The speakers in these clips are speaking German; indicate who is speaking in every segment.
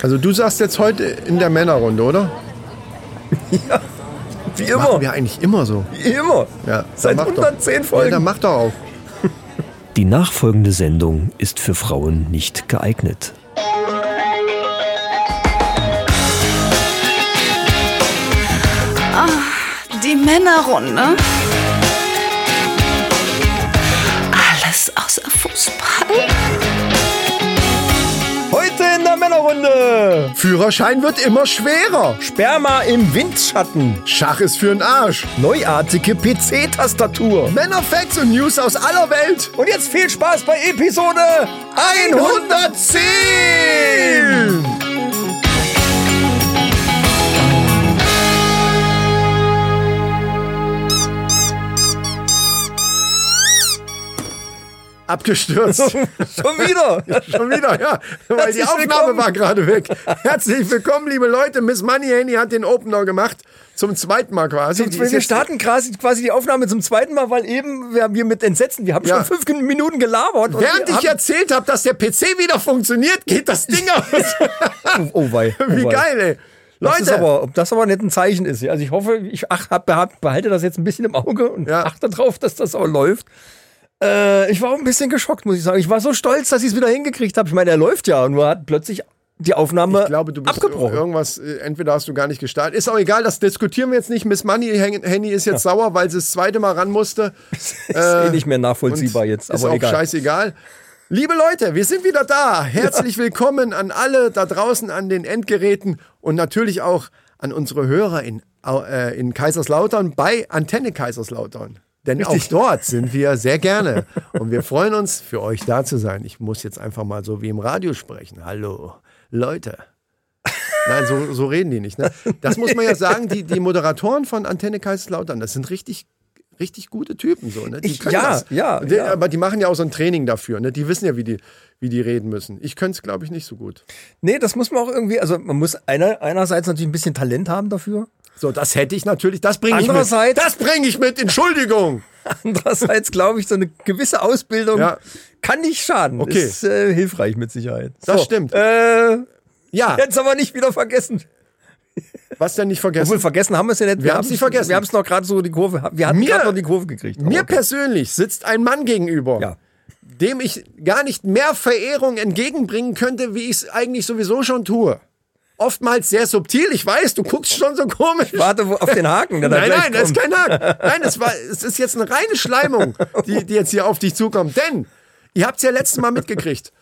Speaker 1: Also du sagst jetzt heute in der Männerrunde, oder?
Speaker 2: Ja, wie
Speaker 1: Machen
Speaker 2: immer.
Speaker 1: wir eigentlich immer so.
Speaker 2: Wie immer.
Speaker 1: Ja,
Speaker 2: Oh. Seit
Speaker 1: dann mach doch.
Speaker 2: 110
Speaker 1: Ja,
Speaker 2: Folgen.
Speaker 1: dann mach doch auf.
Speaker 3: Die nachfolgende Sendung ist für Frauen nicht geeignet.
Speaker 4: Die Männerrunde. Alles außer Fußball.
Speaker 2: Heute in der Männerrunde.
Speaker 1: Führerschein wird immer schwerer.
Speaker 2: Sperma im Windschatten.
Speaker 1: Schach ist für den Arsch.
Speaker 2: Neuartige PC-Tastatur.
Speaker 1: Männerfacts und News aus aller Welt.
Speaker 2: Und jetzt viel Spaß bei Episode 100.
Speaker 1: 110! Abgestürzt.
Speaker 2: Schon wieder.
Speaker 1: Schon wieder, ja. Weil
Speaker 2: Herzlich
Speaker 1: die Aufnahme
Speaker 2: willkommen.
Speaker 1: war gerade weg. Herzlich willkommen, liebe Leute. Miss Money Haney hat den Opener gemacht. Zum zweiten Mal quasi. Die ist
Speaker 2: Wir
Speaker 1: jetzt-
Speaker 2: starten quasi, quasi die Aufnahme zum zweiten Mal, weil eben wir, wir mit Entsetzen, wir haben
Speaker 1: Ja.
Speaker 2: schon fünf Minuten gelabert. und
Speaker 1: Während
Speaker 2: wir
Speaker 1: ich
Speaker 2: haben-
Speaker 1: erzählt habe, dass der PC wieder funktioniert, geht das Ding aus.
Speaker 2: Oh, oh wei. Oh
Speaker 1: Wie
Speaker 2: wei.
Speaker 1: geil, ey.
Speaker 2: Das ist
Speaker 1: Leute,
Speaker 2: aber, ob das aber nicht ein Zeichen ist. Also ich hoffe, ich ach, hab, hab, behalte das jetzt ein bisschen im Auge und
Speaker 1: Ja.
Speaker 2: achte darauf, dass das auch läuft. Äh, ich war auch ein bisschen geschockt, muss ich sagen. Ich war so stolz, dass ich es wieder hingekriegt habe. Ich meine, er läuft ja, nur hat plötzlich die Aufnahme
Speaker 1: ich glaube, du bist
Speaker 2: abgebrochen.
Speaker 1: irgendwas, äh, entweder hast du gar nicht gestartet. Ist auch egal, das diskutieren wir jetzt nicht. Miss Money Hen- Henny ist jetzt sauer, weil sie das zweite Mal ran musste. Äh,
Speaker 2: ist eh nicht mehr nachvollziehbar
Speaker 1: Und
Speaker 2: jetzt,
Speaker 1: Ist
Speaker 2: aber
Speaker 1: auch
Speaker 2: egal.
Speaker 1: scheißegal. Liebe Leute, wir sind wieder da. Herzlich willkommen an alle da draußen an den Endgeräten und natürlich auch an unsere Hörer in, au- äh, in Kaiserslautern bei Antenne Kaiserslautern. Denn auch dort sind wir sehr gerne und wir freuen uns, für euch da zu sein. Ich muss jetzt einfach mal so wie im Radio sprechen. Hallo, Leute. Nein, so, so reden die nicht. Ne? Das muss man ja sagen, die, die Moderatoren von Antenne Kaiserslautern, das sind richtig, richtig gute Typen. So, ne? die
Speaker 2: Ich-
Speaker 1: können
Speaker 2: ja,
Speaker 1: das.
Speaker 2: ja,
Speaker 1: Die,
Speaker 2: ja.
Speaker 1: Aber die machen ja auch so ein Training dafür. Ne? Die wissen ja, wie die, wie die reden müssen. Ich könnte es, glaube ich, nicht so gut.
Speaker 2: Nee, das muss man auch irgendwie, also man muss einer, einerseits natürlich ein bisschen Talent haben dafür.
Speaker 1: So, das hätte ich natürlich, das bringe ich mit.
Speaker 2: Andererseits-
Speaker 1: Das bringe ich mit, Entschuldigung.
Speaker 2: Andererseits glaube ich, so eine gewisse Ausbildung
Speaker 1: Ja.
Speaker 2: kann nicht schaden.
Speaker 1: Okay.
Speaker 2: Ist äh, hilfreich mit Sicherheit.
Speaker 1: Das
Speaker 2: So,
Speaker 1: stimmt.
Speaker 2: Äh,
Speaker 1: Ja,
Speaker 2: jetzt aber nicht wieder vergessen.
Speaker 1: was denn nicht
Speaker 2: Obwohl,
Speaker 1: vergessen.
Speaker 2: vergessen haben wir es ja nicht.
Speaker 1: Wir haben's nicht vergessen.
Speaker 2: Wir haben es noch gerade so die Kurve. Wir hatten
Speaker 1: Mir-
Speaker 2: gerade noch die Kurve gekriegt.
Speaker 1: Mir
Speaker 2: Aber okay.
Speaker 1: persönlich sitzt ein Mann gegenüber,
Speaker 2: Ja.
Speaker 1: dem ich gar nicht mehr Verehrung entgegenbringen könnte, wie ich es eigentlich sowieso schon tue. Oftmals sehr subtil, ich weiß, du guckst schon so komisch.
Speaker 2: Warte wo- auf den Haken. Der
Speaker 1: Nein,
Speaker 2: da
Speaker 1: nein, das
Speaker 2: gleich
Speaker 1: ist
Speaker 2: kommt.
Speaker 1: kein Haken. Nein, das war, es ist jetzt eine reine Schleimung, die, die jetzt hier auf dich zukommt. Denn ihr habt es ja letztes Mal mitgekriegt.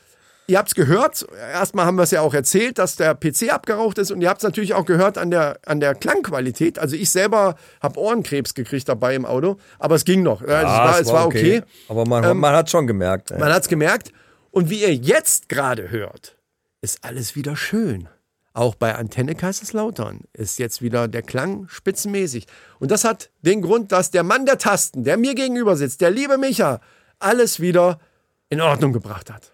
Speaker 1: Ihr habt es gehört. Erstmal haben wir es ja auch erzählt, dass der PC abgeraucht ist. Und ihr habt es natürlich auch gehört an der, an der Klangqualität. Also ich selber habe Ohrenkrebs gekriegt dabei im Auto. Aber es ging noch. Ja, es, war, es war okay.
Speaker 2: Ah,
Speaker 1: Ähm,
Speaker 2: Aber man, man hat schon gemerkt. ey.
Speaker 1: Man hat es gemerkt. Und wie ihr jetzt gerade hört, ist alles wieder schön. Auch bei Antenne Kaiserslautern ist jetzt wieder der Klang spitzenmäßig. Und das hat den Grund, dass der Mann der Tasten, der mir gegenüber sitzt, der liebe Micha, alles wieder in Ordnung gebracht hat.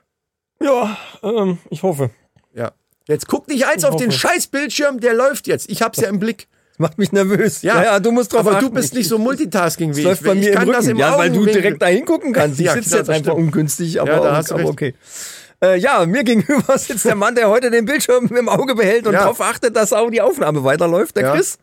Speaker 2: Ja, ähm, ich hoffe.
Speaker 1: Ja. Jetzt guck nicht eins auf den Scheißbildschirm, der läuft jetzt. Ich hab's ja im Blick.
Speaker 2: Das macht mich nervös. Ja, ja, du musst drauf
Speaker 1: Aber
Speaker 2: achten.
Speaker 1: du bist nicht so multitasking wie
Speaker 2: Ich,
Speaker 1: ich.
Speaker 2: läuft bei
Speaker 1: ich
Speaker 2: mir im Rücken. ja, weil du
Speaker 1: Augenwinkel-
Speaker 2: direkt da hingucken kannst. Ich
Speaker 1: Ja,
Speaker 2: sitze
Speaker 1: klar,
Speaker 2: jetzt
Speaker 1: das
Speaker 2: einfach
Speaker 1: stimmt.
Speaker 2: ungünstig, aber,
Speaker 1: Ja, da hast du
Speaker 2: aber
Speaker 1: recht.
Speaker 2: okay. Äh, ja, mir gegenüber sitzt der Mann, der heute den Bildschirm im Auge behält und
Speaker 1: Ja.
Speaker 2: darauf achtet, dass auch die Aufnahme weiterläuft, der
Speaker 1: Ja.
Speaker 2: Chris.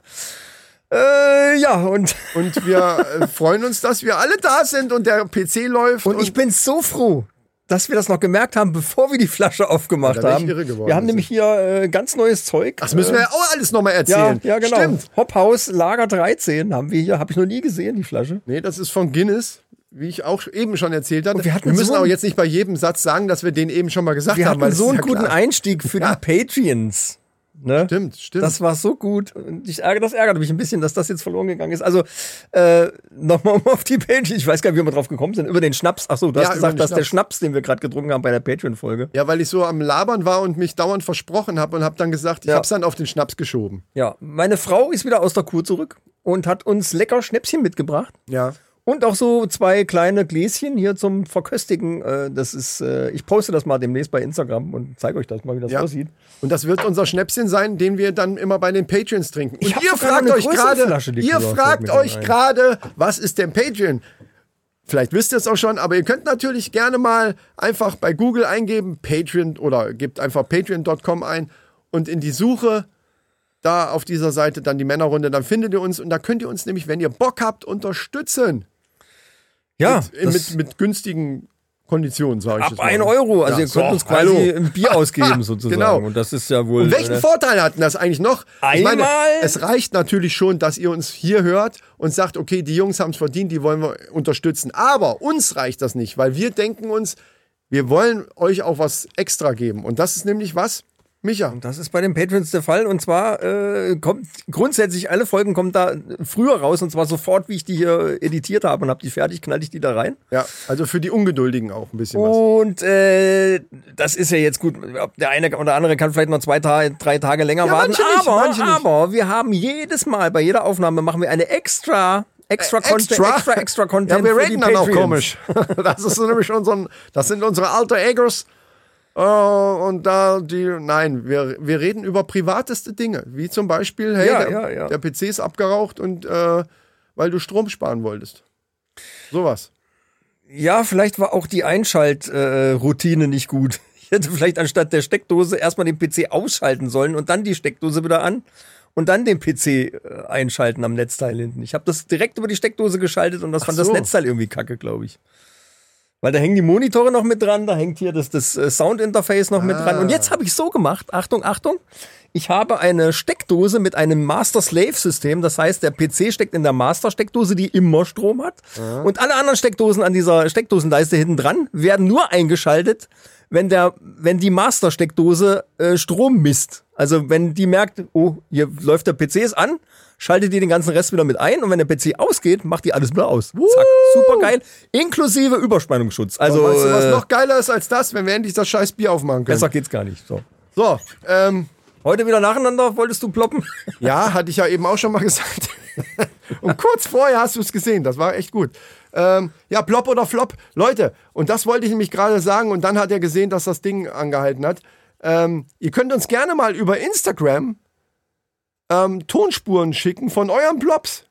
Speaker 2: Äh, ja, und
Speaker 1: Und wir äh, freuen uns, dass wir alle da sind und der PC läuft.
Speaker 2: Und, ich bin so froh, dass wir das noch gemerkt haben, bevor wir die Flasche aufgemacht
Speaker 1: Ja, da bin ich
Speaker 2: haben.
Speaker 1: irre geworden.
Speaker 2: wir haben nämlich hier äh, ganz neues Zeug.
Speaker 1: das müssen wir ja auch alles nochmal
Speaker 2: ja,
Speaker 1: erzählen.
Speaker 2: ja, genau.
Speaker 1: Stimmt.
Speaker 2: Hophaus Lager 13 haben wir hier, habe ich noch nie gesehen, die Flasche.
Speaker 1: Nee, das ist von Guinness, wie ich auch eben schon erzählt hatte.
Speaker 2: Und wir hatten
Speaker 1: müssen
Speaker 2: so einen-
Speaker 1: auch jetzt nicht bei jedem Satz sagen, dass wir den eben schon mal gesagt
Speaker 2: Wir
Speaker 1: haben.
Speaker 2: hatten
Speaker 1: das
Speaker 2: so
Speaker 1: ist
Speaker 2: einen
Speaker 1: ja
Speaker 2: guten
Speaker 1: klar.
Speaker 2: Einstieg für
Speaker 1: Ja.
Speaker 2: die Patreons. Ne?
Speaker 1: Stimmt, stimmt.
Speaker 2: Das war so gut. Und Ich ärgere, das ärgert mich ein bisschen, dass das jetzt verloren gegangen ist. Also äh, nochmal um auf die Patreon. Ich weiß gar nicht, wie wir drauf gekommen sind. Über den Schnaps. Ach so, du
Speaker 1: Ja,
Speaker 2: hast
Speaker 1: über den
Speaker 2: gesagt, dass der
Speaker 1: Schnaps.
Speaker 2: Schnaps, den wir gerade getrunken haben bei der Patreon-Folge.
Speaker 1: ja, weil ich so am Labern war und mich dauernd versprochen habe und habe dann gesagt, ich
Speaker 2: Ja.
Speaker 1: habe es dann auf den Schnaps geschoben.
Speaker 2: Ja, meine Frau ist wieder aus der Kur zurück und hat uns lecker Schnäpschen mitgebracht.
Speaker 1: Ja.
Speaker 2: Und auch so zwei kleine Gläschen hier zum Verköstigen. Äh, Das ist, äh, ich poste das mal demnächst bei Instagram und zeige euch das mal, wie das
Speaker 1: Ja.
Speaker 2: aussieht.
Speaker 1: Und das wird unser Schnäpschen sein, den wir dann immer bei den Patreons trinken. Und
Speaker 2: Ich hab
Speaker 1: ihr
Speaker 2: sogar
Speaker 1: fragt
Speaker 2: eine
Speaker 1: euch
Speaker 2: größere
Speaker 1: gerade,
Speaker 2: Flasche Likör,
Speaker 1: ihr
Speaker 2: fällt
Speaker 1: fragt
Speaker 2: mir gerade
Speaker 1: euch
Speaker 2: ein.
Speaker 1: gerade, was ist denn Patreon? Vielleicht wisst ihr es auch schon, aber ihr könnt natürlich gerne mal einfach bei Google eingeben, Patreon oder gebt einfach patreon.com ein und in die Suche da auf dieser Seite dann die Männerrunde, dann findet ihr uns und da könnt ihr uns nämlich, wenn ihr Bock habt, unterstützen.
Speaker 2: Ja,
Speaker 1: In- mit, mit günstigen Konditionen, sage ich
Speaker 2: Ah, ab
Speaker 1: jetzt mal.
Speaker 2: 1 Euro. Also
Speaker 1: Ja,
Speaker 2: ihr könnt
Speaker 1: so,
Speaker 2: uns quasi
Speaker 1: hallo.
Speaker 2: ein Bier ausgeben sozusagen.
Speaker 1: Genau.
Speaker 2: Und das ist ja wohl.
Speaker 1: Und welchen
Speaker 2: äh,
Speaker 1: Vorteil hatten das eigentlich noch?
Speaker 2: Einmal-
Speaker 1: es reicht natürlich schon, dass ihr uns hier hört und sagt, okay, die Jungs haben es verdient, die wollen wir unterstützen. Aber uns reicht das nicht, weil wir denken uns, wir wollen euch auch was extra geben. Und das ist nämlich was? Micha.
Speaker 2: Das ist bei den Patrons der Fall und zwar äh, kommt grundsätzlich alle Folgen kommen da früher raus und zwar sofort, wie ich die hier editiert habe und habe die fertig, knall ich die da rein.
Speaker 1: Ja, also für die Ungeduldigen auch ein bisschen was.
Speaker 2: Und äh, das ist ja jetzt gut. ob Der eine oder andere kann vielleicht noch zwei, drei, drei Tage länger
Speaker 1: Ja,
Speaker 2: warten.
Speaker 1: manche nicht,
Speaker 2: aber,
Speaker 1: manche nicht.
Speaker 2: aber wir haben jedes Mal bei jeder Aufnahme machen wir eine extra, extra Content, extra, extra, Content.
Speaker 1: Äh, Ja, wir
Speaker 2: für die
Speaker 1: reden dann auch
Speaker 2: Patreons.
Speaker 1: komisch. Das ist nämlich unseren, das sind unsere alter Egos. Äh, und da die, nein, wir, wir reden über privateste Dinge, wie zum Beispiel, hey,
Speaker 2: Ja,
Speaker 1: der,
Speaker 2: ja, ja.
Speaker 1: der PC ist abgeraucht und äh, weil du Strom sparen wolltest. Sowas.
Speaker 2: Ja, vielleicht war auch die Einschaltroutine äh, Routine nicht gut. Ich hätte vielleicht anstatt der Steckdose erstmal den PC ausschalten sollen und dann die Steckdose wieder an und dann den PC äh, einschalten am Netzteil hinten. Ich habe das direkt über die Steckdose geschaltet und das fand
Speaker 1: so.
Speaker 2: das Netzteil irgendwie kacke, glaube ich. Weil da hängen die Monitore noch mit dran, da hängt hier das, das äh, Soundinterface noch mit dran. Und jetzt habe ich so gemacht, Achtung, Achtung, ich habe eine Steckdose mit einem Master-Slave-System. Das heißt, der PC steckt in der Master-Steckdose, die immer Strom hat. Und alle anderen Steckdosen an dieser Steckdosenleiste hinten dran werden nur eingeschaltet, wenn, der, wenn die Master-Steckdose äh, Strom misst. Also wenn die merkt, oh, hier läuft der PC ist an, schaltet die den ganzen Rest wieder mit ein und wenn der PC ausgeht, macht die alles wieder aus. Zack, super geil, inklusive Überspannungsschutz. Also
Speaker 1: Und weißt du, was
Speaker 2: äh,
Speaker 1: noch geiler ist als das, wenn wir endlich das scheiß Bier aufmachen können?
Speaker 2: besser geht's gar nicht. So.
Speaker 1: So, ähm,
Speaker 2: Heute wieder nacheinander wolltest du ploppen?
Speaker 1: ja, hatte ich ja eben auch schon mal gesagt. und kurz vorher hast du es gesehen, das war echt gut. Ähm, ja, Plop oder Flop, Leute, und das wollte ich nämlich gerade sagen und dann hat er gesehen, dass das Ding angehalten hat. Ähm, ihr könnt uns gerne mal über Instagram ähm, Tonspuren schicken von euren Plops.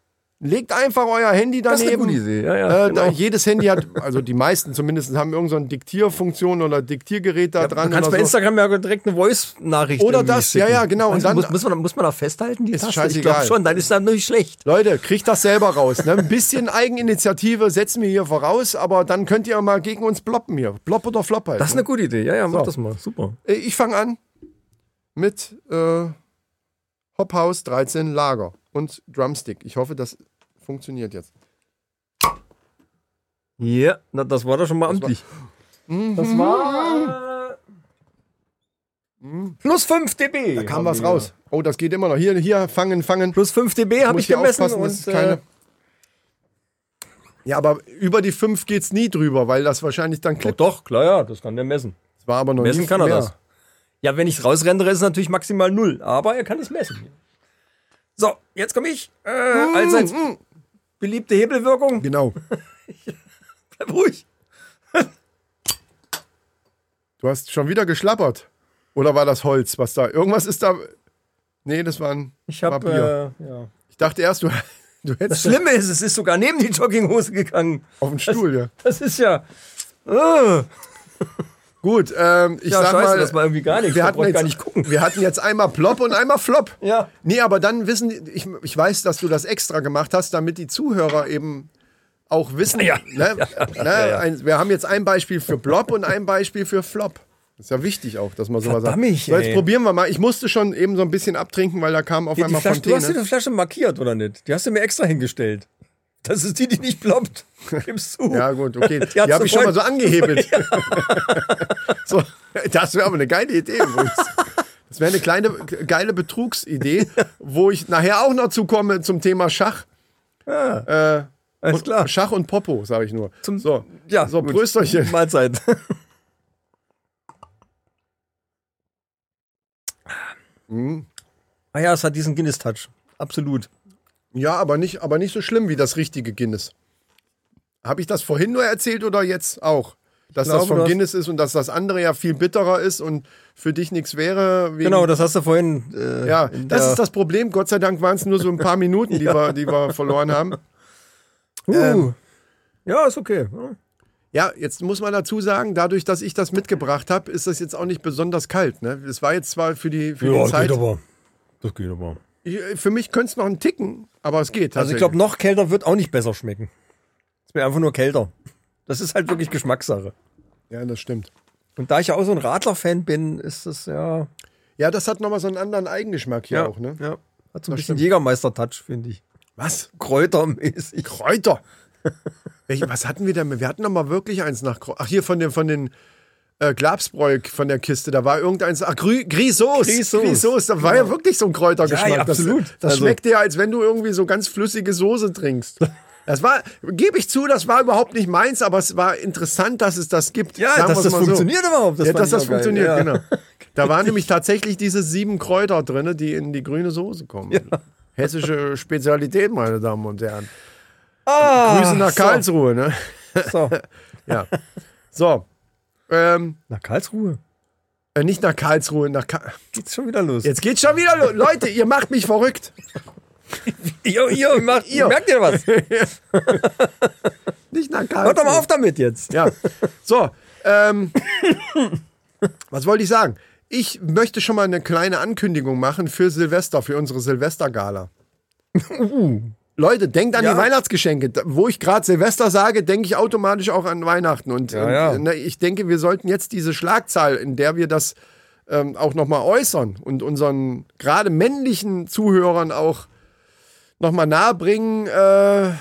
Speaker 1: Legt einfach euer Handy daneben.
Speaker 2: Idee. Ja, genau.
Speaker 1: Äh, da, jedes Handy hat, also die meisten zumindest, haben irgendeine so eine Diktierfunktion oder Diktiergerät da dran.
Speaker 2: Du kannst
Speaker 1: oder
Speaker 2: bei
Speaker 1: so.
Speaker 2: Instagram ja direkt eine Voice-Nachricht
Speaker 1: Oder
Speaker 2: irgendwie
Speaker 1: das, ja,
Speaker 2: schicken.
Speaker 1: ja, genau. Und
Speaker 2: Also
Speaker 1: dann-
Speaker 2: muss, muss, man, muss man da festhalten, die
Speaker 1: Ist
Speaker 2: Taste? Ich
Speaker 1: scheißegal.
Speaker 2: glaube schon, dann ist das natürlich schlecht.
Speaker 1: Leute, kriegt das selber raus. Ne? Ein bisschen Eigeninitiative setzen wir hier voraus, aber dann könnt ihr mal gegen uns ploppen hier. Plop oder Flop halt.
Speaker 2: Das ist eine gute Idee. Ja, ja, mach
Speaker 1: So.
Speaker 2: das mal. Super.
Speaker 1: Äh, ich fange an mit äh, Hophaus 13 Lager und Drumstick. Ich hoffe, das funktioniert jetzt.
Speaker 2: Ja, na, das war doch schon mal amtlich.
Speaker 1: Mhm.
Speaker 2: Das war. Plus 5 dB.
Speaker 1: Mhm. Da kam was raus. Oh, das geht immer noch. Hier, hier, fangen, fangen.
Speaker 2: Plus 5 dB habe
Speaker 1: Muss
Speaker 2: ich
Speaker 1: hier
Speaker 2: gemessen.
Speaker 1: aufpassen,
Speaker 2: Und,
Speaker 1: dass es keine-
Speaker 2: äh,
Speaker 1: Ja, aber über die 5 geht's nie drüber, weil das wahrscheinlich dann
Speaker 2: doch,
Speaker 1: klippt.
Speaker 2: äh, doch, klar, ja, das kann der messen.
Speaker 1: Das war aber noch
Speaker 2: Messen
Speaker 1: nie
Speaker 2: kann er
Speaker 1: Oh, mehr.
Speaker 2: das. Ja, wenn ich es rausrendere, ist es natürlich maximal null, aber er kann es messen. So, jetzt komme ich. Äh, allseits
Speaker 1: Mhm.
Speaker 2: beliebte Hebelwirkung.
Speaker 1: Genau.
Speaker 2: Bleib ruhig.
Speaker 1: Du hast schon wieder geschlappert. Oder war das Holz, was da? Irgendwas ist da. Nee, das war ein
Speaker 2: Ich
Speaker 1: war
Speaker 2: habe.
Speaker 1: Bier.
Speaker 2: Äh, ja.
Speaker 1: Ich dachte erst, du, du hättest
Speaker 2: Schlimme ist, es ist sogar neben die Jogginghose gegangen.
Speaker 1: auf den Stuhl, ja.
Speaker 2: Das ist ja. Äh,
Speaker 1: Gut, ähm, ich
Speaker 2: ja,
Speaker 1: sag
Speaker 2: scheiße,
Speaker 1: mal,
Speaker 2: das war irgendwie gar nichts.
Speaker 1: wir
Speaker 2: Da
Speaker 1: hatten,
Speaker 2: brauch ich
Speaker 1: jetzt,
Speaker 2: gar nicht gucken.
Speaker 1: wir hatten jetzt einmal Plop und einmal Flop.
Speaker 2: Ja.
Speaker 1: Nee, aber dann wissen, ich, ich weiß, dass du das extra gemacht hast, damit die Zuhörer eben auch wissen.
Speaker 2: Ja.
Speaker 1: Ne, ne, Ein, wir haben jetzt ein Beispiel für Plop und ein Beispiel für Flop. Ist ja wichtig auch, dass man sowas sagt.
Speaker 2: Verdammt,
Speaker 1: so, jetzt
Speaker 2: ey.
Speaker 1: probieren wir mal. Ich musste schon eben so ein bisschen abtrinken, weil da kam auf
Speaker 2: Die, die
Speaker 1: einmal
Speaker 2: Flasche, du hast dir
Speaker 1: Fontäne.
Speaker 2: die Flasche markiert, oder nicht? Die hast du mir extra hingestellt. Das ist die, die nicht ploppt. Gibst du.
Speaker 1: Ja, gut, okay. Die,
Speaker 2: hat's
Speaker 1: habe ich schon mal
Speaker 2: vorhin-
Speaker 1: so angehebelt. so, das wäre aber eine geile Idee übrigens. Das wäre eine kleine, geile Betrugsidee, wo ich nachher auch noch zukomme zum Thema Schach.
Speaker 2: Alles klar.
Speaker 1: Schach und Popo, sage ich nur.
Speaker 2: Zum-
Speaker 1: so,
Speaker 2: Ja,
Speaker 1: so
Speaker 2: gut.
Speaker 1: Prösterchen.
Speaker 2: Mahlzeit. Ah ja, es hat diesen Guinness-Touch. Absolut.
Speaker 1: Ja, aber nicht, aber nicht so schlimm wie das richtige Guinness. Habe ich das vorhin nur erzählt oder jetzt auch? Dass
Speaker 2: glaube,
Speaker 1: das von
Speaker 2: du hast-
Speaker 1: Guinness ist und dass das andere ja viel bitterer ist und für dich nichts wäre. wegen-
Speaker 2: Genau, das hast du vorhin. Äh,
Speaker 1: Ja,
Speaker 2: in
Speaker 1: das
Speaker 2: der-
Speaker 1: ist das Problem. Gott sei Dank waren es nur so ein paar Minuten, die, wir, die wir verloren haben.
Speaker 2: Uh. ja, ist okay. Ja.
Speaker 1: Ja, jetzt muss man dazu sagen, dadurch, dass ich das mitgebracht habe, ist das jetzt auch nicht besonders kalt. Ne? Es war jetzt zwar für die, für die Zeit.
Speaker 2: aber. Das geht aber.
Speaker 1: Ich- Für mich könnte es noch einen Ticken, aber es geht.
Speaker 2: Also ich glaube, noch kälter wird auch nicht besser schmecken. Es wäre einfach nur kälter. Das ist halt wirklich Geschmackssache.
Speaker 1: tatsächlich. Ja, das stimmt.
Speaker 2: Und da ich ja auch so ein Radler-Fan bin, ist das ja.
Speaker 1: Ja, das hat nochmal so einen anderen Eigengeschmack hier
Speaker 2: ja,
Speaker 1: auch, ne?
Speaker 2: Ja. Hat so ein
Speaker 1: Das
Speaker 2: bisschen
Speaker 1: stimmt.
Speaker 2: Jägermeister-Touch, finde ich.
Speaker 1: Was?
Speaker 2: Kräutermäßig.
Speaker 1: Kräuter. Welche, was hatten wir denn? Wir hatten doch mal wirklich eins nach Kräu- Ach, hier von den, von den äh, Glabsbräu von der Kiste. Da war irgendeins. Ach, Grü Grisauce.
Speaker 2: Grisauce.
Speaker 1: Da war ja wirklich so ein Kräutergeschmack.
Speaker 2: Genau. Ja, ja, absolut.
Speaker 1: Das, das
Speaker 2: Also-
Speaker 1: schmeckt dir, als wenn du irgendwie so ganz flüssige Soße trinkst. Das war, gebe ich zu, das war überhaupt nicht meins, aber es war interessant, dass es das gibt.
Speaker 2: Ja,
Speaker 1: Sagen
Speaker 2: dass
Speaker 1: wir's
Speaker 2: das
Speaker 1: mal so.
Speaker 2: funktioniert überhaupt, das
Speaker 1: ja,
Speaker 2: fand
Speaker 1: dass
Speaker 2: ich
Speaker 1: das
Speaker 2: auch geil,
Speaker 1: funktioniert,
Speaker 2: ja.
Speaker 1: genau. Da waren nämlich tatsächlich diese sieben Kräuter drin, die in die grüne Soße kommen. Hessische Spezialität, meine Damen und Herren. Grüße nach Karlsruhe, ne?
Speaker 2: Ah, So.
Speaker 1: Ja. So. Ähm,
Speaker 2: Nach Karlsruhe.
Speaker 1: äh, nicht nach Karlsruhe, nach Ka
Speaker 2: Geht's schon wieder los.
Speaker 1: Jetzt geht's schon wieder los. Leute, ihr macht mich verrückt.
Speaker 2: Ihr, ihr, macht, ihr. merkt ihr was?
Speaker 1: Nicht nach Karlsruhe.
Speaker 2: Hört doch mal auf damit jetzt.
Speaker 1: Ja. So. Ähm, was wollte ich sagen? Ich möchte schon mal eine kleine Ankündigung machen für Silvester, für unsere Silvestergala. Leute, denkt an
Speaker 2: Uh. Ja.
Speaker 1: die Weihnachtsgeschenke. Da- Wo ich gerade Silvester sage, denke ich automatisch auch an Weihnachten. Und,
Speaker 2: Ja, ja.
Speaker 1: und ne, ich denke, wir sollten jetzt diese Schlagzahl, in der wir das ähm, auch nochmal äußern und unseren gerade männlichen Zuhörern auch nochmal nahebringen, äh,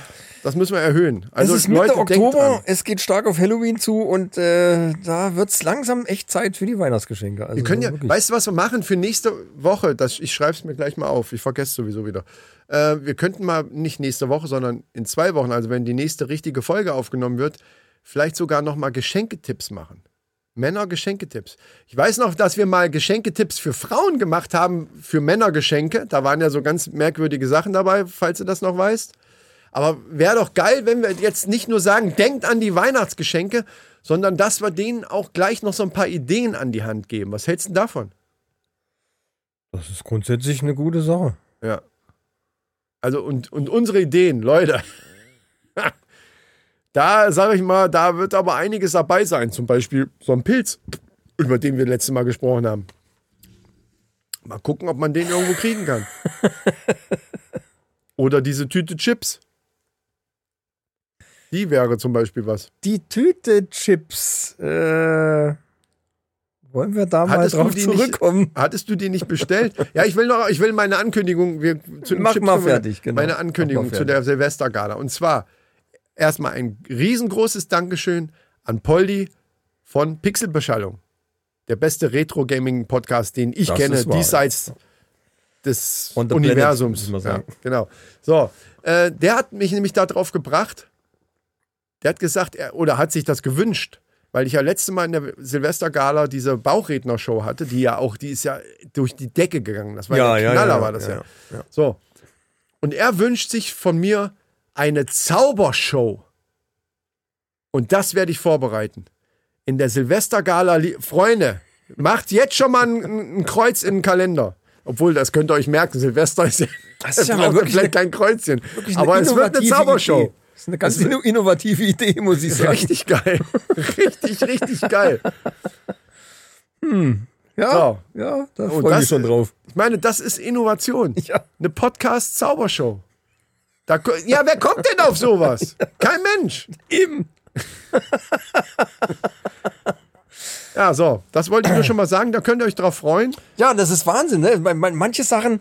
Speaker 1: das müssen wir erhöhen. Also
Speaker 2: es ist Mitte
Speaker 1: Leute, denkt dran.
Speaker 2: Oktober, es geht stark auf Halloween zu und äh, da wird es langsam echt Zeit für die Weihnachtsgeschenke. Also,
Speaker 1: Wir können ja,
Speaker 2: wirklich.
Speaker 1: weißt du, was wir machen für nächste Woche? Das, ich schreibe es mir gleich mal auf. Ich vergesse sowieso wieder. Äh, wir könnten mal nicht nächste Woche, sondern in zwei Wochen, also wenn die nächste richtige Folge aufgenommen wird, vielleicht sogar noch mal Geschenketipps machen. Männer Geschenketipps. Ich weiß noch, dass wir mal Geschenketipps für Frauen gemacht haben, für Männergeschenke. Da waren ja so ganz merkwürdige Sachen dabei, falls du das noch weißt. Aber wäre doch geil, wenn wir jetzt nicht nur sagen, denkt an die Weihnachtsgeschenke, sondern dass wir denen auch gleich noch so ein paar Ideen an die Hand geben. Was hältst du denn davon?
Speaker 2: das ist grundsätzlich eine gute Sache.
Speaker 1: Ja. Also und, und unsere Ideen, Leute. da sage ich mal, da wird aber einiges dabei sein. Zum Beispiel so ein Pilz, über den wir letztes Mal gesprochen haben. Mal gucken, ob man den irgendwo kriegen kann. Oder diese Tüte Chips. Die wäre zum Beispiel was.
Speaker 2: Die Tüte Chips, äh, wollen wir da mal
Speaker 1: Hattest du
Speaker 2: drauf
Speaker 1: um die nicht-
Speaker 2: zurückkommen?
Speaker 1: Hattest du die nicht bestellt? ja, ich will noch, ich will meine Ankündigung. Wir, zu den
Speaker 2: Mach mal
Speaker 1: kommen wir-
Speaker 2: fertig, genau.
Speaker 1: Meine
Speaker 2: Mach
Speaker 1: Ankündigung
Speaker 2: mal
Speaker 1: zu der Silvestergala. Und zwar erstmal ein riesengroßes Dankeschön an Poldi von Pixelbeschallung. Der beste Retro-Gaming-Podcast, den ich
Speaker 2: Das
Speaker 1: kenne,
Speaker 2: ist wahr,
Speaker 1: diesseits des
Speaker 2: On the planet,
Speaker 1: Universums.
Speaker 2: muss man sagen.
Speaker 1: Ja, genau. So, äh, der hat mich nämlich darauf gebracht. Der hat gesagt, er, oder hat sich das gewünscht, weil ich ja letzte Mal in der Silvestergala diese Bauchredner-Show hatte, die ja auch, die ist ja durch die Decke gegangen. Das war ja, der Knaller, war das ja. So. Und er wünscht sich von mir eine Zaubershow. Und das werde ich vorbereiten. In der Silvestergala, li- Freunde, macht jetzt schon mal ein, ein Kreuz in den Kalender. Obwohl, das könnt ihr euch merken, Silvester ist ja,
Speaker 2: Das ist ja
Speaker 1: braucht
Speaker 2: mal wirklich
Speaker 1: vielleicht kein Kreuzchen.
Speaker 2: Wirklich eine
Speaker 1: Aber es wird eine
Speaker 2: innovative
Speaker 1: Zaubershow.
Speaker 2: Idee. Das ist eine ganz inno- innovative Idee, muss ich sagen.
Speaker 1: Richtig geil. Richtig, richtig geil.
Speaker 2: Ja, ja da
Speaker 1: Und
Speaker 2: freue ich
Speaker 1: Oh, das
Speaker 2: mich schon
Speaker 1: ist-
Speaker 2: drauf.
Speaker 1: Ich meine, das ist Innovation.
Speaker 2: Ja.
Speaker 1: Eine Podcast-Zaubershow. Da, ko- ja, wer kommt denn auf sowas? Kein Mensch.
Speaker 2: Eben.
Speaker 1: Ja, so, das wollte ich nur schon mal sagen. Da könnt ihr euch drauf freuen.
Speaker 2: Ja, das ist Wahnsinn. Ne? Man- man- Manche Sachen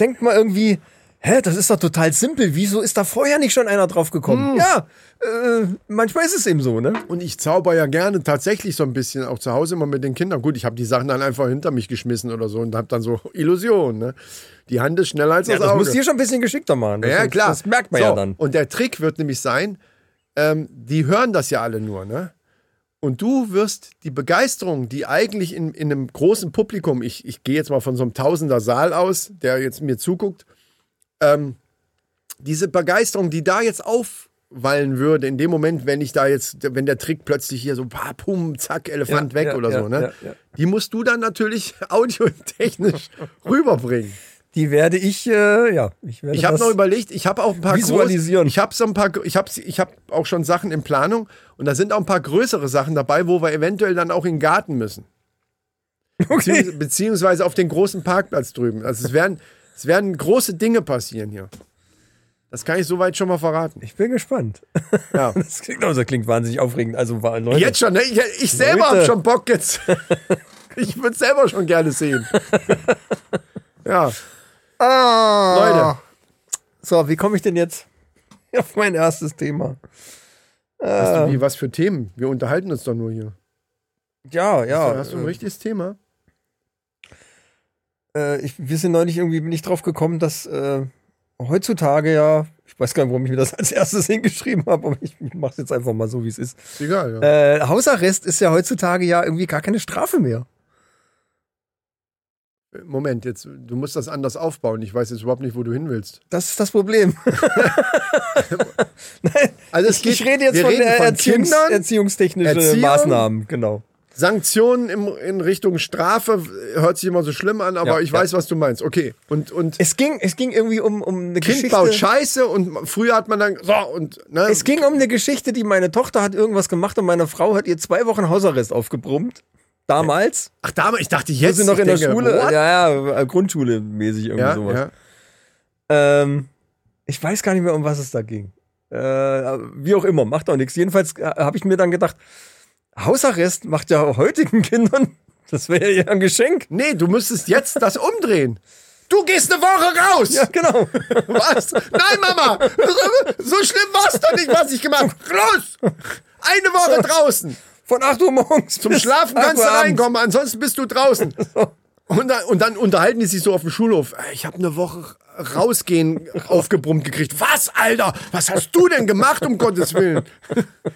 Speaker 2: denkt man irgendwie, hä, das ist doch total simpel. Wieso ist da vorher nicht schon einer drauf gekommen? Ja, äh, manchmal ist es eben so, ne?
Speaker 1: Und ich zauber Hm. ja gerne tatsächlich so ein bisschen, auch zu Hause immer mit den Kindern. Gut, ich habe die Sachen dann einfach hinter mich geschmissen oder so und habe dann so Illusionen. Ne? Die Hand ist schneller als
Speaker 2: Ja,
Speaker 1: das
Speaker 2: das
Speaker 1: Auge.
Speaker 2: musst du hier schon ein bisschen geschickter machen. Das,
Speaker 1: ja, klar.
Speaker 2: Das merkt man
Speaker 1: so,
Speaker 2: ja dann.
Speaker 1: Und der Trick wird nämlich sein, ähm, die hören das ja alle nur, ne? Und du wirst die Begeisterung, die eigentlich in, in einem großen Publikum, ich, ich gehe jetzt mal von so einem Tausender Saal aus, der jetzt mir zuguckt, ähm, diese Begeisterung, die da jetzt aufwallen würde, in dem Moment, wenn ich da jetzt, wenn der Trick plötzlich hier so, pa, pum, zack, Elefant
Speaker 2: Ja,
Speaker 1: weg
Speaker 2: ja,
Speaker 1: oder
Speaker 2: ja,
Speaker 1: so, ne?
Speaker 2: ja, ja.
Speaker 1: Die musst du dann natürlich audiotechnisch rüberbringen.
Speaker 2: die werde ich, äh, ja, ich werde
Speaker 1: Ich habe
Speaker 2: das-
Speaker 1: noch überlegt, ich habe auch ein paar groß-
Speaker 2: Visualisieren.
Speaker 1: ich habe so ein paar ich habe ich habe auch schon Sachen in Planung und da sind auch ein paar größere Sachen dabei, wo wir eventuell dann auch in den Garten müssen.
Speaker 2: okay.
Speaker 1: Beziehungs- Beziehungsweise auf den großen Parkplatz drüben. Also es werden es werden große Dinge passieren hier. Das kann ich soweit schon mal verraten.
Speaker 2: Ich bin gespannt.
Speaker 1: Ja.
Speaker 2: Das klingt, also klingt wahnsinnig aufregend. Also, wa- Leute,
Speaker 1: Jetzt schon, ne? Ich, ich selber
Speaker 2: Leute.
Speaker 1: habe schon Bock jetzt. Ich würde selber schon gerne sehen. Ja,
Speaker 2: Ah.
Speaker 1: Leute.
Speaker 2: So, wie komme ich denn jetzt auf mein erstes Thema?
Speaker 1: Hast du wie, was für Themen? Wir unterhalten uns doch nur hier.
Speaker 2: Ja, ja.
Speaker 1: Hast du ein
Speaker 2: äh,
Speaker 1: richtiges Thema?
Speaker 2: äh, ich, wir sind neulich irgendwie bin ich drauf gekommen, dass äh, heutzutage ja, ich weiß gar nicht, warum ich mir das als erstes hingeschrieben habe, aber ich mache es jetzt einfach mal so, wie es ist.
Speaker 1: Ist egal, ja.
Speaker 2: Äh, Hausarrest ist ja heutzutage ja irgendwie gar keine Strafe mehr.
Speaker 1: Moment, jetzt, du musst das anders aufbauen. Ich weiß jetzt überhaupt nicht, wo du hin willst.
Speaker 2: Das ist das Problem. Nein,
Speaker 1: Also es
Speaker 2: ich,
Speaker 1: geht-
Speaker 2: ich rede jetzt
Speaker 1: wir
Speaker 2: von,
Speaker 1: reden
Speaker 2: äh,
Speaker 1: von
Speaker 2: Erziehungs
Speaker 1: Kindern,
Speaker 2: erziehungstechnischen
Speaker 1: Erziehung.
Speaker 2: Maßnahmen, genau.
Speaker 1: Sanktionen im, in Richtung Strafe hört sich immer so schlimm an, aber
Speaker 2: Ja,
Speaker 1: ich
Speaker 2: ja.
Speaker 1: weiß, was du meinst. Okay. Und, und
Speaker 2: Es ging, es ging irgendwie um, um eine
Speaker 1: Kind
Speaker 2: Geschichte.
Speaker 1: baut Scheiße und früher hat man dann so und ne,
Speaker 2: Es ging um eine Geschichte, die meine Tochter hat irgendwas gemacht und meine Frau hat ihr zwei Wochen Hausarrest aufgebrummt. Damals.
Speaker 1: ach damals, ich dachte jetzt
Speaker 2: sind noch
Speaker 1: ich
Speaker 2: in der
Speaker 1: denke,
Speaker 2: Schule.
Speaker 1: what?
Speaker 2: Ja, ja, Grundschule mäßig irgendwie
Speaker 1: Ja,
Speaker 2: sowas.
Speaker 1: ja.
Speaker 2: Ähm, ich weiß gar nicht mehr, um was es da ging. Äh, wie auch immer, macht auch nichts. Jedenfalls äh, habe ich mir dann gedacht, Hausarrest macht ja heutigen Kindern, das wäre ja ein Geschenk.
Speaker 1: Nee, du müsstest jetzt das umdrehen. Du gehst eine Woche raus.
Speaker 2: Ja, genau.
Speaker 1: Was? Nein, Mama. So schlimm war es doch nicht, was ich gemacht habe. Raus! Eine Woche draußen.
Speaker 2: Von 8 Uhr morgens
Speaker 1: Zum
Speaker 2: bis
Speaker 1: Schlafen
Speaker 2: 8
Speaker 1: kannst du
Speaker 2: Uhr abends.
Speaker 1: reinkommen, ansonsten bist du draußen. Und dann, und dann unterhalten die sich so auf dem Schulhof. Ey, Ich habe eine Woche rausgehen aufgebrummt gekriegt. Was, Alter? Was hast du denn gemacht, um Gottes Willen?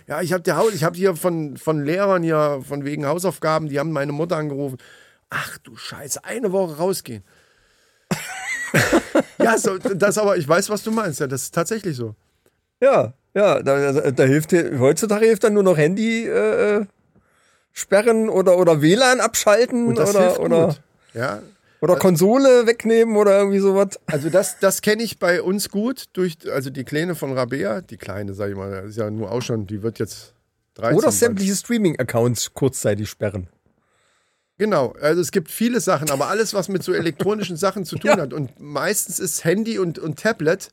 Speaker 1: Ja, ich habe Haus, ich hab hier von, von Lehrern hier, von wegen Hausaufgaben, die haben meine Mutter angerufen. Ach du Scheiße, eine Woche rausgehen. ja, so, das aber, ich weiß, was du meinst. Ja, das ist tatsächlich so.
Speaker 2: Ja, ja, da, da, da hilft dir- heutzutage hilft dann nur noch Handy äh, äh, sperren oder oder WLAN abschalten
Speaker 1: Und das
Speaker 2: oder
Speaker 1: hilft
Speaker 2: oder
Speaker 1: gut. Also Ja,
Speaker 2: oder Konsole wegnehmen oder irgendwie sowas.
Speaker 1: Also das, das kenne ich bei uns gut durch, also die Kleine von Rabea, die Kleine, sag ich mal, das ist ja nur auch schon, die wird jetzt 13.
Speaker 2: Oder
Speaker 1: bald.
Speaker 2: sämtliche Streaming-Accounts kurzzeitig sperren.
Speaker 1: Genau, also es gibt viele Sachen, aber alles, was mit so elektronischen Sachen zu tun
Speaker 2: Ja.
Speaker 1: hat und meistens ist Handy und, und Tablet,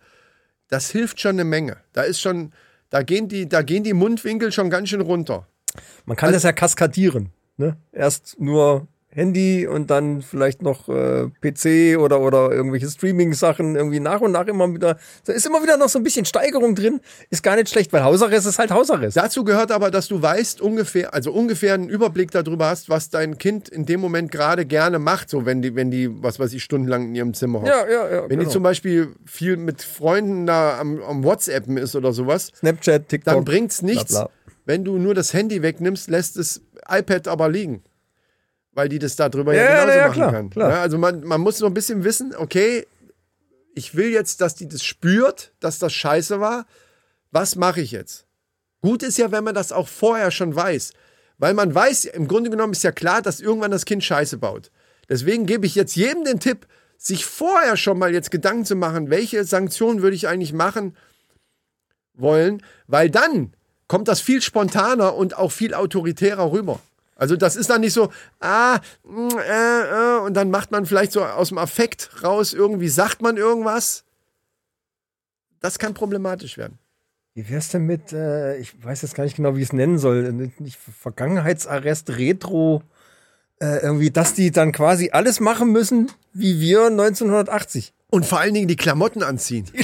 Speaker 1: das hilft schon eine Menge. Da ist schon, da gehen die, da gehen die Mundwinkel schon ganz schön runter.
Speaker 2: Man
Speaker 1: Also
Speaker 2: kann das ja kaskadieren. Ne? Erst nur Handy und dann vielleicht noch äh, PC oder, oder irgendwelche Streaming-Sachen irgendwie nach und nach immer wieder. Da ist immer wieder noch so ein bisschen Steigerung drin. Ist gar nicht schlecht, weil Hausarrest ist halt Hausarrest.
Speaker 1: Dazu gehört aber, dass du weißt ungefähr, also ungefähr einen Überblick darüber hast, was dein Kind in dem Moment gerade gerne macht, so wenn die, wenn die, was weiß ich, stundenlang in ihrem Zimmer hockt.
Speaker 2: ja, ja.
Speaker 1: Wenn
Speaker 2: genau.
Speaker 1: die zum Beispiel viel mit Freunden da am, am WhatsAppen ist oder sowas,
Speaker 2: Snapchat, TikTok.
Speaker 1: dann bringt's nichts,
Speaker 2: bla.
Speaker 1: wenn du nur das Handy wegnimmst, lässt das iPad aber liegen. Weil die das darüber ja,
Speaker 2: Ja, ja,
Speaker 1: genauso
Speaker 2: na ja,
Speaker 1: machen
Speaker 2: klar,
Speaker 1: kann.
Speaker 2: klar.
Speaker 1: Ja, also man, man muss so ein bisschen wissen, okay, ich will jetzt, dass die das spürt, dass das scheiße war. Was mache ich jetzt? Gut ist ja, wenn man das auch vorher schon weiß. Weil man weiß, im Grunde genommen ist ja klar, dass irgendwann das Kind Scheiße baut. Deswegen gebe ich jetzt jedem den Tipp, sich vorher schon mal jetzt Gedanken zu machen, welche Sanktionen würde ich eigentlich machen wollen, weil dann kommt das viel spontaner und auch viel autoritärer rüber. Also das ist dann nicht so, ah, mm, äh, äh, und dann macht man vielleicht so aus dem Affekt raus, irgendwie sagt man irgendwas. Das kann problematisch werden.
Speaker 2: Wie wär's denn mit, äh, ich weiß jetzt gar nicht genau, wie ich es nennen soll, nicht- nicht Vergangenheitsarrest, Retro, äh, irgendwie, dass die dann quasi alles machen müssen, wie wir 1980.
Speaker 1: Und vor allen Dingen die Klamotten anziehen.
Speaker 2: Die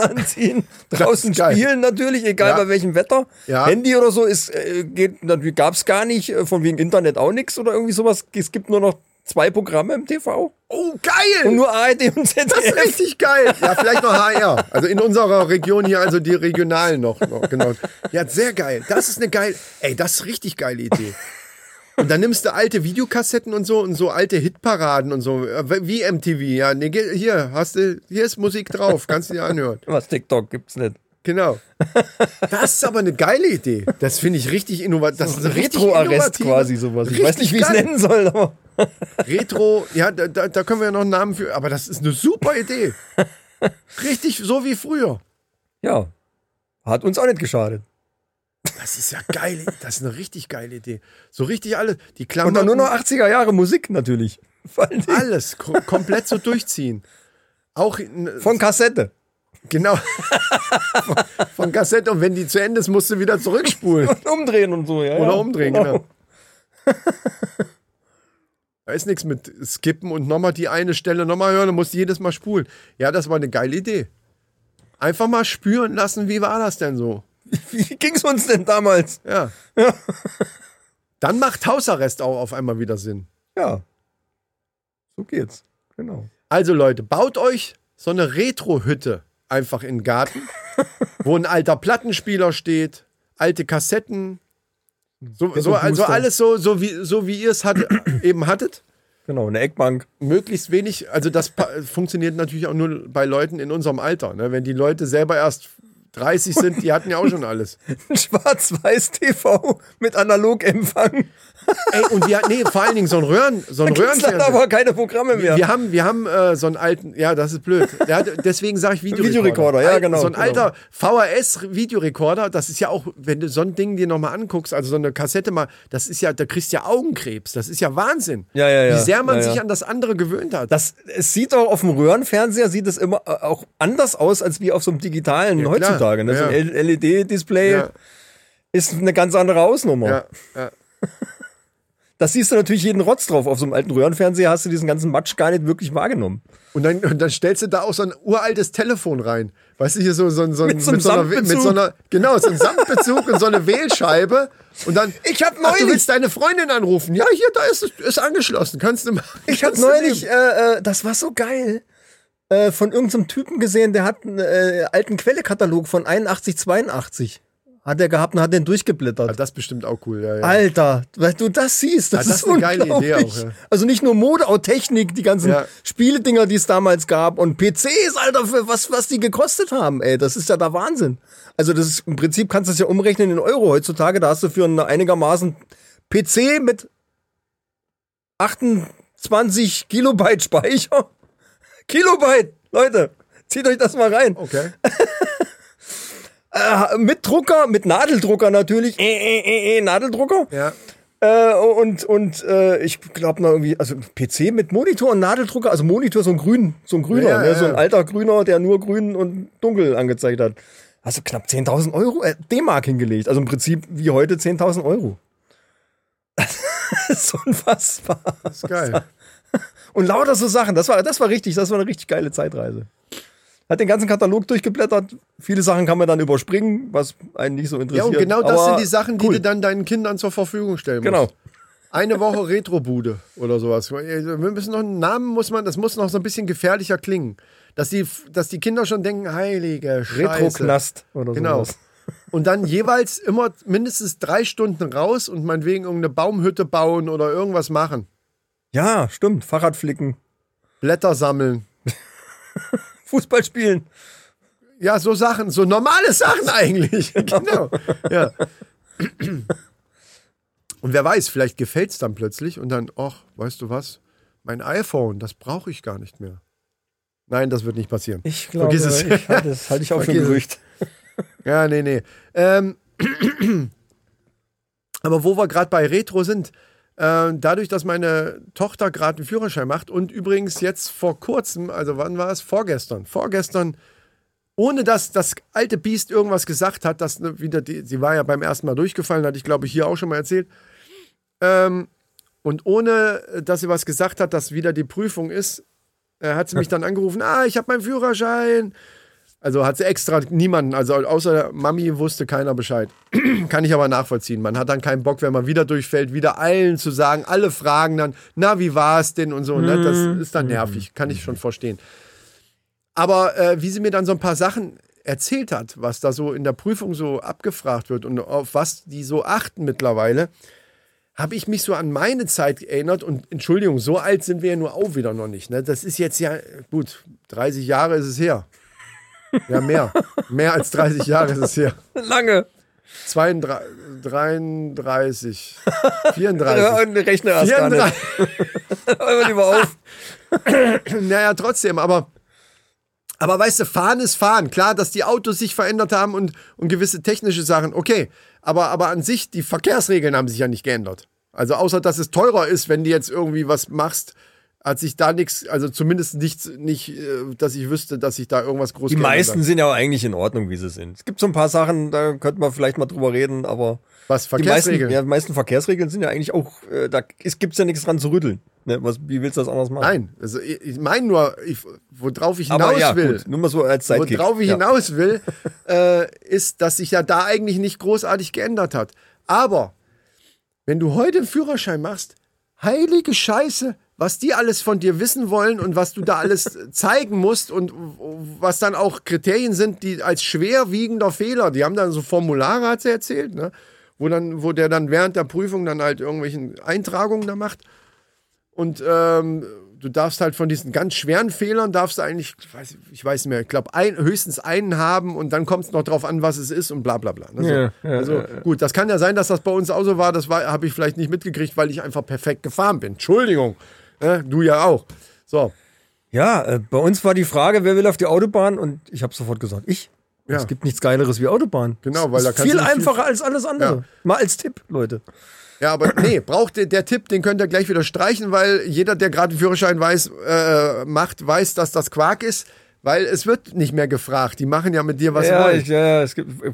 Speaker 2: anziehen, draußen
Speaker 1: ist geil.
Speaker 2: spielen natürlich, egal
Speaker 1: Ja.
Speaker 2: bei welchem Wetter.
Speaker 1: Ja.
Speaker 2: Handy oder so ist, äh, geht, natürlich gab's gar nicht, äh, von wegen Internet auch nichts oder irgendwie sowas. Es gibt nur noch zwei Programme im TV
Speaker 1: Oh, geil!
Speaker 2: und nur ARD und ZDF.
Speaker 1: das ist richtig geil. Ja, vielleicht noch HR. Also in unserer Region hier, also die regionalen noch. noch genau. Ja, sehr geil. Das ist eine geil. Ey, das ist richtig geile Idee. Und dann nimmst du alte Videokassetten und so und so alte Hitparaden und so, äh, wie MTV. Ja, nee, geh- hier hast du, hier ist Musik drauf, kannst du dir anhören.
Speaker 2: Was TikTok gibt's nicht.
Speaker 1: Genau. Das ist aber eine geile Idee. Das finde ich richtig innovativ. Das ist ein richtig
Speaker 2: Retro-Arrest
Speaker 1: innovative-
Speaker 2: quasi sowas. Ich weiß
Speaker 1: richtig
Speaker 2: nicht, wie ich es
Speaker 1: geil.
Speaker 2: nennen soll, aber.
Speaker 1: Retro, ja, da, da, da können wir ja noch einen Namen für. Aber das ist eine super Idee. Richtig, so wie früher.
Speaker 2: Ja. Hat uns auch nicht geschadet.
Speaker 1: Das ist ja geil. Das ist eine richtig geile Idee. So richtig alles. Die Klamotten.
Speaker 2: Und dann nur noch 80er Jahre Musik natürlich. Vor allen Dingen
Speaker 1: alles ko- komplett so durchziehen. Auch n-
Speaker 2: Von Kassette.
Speaker 1: genau von, von Kassette und wenn die zu Ende ist, musst du wieder zurückspulen
Speaker 2: Und umdrehen und so, ja. Oh. ja.
Speaker 1: oder umdrehen, genau. Da ist nichts mit skippen und nochmal die eine Stelle nochmal hören, dann musst du jedes Mal spulen. Ja, das war eine geile Idee. Einfach mal spüren lassen, wie war das denn so?
Speaker 2: Wie ging's uns denn damals?
Speaker 1: Ja. Dann macht Hausarrest auch auf einmal wieder Sinn.
Speaker 2: Ja. So geht's. Genau.
Speaker 1: Also Leute, baut euch so eine Retro-Hütte einfach in den Garten, wo ein alter Plattenspieler steht, alte Kassetten, so, so, also
Speaker 2: Booster.
Speaker 1: alles so, so wie, so wie ihr es hat, eben hattet.
Speaker 2: Genau, eine Eckbank.
Speaker 1: Möglichst wenig, also das pa- funktioniert natürlich auch nur bei Leuten in unserem Alter. Ne? Wenn die Leute selber erst 30 sind, die hatten ja auch schon alles.
Speaker 2: Ein schwarz-weiß TV mit Analogempfang.
Speaker 1: Ey, und wir hatten, nee, vor allen Dingen so ein Röhren, so ein
Speaker 2: Gibt's dann
Speaker 1: Röhrenfernseher.
Speaker 2: aber keine Programme mehr.
Speaker 1: Wir haben, wir haben äh, so einen alten, ja, das ist blöd. Ja, d- deswegen sage ich Videorekorder.
Speaker 2: Videorekorder, ja,
Speaker 1: Al-
Speaker 2: genau,
Speaker 1: So ein
Speaker 2: genau.
Speaker 1: alter VHS-Videorekorder, das ist ja auch, wenn du so ein Ding dir nochmal anguckst, also so eine Kassette mal, das ist ja, da kriegst du ja Augenkrebs. Das ist ja Wahnsinn.
Speaker 2: Ja, ja, ja.
Speaker 1: Wie sehr man
Speaker 2: Ja, ja.
Speaker 1: sich an das andere gewöhnt hat.
Speaker 2: Das, es sieht auch auf dem Röhrenfernseher sieht es immer äh, auch anders aus als wie auf so einem digitalen
Speaker 1: klar.
Speaker 2: heutzutage. Ne? So
Speaker 1: Ja.
Speaker 2: ein LED-Display
Speaker 1: Ja.
Speaker 2: ist eine ganz andere Hausnummer.
Speaker 1: ja, ja.
Speaker 2: Das siehst du natürlich jeden Rotz drauf. Auf so einem alten Röhrenfernseher hast du diesen ganzen Matsch gar nicht wirklich wahrgenommen.
Speaker 1: Und, dann, und dann stellst du da auch so ein uraltes Telefon rein. Weißt du, hier so, so, ein- so, ein-
Speaker 2: Mit so einem
Speaker 1: einer, We- mit so
Speaker 2: Samtbezug.
Speaker 1: einer, genau, so ein Samtbezug und so eine Wählscheibe. Und dann, ich Ach,
Speaker 2: hab
Speaker 1: du
Speaker 2: neulich-
Speaker 1: willst deine Freundin anrufen. Ja, hier, da ist, ist angeschlossen. Kannst du machen.
Speaker 2: Ich habe
Speaker 1: Kannst du nehmen.
Speaker 2: neulich, äh, äh, das war so geil, äh, von irgendeinem Typen gesehen, der hat einen äh, alten Quellekatalog von 81, 82. Hat er gehabt und hat den durchgeblättert.
Speaker 1: Ja, das ist bestimmt auch cool. Ja, ja.
Speaker 2: Alter, weil du das siehst, das,
Speaker 1: Ja, Ah, das
Speaker 2: ist
Speaker 1: ist eine geile
Speaker 2: unglaublich.
Speaker 1: Idee auch, ja.
Speaker 2: Also nicht nur Mode, auch Technik, die ganzen
Speaker 1: Ja.
Speaker 2: Spieledinger, die es damals gab und PCs, Alter, für was, was die gekostet haben, ey, das ist ja der Wahnsinn. Also das ist, im Prinzip kannst du es ja umrechnen in Euro heutzutage, da hast du für einen einigermaßen PC mit 28 Kilobyte Speicher. Kilobyte, Leute, zieht euch das mal rein.
Speaker 1: Okay.
Speaker 2: Äh, mit Drucker, mit Nadeldrucker natürlich, äh, äh, äh, äh, Nadeldrucker.
Speaker 1: Ja.
Speaker 2: Äh, und und äh, ich glaube noch irgendwie, also PC mit Monitor und Nadeldrucker, also Monitor so ein grün, so ein grüner,
Speaker 1: Ja,
Speaker 2: ne?
Speaker 1: ja,
Speaker 2: so ein
Speaker 1: ja.
Speaker 2: alter grüner, der nur grün und dunkel angezeigt hat. Also knapp 10.000 Euro äh, D-Mark hingelegt, also im Prinzip wie heute 10.000 Euro. Das ist unfassbar.
Speaker 1: Das ist geil.
Speaker 2: Und lauter so Sachen, das war, das war richtig, das war eine richtig geile Zeitreise. Hat den ganzen Katalog durchgeblättert, viele Sachen kann man dann überspringen, was einen nicht so
Speaker 1: Ja,
Speaker 2: interessiert.
Speaker 1: und genau das
Speaker 2: aber
Speaker 1: sind die Sachen, die
Speaker 2: cool.
Speaker 1: du dann deinen Kindern zur Verfügung stellen musst.
Speaker 2: Genau.
Speaker 1: Eine Woche Retrobude oder sowas. Wir müssen noch einen Namen, muss man, das muss noch so ein bisschen gefährlicher klingen. Dass die, dass die Kinder schon denken, heilige Scheiße.
Speaker 2: Retro-Knast oder
Speaker 1: Genau.
Speaker 2: sowas.
Speaker 1: Und dann jeweils immer mindestens drei Stunden raus und meinetwegen irgendeine Baumhütte bauen oder irgendwas machen.
Speaker 2: Ja, stimmt. Fahrrad flicken,
Speaker 1: Blätter sammeln.
Speaker 2: Fußball spielen.
Speaker 1: Ja, so Sachen, so normale Sachen eigentlich. genau. Ja. Und wer weiß, vielleicht gefällt es dann plötzlich und dann, ach, weißt du was? Mein iPhone, das brauche ich gar nicht mehr. Nein, das wird nicht passieren.
Speaker 2: Ich
Speaker 1: Vergiss es.
Speaker 2: ich- ja, das halte ich auch für ein
Speaker 1: Vergiss es.
Speaker 2: Gerücht.
Speaker 1: Ja, nee, nee. Ähm, aber wo wir gerade bei Retro sind, äh, dadurch, dass meine Tochter gerade einen Führerschein macht und übrigens jetzt vor kurzem, also wann war es? Vorgestern. Vorgestern, ohne dass das alte Biest irgendwas gesagt hat, dass ne, wieder die, sie war ja beim ersten Mal durchgefallen, hatte ich glaube ich hier auch schon mal erzählt. Ähm, und ohne, äh, dass sie was gesagt hat, dass wieder die Prüfung ist, äh, hat sie mich dann angerufen, ah, ich habe meinen Führerschein. Also hat sie extra niemanden, also außer der Mami wusste keiner Bescheid. Kann ich aber nachvollziehen. Man hat dann keinen Bock, wenn man wieder durchfällt, wieder allen zu sagen, alle fragen dann, na, wie war es denn und so. Ne? Das ist dann nervig, kann ich schon verstehen. Aber äh, wie sie mir dann so ein paar Sachen erzählt hat, was da so in der Prüfung so abgefragt wird und auf was die so achten mittlerweile, habe ich mich so an meine Zeit erinnert und Entschuldigung, so alt sind wir ja nur auch wieder noch nicht. Ne? Das ist jetzt ja, gut, 30 Jahre ist es her. Ja, mehr. Mehr als 30 Jahre ist es hier.
Speaker 2: Lange.
Speaker 1: 32, 33,
Speaker 2: Ja,
Speaker 1: 34.
Speaker 2: und rechne erst gar nicht.
Speaker 1: 34.
Speaker 2: Hör mal lieber auf.
Speaker 1: Naja, trotzdem, aber. Aber weißt du, fahren ist fahren. Klar, dass die Autos sich verändert haben und, und gewisse technische Sachen, okay. Aber, aber an sich, die Verkehrsregeln haben sich ja nicht geändert. Also außer, dass es teurer ist, wenn du jetzt irgendwie was machst, hat sich da nichts, also zumindest nichts, nicht, äh, dass ich wüsste, dass sich da irgendwas groß
Speaker 2: Die
Speaker 1: geändert hat.
Speaker 2: meisten sind ja auch eigentlich in Ordnung, wie sie sind. Es gibt so ein paar Sachen, da könnte man vielleicht mal drüber reden, aber
Speaker 1: Was,
Speaker 2: die meisten,
Speaker 1: Verkehrsregeln?
Speaker 2: ja, die meisten Verkehrsregeln sind ja eigentlich auch, äh, da gibt es ja nichts dran zu rütteln. Ne? Was, wie willst du das anders machen?
Speaker 1: Nein, also ich, ich meine nur, ich, worauf ich
Speaker 2: aber
Speaker 1: hinaus
Speaker 2: ja,
Speaker 1: will.
Speaker 2: gut, nur mal so als Sidekick.
Speaker 1: Worauf ich
Speaker 2: ja.
Speaker 1: hinaus will, äh, ist, dass sich ja da eigentlich nicht großartig geändert hat. Aber wenn du heute einen Führerschein machst, heilige Scheiße, was die alles von dir wissen wollen und was du da alles zeigen musst und was dann auch Kriterien sind, die als schwerwiegender Fehler, die haben dann so Formulare, hat sie erzählt, ne? wo, dann, wo der dann während der Prüfung dann halt irgendwelchen Eintragungen da macht. Und ähm, du darfst halt von diesen ganz schweren Fehlern, darfst du eigentlich, ich weiß, ich weiß nicht mehr, ich glaube, ein, höchstens einen haben und dann kommt es noch drauf an, was es ist und bla bla bla. Also,
Speaker 2: Ja, ja,
Speaker 1: also gut, das kann ja sein, dass das bei uns auch so war, das habe ich vielleicht nicht mitgekriegt, weil ich einfach perfekt gefahren bin. Entschuldigung, äh, du ja auch. So,
Speaker 2: Ja, äh, bei uns war die Frage, wer will auf die Autobahn? Und ich habe sofort gesagt, ich.
Speaker 1: Ja.
Speaker 2: Es gibt nichts Geileres wie Autobahn.
Speaker 1: Genau, weil
Speaker 2: Es
Speaker 1: da
Speaker 2: ist
Speaker 1: kannst
Speaker 2: viel
Speaker 1: du nicht viel-
Speaker 2: einfacher als alles andere.
Speaker 1: Ja.
Speaker 2: Mal als Tipp, Leute.
Speaker 1: ja, aber nee, braucht der, der Tipp, den könnt ihr gleich wieder streichen, weil jeder, der gerade einen Führerschein weiß, äh, macht, weiß, dass das Quark ist, weil es wird nicht mehr gefragt. Die machen ja mit dir, was sie
Speaker 2: ja,
Speaker 1: wollen.
Speaker 2: ich, ja, es gibt, äh,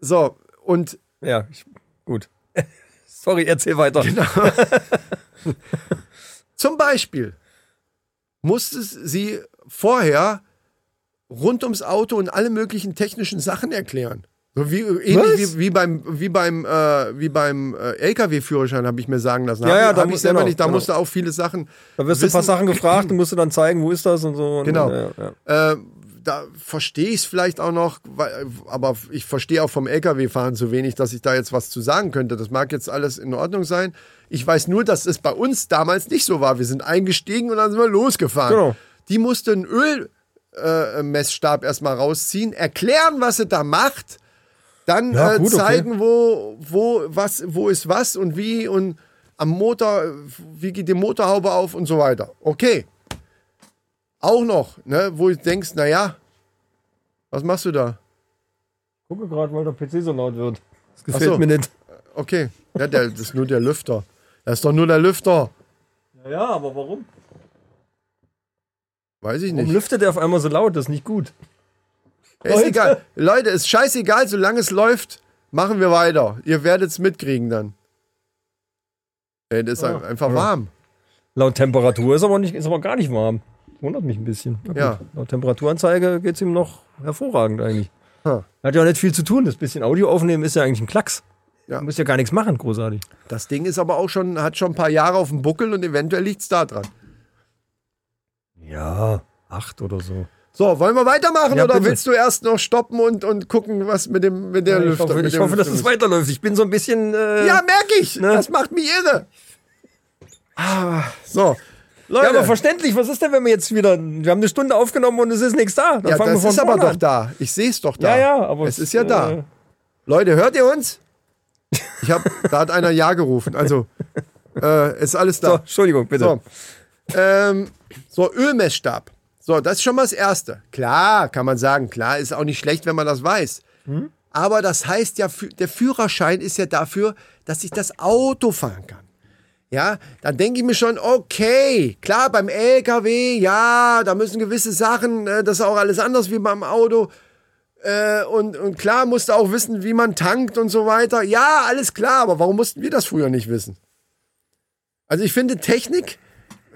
Speaker 1: so, und
Speaker 2: ja, ich, gut. Sorry, erzähl weiter.
Speaker 1: Genau, Zum Beispiel musste sie vorher rund ums Auto und alle möglichen technischen Sachen erklären. So wie, ähnlich
Speaker 2: Was?
Speaker 1: wie, wie beim, wie beim, äh, wie beim äh, LKW-Führerschein, habe ich mir sagen lassen.
Speaker 2: Ja,
Speaker 1: Hab-
Speaker 2: ja, da
Speaker 1: hab ich
Speaker 2: muss-
Speaker 1: selber
Speaker 2: genau,
Speaker 1: nicht. Da
Speaker 2: genau.
Speaker 1: musste auch viele Sachen.
Speaker 2: Da wirst du ein paar
Speaker 1: wissen.
Speaker 2: Sachen gefragt und musst du dann zeigen, wo ist das und so. Und,
Speaker 1: Genau.
Speaker 2: Ja, ja.
Speaker 1: Äh, da verstehe ich es vielleicht auch noch, weil, aber ich verstehe auch vom LKW-Fahren zu wenig, dass ich da jetzt was zu sagen könnte. Das mag jetzt alles in Ordnung sein. Ich weiß nur, dass es bei uns damals nicht so war. Wir sind eingestiegen und dann sind wir losgefahren.
Speaker 2: Genau.
Speaker 1: Die musste einen Ölmessstab äh, Messstab erstmal rausziehen, erklären, was sie da macht, dann
Speaker 2: Ja,
Speaker 1: äh,
Speaker 2: gut, okay.
Speaker 1: zeigen, wo, wo, was, wo ist was und wie und am Motor, wie geht die Motorhaube auf und so weiter. Okay auch noch, ne, wo du denkst, naja, was machst du da?
Speaker 2: Gucke gerade, weil der PC so laut wird. Das
Speaker 1: Ach
Speaker 2: gefällt
Speaker 1: so.
Speaker 2: mir nicht.
Speaker 1: Okay, ja, der, das ist nur der Lüfter. Das ist doch nur der Lüfter.
Speaker 2: Ja, aber warum?
Speaker 1: Weiß ich
Speaker 2: Warum
Speaker 1: nicht.
Speaker 2: lüftet er auf einmal so laut? Das ist nicht gut.
Speaker 1: Ist egal. Leute, ist scheißegal, solange es läuft, machen wir weiter. Ihr werdet es mitkriegen dann. Ey, das ist ein- einfach warm.
Speaker 2: Laut Temperatur ist aber, nicht, ist aber gar nicht warm. Wundert mich ein bisschen. Na gut,
Speaker 1: Ja.
Speaker 2: Laut Temperaturanzeige geht es ihm noch hervorragend eigentlich.
Speaker 1: Ha.
Speaker 2: Hat ja auch nicht viel zu tun. Das bisschen Audio aufnehmen ist ja eigentlich ein Klacks.
Speaker 1: Ja.
Speaker 2: Du musst ja gar nichts machen, großartig.
Speaker 1: Das Ding ist aber auch schon, hat schon ein paar Jahre auf dem Buckel und eventuell liegt es da dran.
Speaker 2: Ja, acht oder so.
Speaker 1: So, wollen wir weitermachen
Speaker 2: Ja,
Speaker 1: oder
Speaker 2: bitte.
Speaker 1: willst du erst noch stoppen und, und gucken, was mit dem, mit der
Speaker 2: ich
Speaker 1: Lüfter
Speaker 2: hoffe,
Speaker 1: mit
Speaker 2: ich
Speaker 1: dem
Speaker 2: hoffe dass es
Speaker 1: Lüfter-
Speaker 2: weiterläuft. Ich bin so ein bisschen. Äh,
Speaker 1: Ja, merke ich. Das macht mich irre. Ah, so.
Speaker 2: ja,
Speaker 1: Leute,
Speaker 2: aber verständlich. Was ist denn, wenn wir jetzt wieder. Wir haben eine Stunde aufgenommen und es ist nichts da. Dann
Speaker 1: ja,
Speaker 2: fangen
Speaker 1: das
Speaker 2: wir von
Speaker 1: ist aber
Speaker 2: vorne
Speaker 1: doch
Speaker 2: an.
Speaker 1: da. Ich sehe es doch da.
Speaker 2: Ja, ja, aber.
Speaker 1: es ist ja da.
Speaker 2: äh,
Speaker 1: Leute, hört ihr uns? Ich hab, da hat einer Ja gerufen. Also, äh, ist alles
Speaker 2: So,
Speaker 1: da.
Speaker 2: Entschuldigung, bitte.
Speaker 1: So, ähm, so Ölmessstab. So, das ist schon mal das Erste. Klar, kann man sagen, klar, ist auch nicht schlecht, wenn man das weiß. Aber das heißt ja, fü- der Führerschein ist ja dafür, dass ich das Auto fahren kann. Ja, dann denke ich mir schon, okay, klar, beim LKW, ja, da müssen gewisse Sachen, äh, das ist auch alles anders wie beim Auto. Äh, und, und klar, musst du auch wissen, wie man tankt und so weiter. Ja, alles klar, aber warum mussten wir das früher nicht wissen? Also ich finde Technik,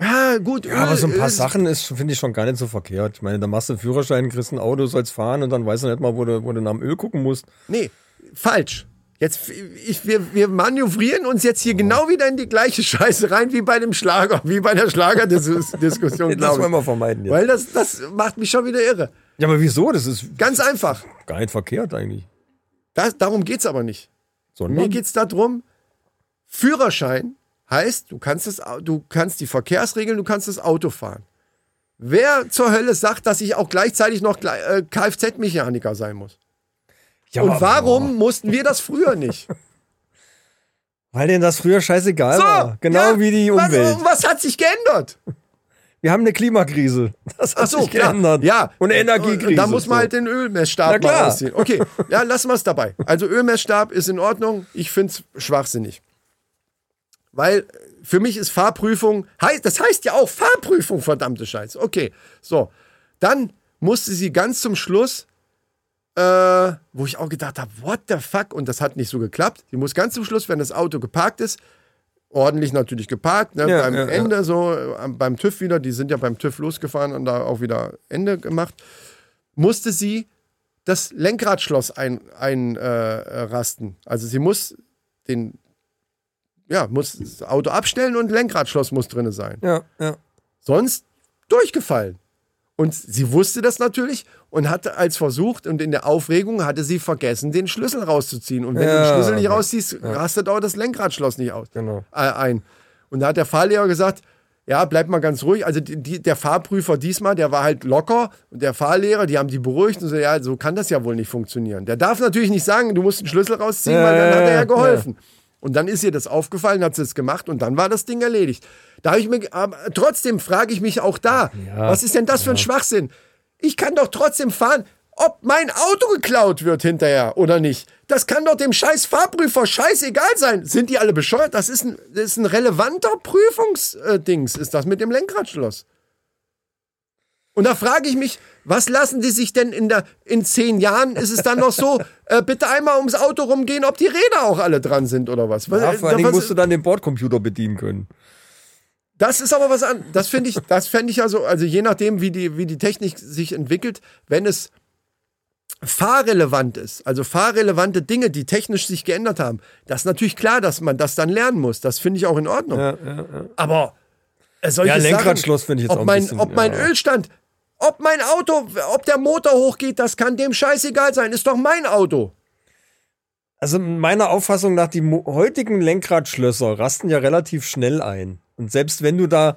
Speaker 1: ja gut.
Speaker 2: Ja, aber so ein paar
Speaker 1: Sachen.
Speaker 2: Sachen ist, finde ich, schon gar nicht so verkehrt. Ich meine, da machst du einen Führerschein, kriegst ein Auto, sollst fahren und dann weißt du nicht mal, wo du, wo du nach dem Öl gucken musst.
Speaker 1: Nee, falsch. Jetzt, ich, wir, wir manövrieren uns jetzt
Speaker 2: Oh.
Speaker 1: hier genau wieder in die gleiche Scheiße rein wie bei dem Schlager, wie bei der Schlagerdiskussion,
Speaker 2: Das
Speaker 1: glaube
Speaker 2: wollen
Speaker 1: ich.
Speaker 2: wir vermeiden jetzt.
Speaker 1: Weil das, das macht mich schon wieder irre.
Speaker 2: Ja, aber wieso? Das ist
Speaker 1: Ganz einfach.
Speaker 2: gar nicht verkehrt eigentlich.
Speaker 1: Das, darum geht's aber nicht.
Speaker 2: Sondern
Speaker 1: Mir geht's darum, Führerschein heißt, du kannst, das, Au- du kannst die Verkehrsregeln, du kannst das Auto fahren. Wer zur Hölle sagt, dass ich auch gleichzeitig noch gle- äh, Kfz-Mechaniker sein muss?
Speaker 2: Ja,
Speaker 1: Und
Speaker 2: aber-
Speaker 1: warum mussten wir das früher nicht?
Speaker 2: Weil denen das früher scheißegal war. Genau
Speaker 1: ja,
Speaker 2: wie die Umwelt.
Speaker 1: Was, was hat sich geändert?
Speaker 2: Wir haben eine Klimakrise. Das hat
Speaker 1: Ach so,
Speaker 2: sich
Speaker 1: klar.
Speaker 2: geändert.
Speaker 1: Ja.
Speaker 2: Und eine Energiekrise.
Speaker 1: Äh, Da muss man
Speaker 2: So.
Speaker 1: halt den
Speaker 2: Na
Speaker 1: Ölmessstab mal
Speaker 2: klar.
Speaker 1: ausziehen. Okay, ja, lassen wir es dabei. Also Ölmessstab ist in Ordnung. Ich finde es schwachsinnig. Weil äh, für mich ist Fahrprüfung, hei- das heißt ja auch Fahrprüfung, verdammte Scheiße. Okay, so. Dann musste sie ganz zum Schluss, äh, wo ich auch gedacht habe, what the fuck? Und das hat nicht so geklappt. Sie muss ganz zum Schluss, wenn das Auto geparkt ist, ordentlich natürlich geparkt, ne,
Speaker 2: Ja,
Speaker 1: beim
Speaker 2: ja, ja.
Speaker 1: Ende so, äh, am- beim TÜV wieder, die sind ja beim TÜV losgefahren und da auch wieder Ende gemacht, musste sie das Lenkradschloss einrasten. Ein, äh, äh, rasten. also sie muss den, ja, muss das Auto abstellen und Lenkradschloss muss drin sein.
Speaker 2: Ja, ja.
Speaker 1: Sonst durchgefallen. Und sie wusste das natürlich und hatte als versucht und in der Aufregung hatte sie vergessen, den Schlüssel rauszuziehen. Und wenn du den
Speaker 2: Ja,
Speaker 1: Schlüssel nicht
Speaker 2: okay.
Speaker 1: rausziehst, rastet auch das Lenkradschloss nicht aus
Speaker 2: Genau.
Speaker 1: äh, ein. Und da hat der Fahrlehrer gesagt, ja, bleib mal ganz ruhig. Also die, die, der Fahrprüfer diesmal, der war halt locker und der Fahrlehrer, die haben die beruhigt und so, ja, so kann das ja wohl nicht funktionieren. Der darf natürlich nicht sagen, du musst den Schlüssel rausziehen,
Speaker 2: Ja,
Speaker 1: weil dann
Speaker 2: ja,
Speaker 1: hat er ja
Speaker 2: ja,
Speaker 1: geholfen. Und dann ist ihr das aufgefallen, hat sie es gemacht und dann war das Ding erledigt. Da hab ich mir, ge- aber trotzdem frage ich mich auch da, was ist denn das für ein Schwachsinn? Ich kann doch trotzdem fahren, ob mein Auto geklaut wird hinterher oder nicht. Das kann doch dem scheiß Fahrprüfer scheißegal sein. Sind die alle bescheuert? Das ist ein, das ist ein relevanter Prüfungsdings, ist das mit dem Lenkradschloss. Und da frage ich mich, was lassen die sich denn in, der, in zehn Jahren? Ist es dann noch so, äh, bitte einmal ums Auto rumgehen, ob die Räder auch alle dran sind oder was?
Speaker 2: Ja,
Speaker 1: Was-
Speaker 2: vor allen Dingen
Speaker 1: was-
Speaker 2: musst du dann den Bordcomputer bedienen können.
Speaker 1: das ist aber was an. Das finde ich, das fände ich also, also je nachdem, wie die, wie die Technik sich entwickelt, wenn es fahrrelevant ist, also fahrrelevante Dinge, die technisch sich geändert haben, das ist natürlich klar, dass man das dann lernen muss. Das finde ich auch in Ordnung. Aber äh, solche
Speaker 2: Ja,
Speaker 1: Sachen-
Speaker 2: Lenkradschloss finde ich jetzt
Speaker 1: ob
Speaker 2: auch ein
Speaker 1: mein,
Speaker 2: bisschen,
Speaker 1: Ob mein
Speaker 2: ja.
Speaker 1: Ölstand, ob mein Auto, ob der Motor hochgeht, das kann dem scheißegal sein. Ist doch mein Auto.
Speaker 2: Also meiner Auffassung nach, die mo- heutigen Lenkradschlösser rasten ja relativ schnell ein. Und selbst wenn du da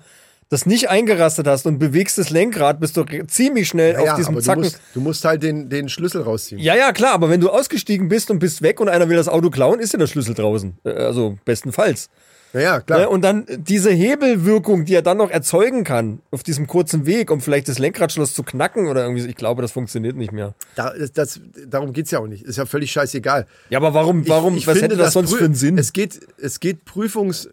Speaker 2: das nicht eingerastet hast und bewegst das Lenkrad, bist du re- ziemlich schnell auf diesem
Speaker 1: du
Speaker 2: Zacken.
Speaker 1: musst, du musst halt den, den Schlüssel rausziehen.
Speaker 2: ja, ja, klar, aber wenn du ausgestiegen bist und bist weg und einer will das Auto klauen, ist ja der Schlüssel draußen. Äh, Also bestenfalls.
Speaker 1: Ja, ja klar.
Speaker 2: Ne? Und dann diese Hebelwirkung, die er dann noch erzeugen kann, auf diesem kurzen Weg, um vielleicht das Lenkradschloss zu knacken oder irgendwie so. Ich glaube, das funktioniert nicht mehr.
Speaker 1: Da, das, darum geht es ja auch nicht. Ist ja völlig scheißegal.
Speaker 2: Ja, aber warum, warum,
Speaker 1: ich, ich
Speaker 2: was
Speaker 1: finde,
Speaker 2: hätte das sonst
Speaker 1: Prü-
Speaker 2: für einen Sinn?
Speaker 1: Es geht, es geht Prüfungs.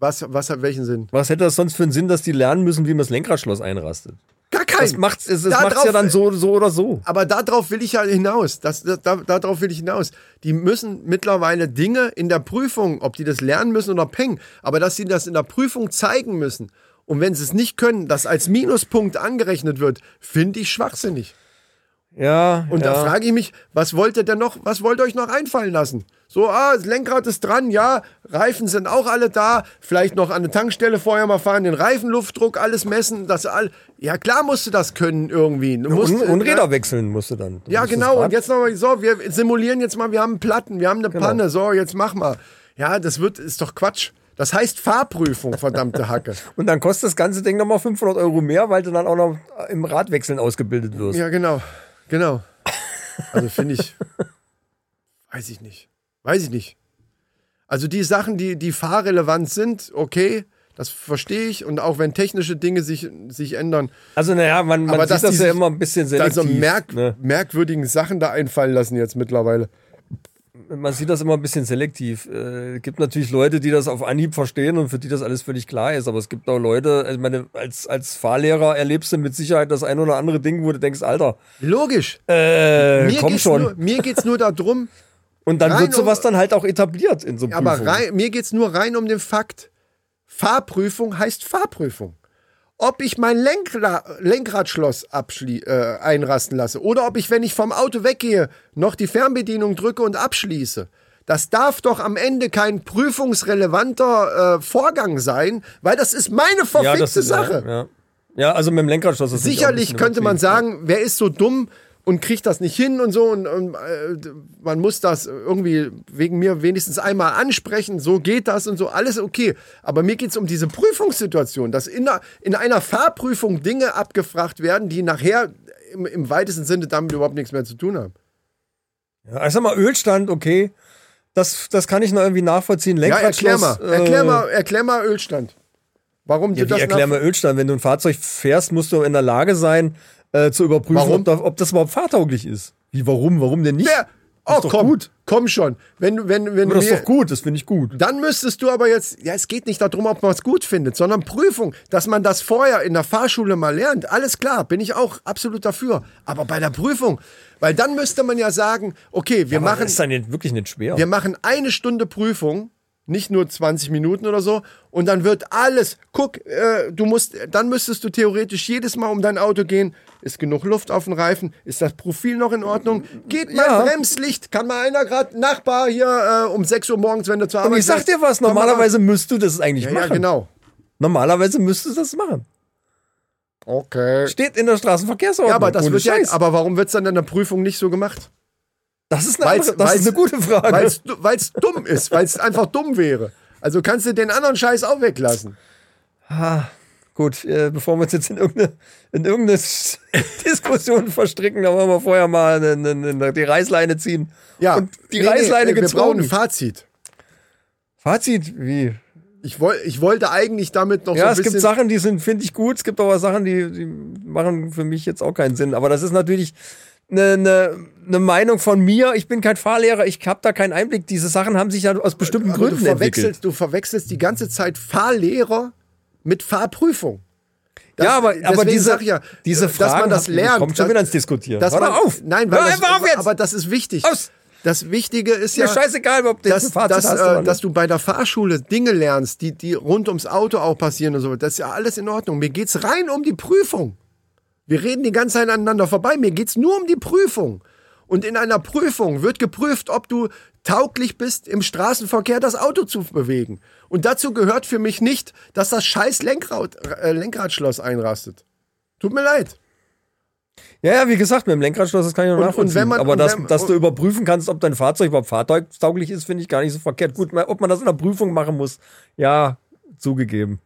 Speaker 1: Was, was hat welchen Sinn?
Speaker 2: was hätte das sonst für einen Sinn, dass die lernen müssen, wie man das Lenkradschloss einrastet?
Speaker 1: Gar keinen.
Speaker 2: Das macht's, es, es
Speaker 1: Da
Speaker 2: macht's
Speaker 1: drauf-
Speaker 2: ja dann so, so oder so.
Speaker 1: Aber darauf will ich ja hinaus. Das, das, da, darauf will ich hinaus. Die müssen mittlerweile Dinge in der Prüfung, ob die das lernen müssen oder peng, aber dass sie das in der Prüfung zeigen müssen. Und wenn sie es nicht können, das als Minuspunkt angerechnet wird, finde ich schwachsinnig.
Speaker 2: Ja.
Speaker 1: Und da frage ich mich, was wollt ihr denn noch, was wollt ihr euch noch einfallen lassen? So, ah, das Lenkrad ist dran, ja, Reifen sind auch alle da, vielleicht noch an eine Tankstelle vorher mal fahren, den Reifenluftdruck, alles messen, das all. Ja, klar musst du das können irgendwie. Du musst,
Speaker 2: und, und
Speaker 1: ja,
Speaker 2: Räder wechseln musst du dann. Du
Speaker 1: Ja,
Speaker 2: musst das
Speaker 1: genau.
Speaker 2: Rad-
Speaker 1: Und jetzt nochmal, so, wir simulieren jetzt mal, wir haben einen Platten, wir haben eine
Speaker 2: Genau.
Speaker 1: Panne, so, jetzt mach mal. Ja, das wird, ist doch Quatsch. Das heißt Fahrprüfung, verdammte Hacke.
Speaker 2: Und dann kostet das ganze Ding nochmal 500 Euro mehr, weil du dann auch noch im Radwechseln ausgebildet wirst.
Speaker 1: Ja, genau. Genau. Also finde ich. weiß ich nicht. Weiß ich nicht. Also die Sachen, die, die fahrrelevant sind, okay, das verstehe ich. Und auch wenn technische Dinge sich, sich ändern,
Speaker 2: Also, naja, man, man
Speaker 1: Aber dass
Speaker 2: sieht das
Speaker 1: die
Speaker 2: ja
Speaker 1: sich
Speaker 2: immer ein bisschen
Speaker 1: dann
Speaker 2: selektiv.
Speaker 1: so merk
Speaker 2: ne?
Speaker 1: merkwürdigen Sachen da einfallen lassen jetzt mittlerweile.
Speaker 2: Man sieht das immer ein bisschen selektiv. Äh, gibt natürlich Leute, die das auf Anhieb verstehen und für die das alles völlig klar ist. Aber es gibt auch Leute, also ich meine, als, als Fahrlehrer erlebst du mit Sicherheit das ein oder andere Ding, wo du denkst, Alter,
Speaker 1: Logisch.
Speaker 2: äh,
Speaker 1: mir,
Speaker 2: komm
Speaker 1: geht's
Speaker 2: schon.
Speaker 1: Nur, mir geht's nur darum,
Speaker 2: Und dann
Speaker 1: Rein
Speaker 2: wird sowas
Speaker 1: um-
Speaker 2: dann halt auch etabliert in so
Speaker 1: aber
Speaker 2: Prüfungen.
Speaker 1: rein, mir geht's nur rein um den Fakt, Fahrprüfung heißt Fahrprüfung. Ob ich mein Lenkla Lenkradschloss abschlie äh, einrasten lasse oder ob ich, wenn ich vom Auto weggehe, noch die Fernbedienung drücke und abschließe. Das darf doch am Ende kein prüfungsrelevanter äh, Vorgang sein, weil das ist meine verfickte
Speaker 2: das ist- äh,
Speaker 1: Sache.
Speaker 2: Ja, ja. ja, also mit dem Lenkradschloss. ist natürlich auch ein
Speaker 1: Sicherlich
Speaker 2: bisschen
Speaker 1: könnte man
Speaker 2: übertrieben.
Speaker 1: sagen, wer ist so dumm und kriegt das nicht hin und so. Und, und äh, man muss das irgendwie wegen mir wenigstens einmal ansprechen. So geht das und so. Alles okay. Aber mir geht es um diese Prüfungssituation, dass in, einer- in einer Fahrprüfung Dinge abgefragt werden, die nachher im, im weitesten Sinne damit überhaupt nichts mehr zu tun haben.
Speaker 2: Ja, also mal Ölstand, okay. Das, das kann ich noch irgendwie nachvollziehen.
Speaker 1: Ja, erklär mal,
Speaker 2: Lenkradschloss, äh,
Speaker 1: erklär mal, erklär mal Ölstand. Warum dir
Speaker 2: Ja, wie
Speaker 1: das
Speaker 2: erklär mal Ölstand? Wenn du ein Fahrzeug fährst, musst du in der Lage sein, äh, zu überprüfen,
Speaker 1: Warum?
Speaker 2: Ob, da, ob das überhaupt fahrtauglich ist. Wie, warum? Warum denn nicht?
Speaker 1: Ja,
Speaker 2: Ist
Speaker 1: oh,
Speaker 2: doch
Speaker 1: komm,
Speaker 2: gut.
Speaker 1: komm schon. Wenn, du- wenn, wenn
Speaker 2: Aber das ist
Speaker 1: mir-
Speaker 2: doch gut, das finde ich gut.
Speaker 1: Dann müsstest du aber jetzt, ja, es geht nicht darum, ob man es gut findet, sondern Prüfung, dass man das vorher in der Fahrschule mal lernt. Alles klar, bin ich auch absolut dafür. Aber bei der Prüfung, weil dann müsste man ja sagen, okay, wir
Speaker 2: Aber
Speaker 1: machen,
Speaker 2: das ist dann jetzt wirklich nicht schwer.
Speaker 1: wir machen eine Stunde Prüfung, nicht nur 20 Minuten oder so, und dann wird alles, guck, äh, du musst, dann müsstest du theoretisch jedes Mal um dein Auto gehen. Ist genug Luft auf dem Reifen? Ist das Profil noch in Ordnung? Geht mal
Speaker 2: Ja.
Speaker 1: Bremslicht? Kann mal einer gerade Nachbar hier äh, um 6 Uhr morgens, wenn du zur Arbeit
Speaker 2: Aber ich sag
Speaker 1: fährst,
Speaker 2: dir was,
Speaker 1: komm mal raus.
Speaker 2: normalerweise müsstest du das eigentlich
Speaker 1: Ja,
Speaker 2: machen.
Speaker 1: ja, genau.
Speaker 2: Normalerweise müsstest du das machen.
Speaker 1: Okay.
Speaker 2: Steht in der Straßenverkehrsordnung.
Speaker 1: Ja, aber das
Speaker 2: Ohne
Speaker 1: wird ja,
Speaker 2: Scheiß.
Speaker 1: aber warum wird es dann in der Prüfung nicht so gemacht?
Speaker 2: das ist eine,
Speaker 1: weil's-
Speaker 2: andere, das
Speaker 1: weil's-
Speaker 2: ist eine gute Frage.
Speaker 1: Weil es dumm ist, weil es einfach dumm wäre. Also kannst du den anderen Scheiß auch weglassen.
Speaker 2: Ah, gut, äh, bevor wir uns jetzt in irgendeine, in irgendeine Diskussion verstricken, da wollen wir vorher mal ne, ne, ne, die Reißleine ziehen.
Speaker 1: Ja.
Speaker 2: Und die Reißleine
Speaker 1: wir brauchen ein
Speaker 2: gezogen.
Speaker 1: Fazit.
Speaker 2: Fazit, wie?
Speaker 1: Ich, woll, ich wollte eigentlich damit noch so
Speaker 2: Ja, es
Speaker 1: ein bisschen.
Speaker 2: gibt Sachen, die sind, finde ich gut, es gibt aber Sachen, die, die machen für mich jetzt auch keinen Sinn. Aber das ist natürlich eine ne, ne Meinung von mir. Ich bin kein Fahrlehrer, ich habe da keinen Einblick. Diese Sachen haben sich ja aus bestimmten
Speaker 1: aber du
Speaker 2: Gründen entwickelt.
Speaker 1: verwechselst, du verwechselst die ganze Zeit Fahrlehrer mit Fahrprüfung. Das-
Speaker 2: ja, aber, aber
Speaker 1: deswegen
Speaker 2: diese,
Speaker 1: sag ich ja,
Speaker 2: diese Fragen,
Speaker 1: dass man das
Speaker 2: hat-
Speaker 1: lernt,
Speaker 2: kommt schon
Speaker 1: dass-
Speaker 2: wieder ins Diskutieren.
Speaker 1: Dass
Speaker 2: Hör
Speaker 1: man,
Speaker 2: doch auf!
Speaker 1: Nein,
Speaker 2: Hör
Speaker 1: weil das,
Speaker 2: einfach auf jetzt!
Speaker 1: aber das ist wichtig.
Speaker 2: Aus!
Speaker 1: Das Wichtige ist ja,
Speaker 2: Mir scheißegal, ob du jetzt
Speaker 1: dass,
Speaker 2: ein Fazit
Speaker 1: dass,
Speaker 2: hast oder
Speaker 1: äh,
Speaker 2: nicht.
Speaker 1: dass du bei der Fahrschule Dinge lernst, die, die rund ums Auto auch passieren und so. Das ist ja alles in Ordnung. Mir geht's rein um die Prüfung. Wir reden die ganze Zeit aneinander vorbei. Mir geht's nur um die Prüfung. Und in einer Prüfung wird geprüft, ob du tauglich bist, im Straßenverkehr das Auto zu bewegen. Und dazu gehört für mich nicht, dass das scheiß Lenkrad, äh, Lenkradschloss einrastet. Tut mir leid.
Speaker 2: Ja, ja, wie gesagt, mit dem Lenkradschloss, das kann ich noch
Speaker 1: Und- und
Speaker 2: nachvollziehen.
Speaker 1: wenn man-
Speaker 2: aber
Speaker 1: und
Speaker 2: dass,
Speaker 1: wenn-
Speaker 2: dass du überprüfen kannst, ob dein Fahrzeug überhaupt fahrtauglich ist, finde ich gar nicht so verkehrt. Gut, mal- ob man das in der Prüfung machen muss, ja, zugegeben.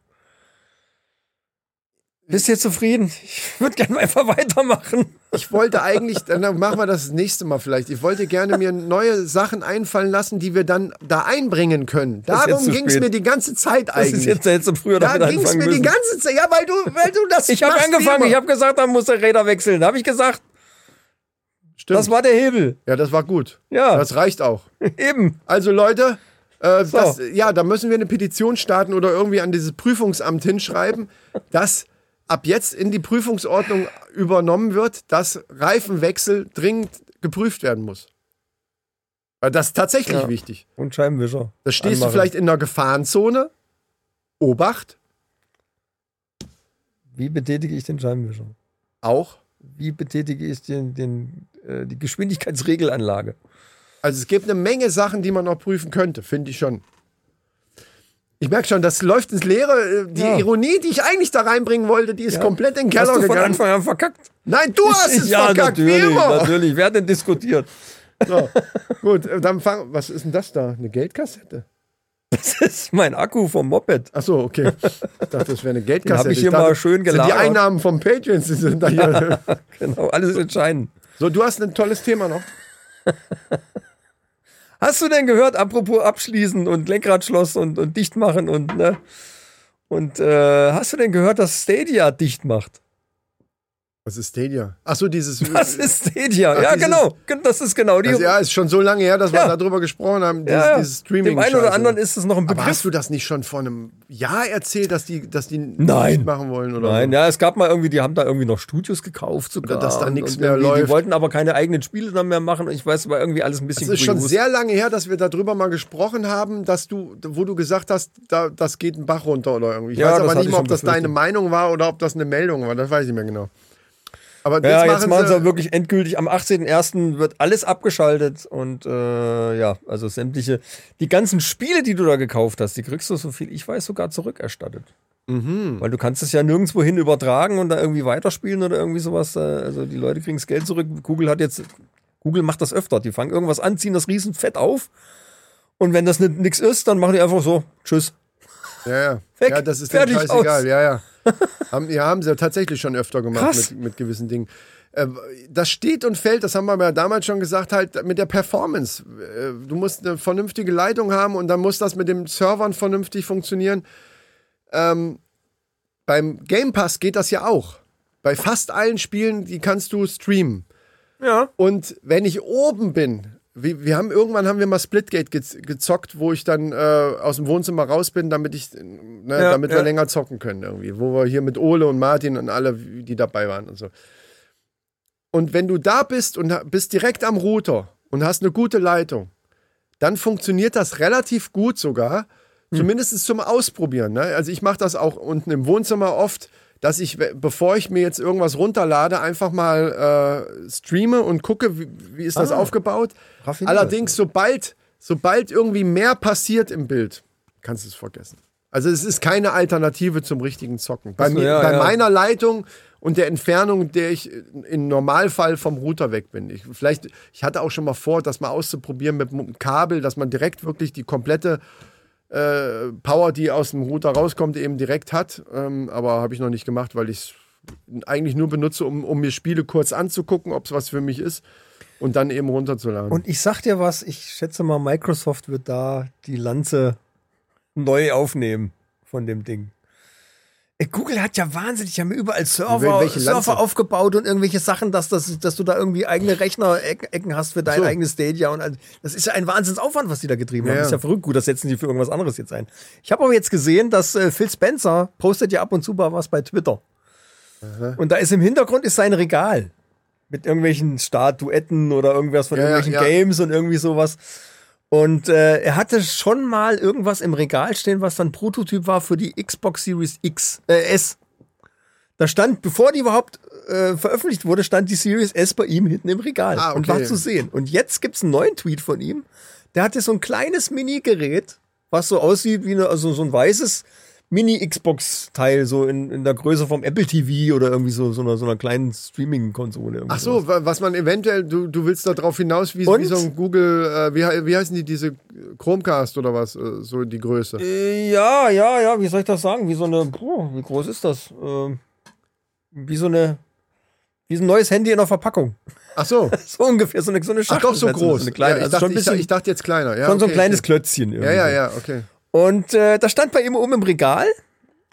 Speaker 2: Bist du jetzt zufrieden? Ich würde gerne einfach weitermachen.
Speaker 1: Ich wollte eigentlich, dann machen wir das, das nächste Mal vielleicht. Ich wollte gerne mir neue Sachen einfallen lassen, die wir dann da einbringen können.
Speaker 2: ist jetzt
Speaker 1: Darum
Speaker 2: zu
Speaker 1: ging es
Speaker 2: spät.
Speaker 1: mir die ganze Zeit
Speaker 2: Das ist
Speaker 1: eigentlich.
Speaker 2: jetzt jetzt früher
Speaker 1: da
Speaker 2: damit
Speaker 1: ging es
Speaker 2: anfangen
Speaker 1: mir die
Speaker 2: müssen.
Speaker 1: ganze Zeit. Ja, weil du, weil du das.
Speaker 2: Ich habe
Speaker 1: machst, wie
Speaker 2: angefangen,
Speaker 1: immer.
Speaker 2: ich habe gesagt, man muss der Räder wechseln. Habe ich gesagt,
Speaker 1: Stimmt.
Speaker 2: das war der Hebel.
Speaker 1: ja, das war gut.
Speaker 2: Ja.
Speaker 1: Das reicht auch.
Speaker 2: Eben.
Speaker 1: Also Leute, äh, das, ja, da müssen wir eine Petition starten oder irgendwie an dieses Prüfungsamt hinschreiben, dass ab jetzt in die Prüfungsordnung übernommen wird, dass Reifenwechsel dringend geprüft werden muss. Weil das ist tatsächlich wichtig.
Speaker 2: Und Scheibenwischer.
Speaker 1: Da stehst
Speaker 2: Anmachen.
Speaker 1: du vielleicht in einer Gefahrenzone. Obacht,
Speaker 2: Wie betätige ich den Scheibenwischer?
Speaker 1: auch.
Speaker 2: Wie betätige ich den, den, äh, die Geschwindigkeitsregelanlage?
Speaker 1: Also es gibt eine Menge Sachen, die man noch prüfen könnte, finde ich schon. Ich merke schon, das läuft ins Leere. Äh, Die
Speaker 2: Ja.
Speaker 1: Ironie, die ich eigentlich da reinbringen wollte, die ist komplett in den
Speaker 2: Hast
Speaker 1: Keller
Speaker 2: du von
Speaker 1: gegangen.
Speaker 2: Anfang an verkackt?
Speaker 1: Nein, du hast es
Speaker 2: ja,
Speaker 1: verkackt, wie
Speaker 2: natürlich,
Speaker 1: immer.
Speaker 2: natürlich. Wer hat denn diskutiert?
Speaker 1: So, gut, äh, dann fang, was ist denn das da? Eine Geldkassette?
Speaker 2: Das ist mein Akku vom Moped.
Speaker 1: Ach so, okay. Ich dachte, das wäre eine Geldkassette.
Speaker 2: hab ich hier
Speaker 1: dachte,
Speaker 2: mal schön
Speaker 1: Sind
Speaker 2: gelagert.
Speaker 1: die Einnahmen vom Patreons, die sind da hier.
Speaker 2: Genau, alles entscheidend.
Speaker 1: So, du hast ein tolles Thema noch.
Speaker 2: Hast du denn gehört, apropos abschließen und Lenkradschloss und, und dicht machen und, ne? Und äh, hast du denn gehört, dass Stadia dicht macht?
Speaker 1: Was ist Stadia? Ach so, dieses.
Speaker 2: Was ist Stadia?
Speaker 1: Ach,
Speaker 2: ja,
Speaker 1: dieses-
Speaker 2: genau. Das ist genau die.
Speaker 1: Also, ja, ist schon so lange her, dass
Speaker 2: Ja.
Speaker 1: wir darüber gesprochen haben, dieses,
Speaker 2: Ja, ja.
Speaker 1: dieses streaming
Speaker 2: Dem einen oder anderen ist es noch ein
Speaker 1: Aber
Speaker 2: Begriff.
Speaker 1: hast du das nicht schon vor einem Jahr erzählt, dass die, dass die
Speaker 2: Nein.
Speaker 1: nicht machen wollen? Oder
Speaker 2: Nein,
Speaker 1: so?
Speaker 2: ja, es gab mal irgendwie, die haben da irgendwie noch Studios gekauft sogar.
Speaker 1: Oder dass da
Speaker 2: und-
Speaker 1: nix
Speaker 2: und
Speaker 1: mehr
Speaker 2: irgendwie, Die
Speaker 1: läuft.
Speaker 2: wollten aber keine eigenen Spiele dann mehr machen und ich weiß, war irgendwie alles ein bisschen
Speaker 1: Es ist schon
Speaker 2: kurios.
Speaker 1: sehr lange her, dass wir darüber mal gesprochen haben, dass du, wo du gesagt hast, da, das geht ein Bach runter oder irgendwie. Ich
Speaker 2: Ja,
Speaker 1: weiß
Speaker 2: das
Speaker 1: aber
Speaker 2: hatte
Speaker 1: nicht
Speaker 2: ich
Speaker 1: mehr, ob
Speaker 2: schon
Speaker 1: das deine
Speaker 2: befürchtet.
Speaker 1: Meinung war oder ob das eine Meldung war. Das weiß ich nicht mehr genau. Aber
Speaker 2: Ja,
Speaker 1: jetzt,
Speaker 2: jetzt machen sie wirklich endgültig. Am 18.01. wird alles abgeschaltet und äh, ja, also sämtliche, die ganzen Spiele, die du da gekauft hast, die kriegst du, so viel ich weiß, sogar zurückerstattet. Weil du kannst es ja nirgendwo hin übertragen und da irgendwie weiterspielen oder irgendwie sowas. äh, Also die Leute kriegen das Geld zurück. Google hat jetzt, Google macht das öfter. Die fangen irgendwas an, ziehen das riesenfett auf und wenn das nichts ist, dann machen die einfach so, tschüss.
Speaker 1: ja, ja.
Speaker 2: Weg,
Speaker 1: ja, das ist denen
Speaker 2: fertig,
Speaker 1: scheißegal.
Speaker 2: aus.
Speaker 1: Ja, ja. Haben, ja, haben sie ja tatsächlich schon öfter gemacht
Speaker 2: Krass.
Speaker 1: mit, mit gewissen Dingen. Äh, Das steht und fällt, das haben wir ja damals schon gesagt, halt mit der Performance. Äh, Du musst eine vernünftige Leitung haben und dann muss das mit den Servern vernünftig funktionieren. Ähm, beim Game Pass geht das ja auch. Bei fast allen Spielen, die kannst du streamen.
Speaker 2: Ja.
Speaker 1: Und wenn ich oben bin, wir, wir haben irgendwann haben wir mal Splitgate gez gezockt, wo ich dann äh, aus dem Wohnzimmer raus bin, damit ich, ne,
Speaker 2: Ja,
Speaker 1: damit wir
Speaker 2: ja.
Speaker 1: länger zocken können irgendwie, wo wir hier mit Ole und Martin und alle, die dabei waren und so. Und wenn du da bist und ha- bist direkt am Router und hast eine gute Leitung, dann funktioniert das relativ gut sogar. Zumindest zum Ausprobieren. Ne? Also ich mache das auch unten im Wohnzimmer oft, dass ich, we- bevor ich mir jetzt irgendwas runterlade, einfach mal äh, streame und gucke, wie, wie ist das aufgebaut.
Speaker 2: Raffiniert.
Speaker 1: Allerdings, sobald, sobald irgendwie mehr passiert im Bild, kannst du es vergessen. Also es ist keine Alternative zum richtigen Zocken. Bei,
Speaker 2: so,
Speaker 1: mir,
Speaker 2: ja,
Speaker 1: bei
Speaker 2: ja.
Speaker 1: meiner Leitung und der Entfernung, der ich im Normalfall vom Router weg bin. Ich, vielleicht, ich hatte auch schon mal vor, das mal auszuprobieren mit einem Kabel, dass man direkt wirklich die komplette äh, Power, die aus dem Router rauskommt, eben direkt hat. Ähm, aber habe ich noch nicht gemacht, weil ich es eigentlich nur benutze, um, um mir Spiele kurz anzugucken, ob es was für mich ist und dann eben runterzuladen.
Speaker 2: Und ich sag dir was, ich schätze mal, Microsoft wird da die Lanze neu aufnehmen von dem Ding. Äh, Google hat ja wahnsinnig, die haben überall Server,
Speaker 1: Welche Lanze?
Speaker 2: Server aufgebaut und irgendwelche Sachen, dass, dass, dass du da irgendwie eigene Rechnerecken hast für dein
Speaker 1: So.
Speaker 2: eigenes Stadia. Und all- das ist ja ein Wahnsinnsaufwand, was die da getrieben
Speaker 1: Ja,
Speaker 2: haben.
Speaker 1: ja.
Speaker 2: Ist ja verrückt. Gut, das setzen die für irgendwas anderes jetzt ein. Ich habe aber jetzt gesehen, dass äh, Phil Spencer postet ja ab und zu mal was bei Twitter.
Speaker 1: ne?
Speaker 2: Und da ist im Hintergrund ist sein Regal mit irgendwelchen Statuetten oder irgendwas von
Speaker 1: Ja, ja,
Speaker 2: irgendwelchen
Speaker 1: ja.
Speaker 2: Games und irgendwie sowas. Und äh, er hatte schon mal irgendwas im Regal stehen, was dann Prototyp war für die Xbox Series X, äh, S. Da stand, bevor die überhaupt äh, veröffentlicht wurde, stand die Series S bei ihm hinten im Regal
Speaker 1: Ah,
Speaker 2: und
Speaker 1: okay.
Speaker 2: war zu sehen. Und jetzt gibt's einen neuen Tweet von ihm. Der hatte so ein kleines Mini-Gerät, was so aussieht wie eine, also so ein weißes Mini-Xbox-Teil, so in, in der Größe vom Apple TV oder irgendwie so, so, einer, so einer kleinen Streaming-Konsole. irgendwie
Speaker 1: Ach so, wa- was man eventuell, du, du willst da drauf hinaus, wie,
Speaker 2: Und?
Speaker 1: wie so ein Google, äh, wie, he- wie heißen die, diese Chromecast oder was, äh, so die Größe.
Speaker 2: Äh, Ja, ja, ja, wie soll ich das sagen? Wie so eine, puh, wie groß ist das? Ähm, wie so eine, wie so ein neues Handy in der Verpackung.
Speaker 1: Ach so,
Speaker 2: So ungefähr, so eine, so eine
Speaker 1: ach
Speaker 2: Schachtel.
Speaker 1: doch, so
Speaker 2: letztens,
Speaker 1: groß.
Speaker 2: So eine kleine,
Speaker 1: ja, ich,
Speaker 2: also
Speaker 1: dachte,
Speaker 2: schon ein bisschen,
Speaker 1: ich, ich dachte jetzt kleiner. Ja,
Speaker 2: schon so ein
Speaker 1: okay,
Speaker 2: kleines
Speaker 1: okay.
Speaker 2: Klötzchen. Irgendwie.
Speaker 1: Ja, ja,
Speaker 2: so.
Speaker 1: ja, okay.
Speaker 2: Und äh, da stand bei ihm oben im Regal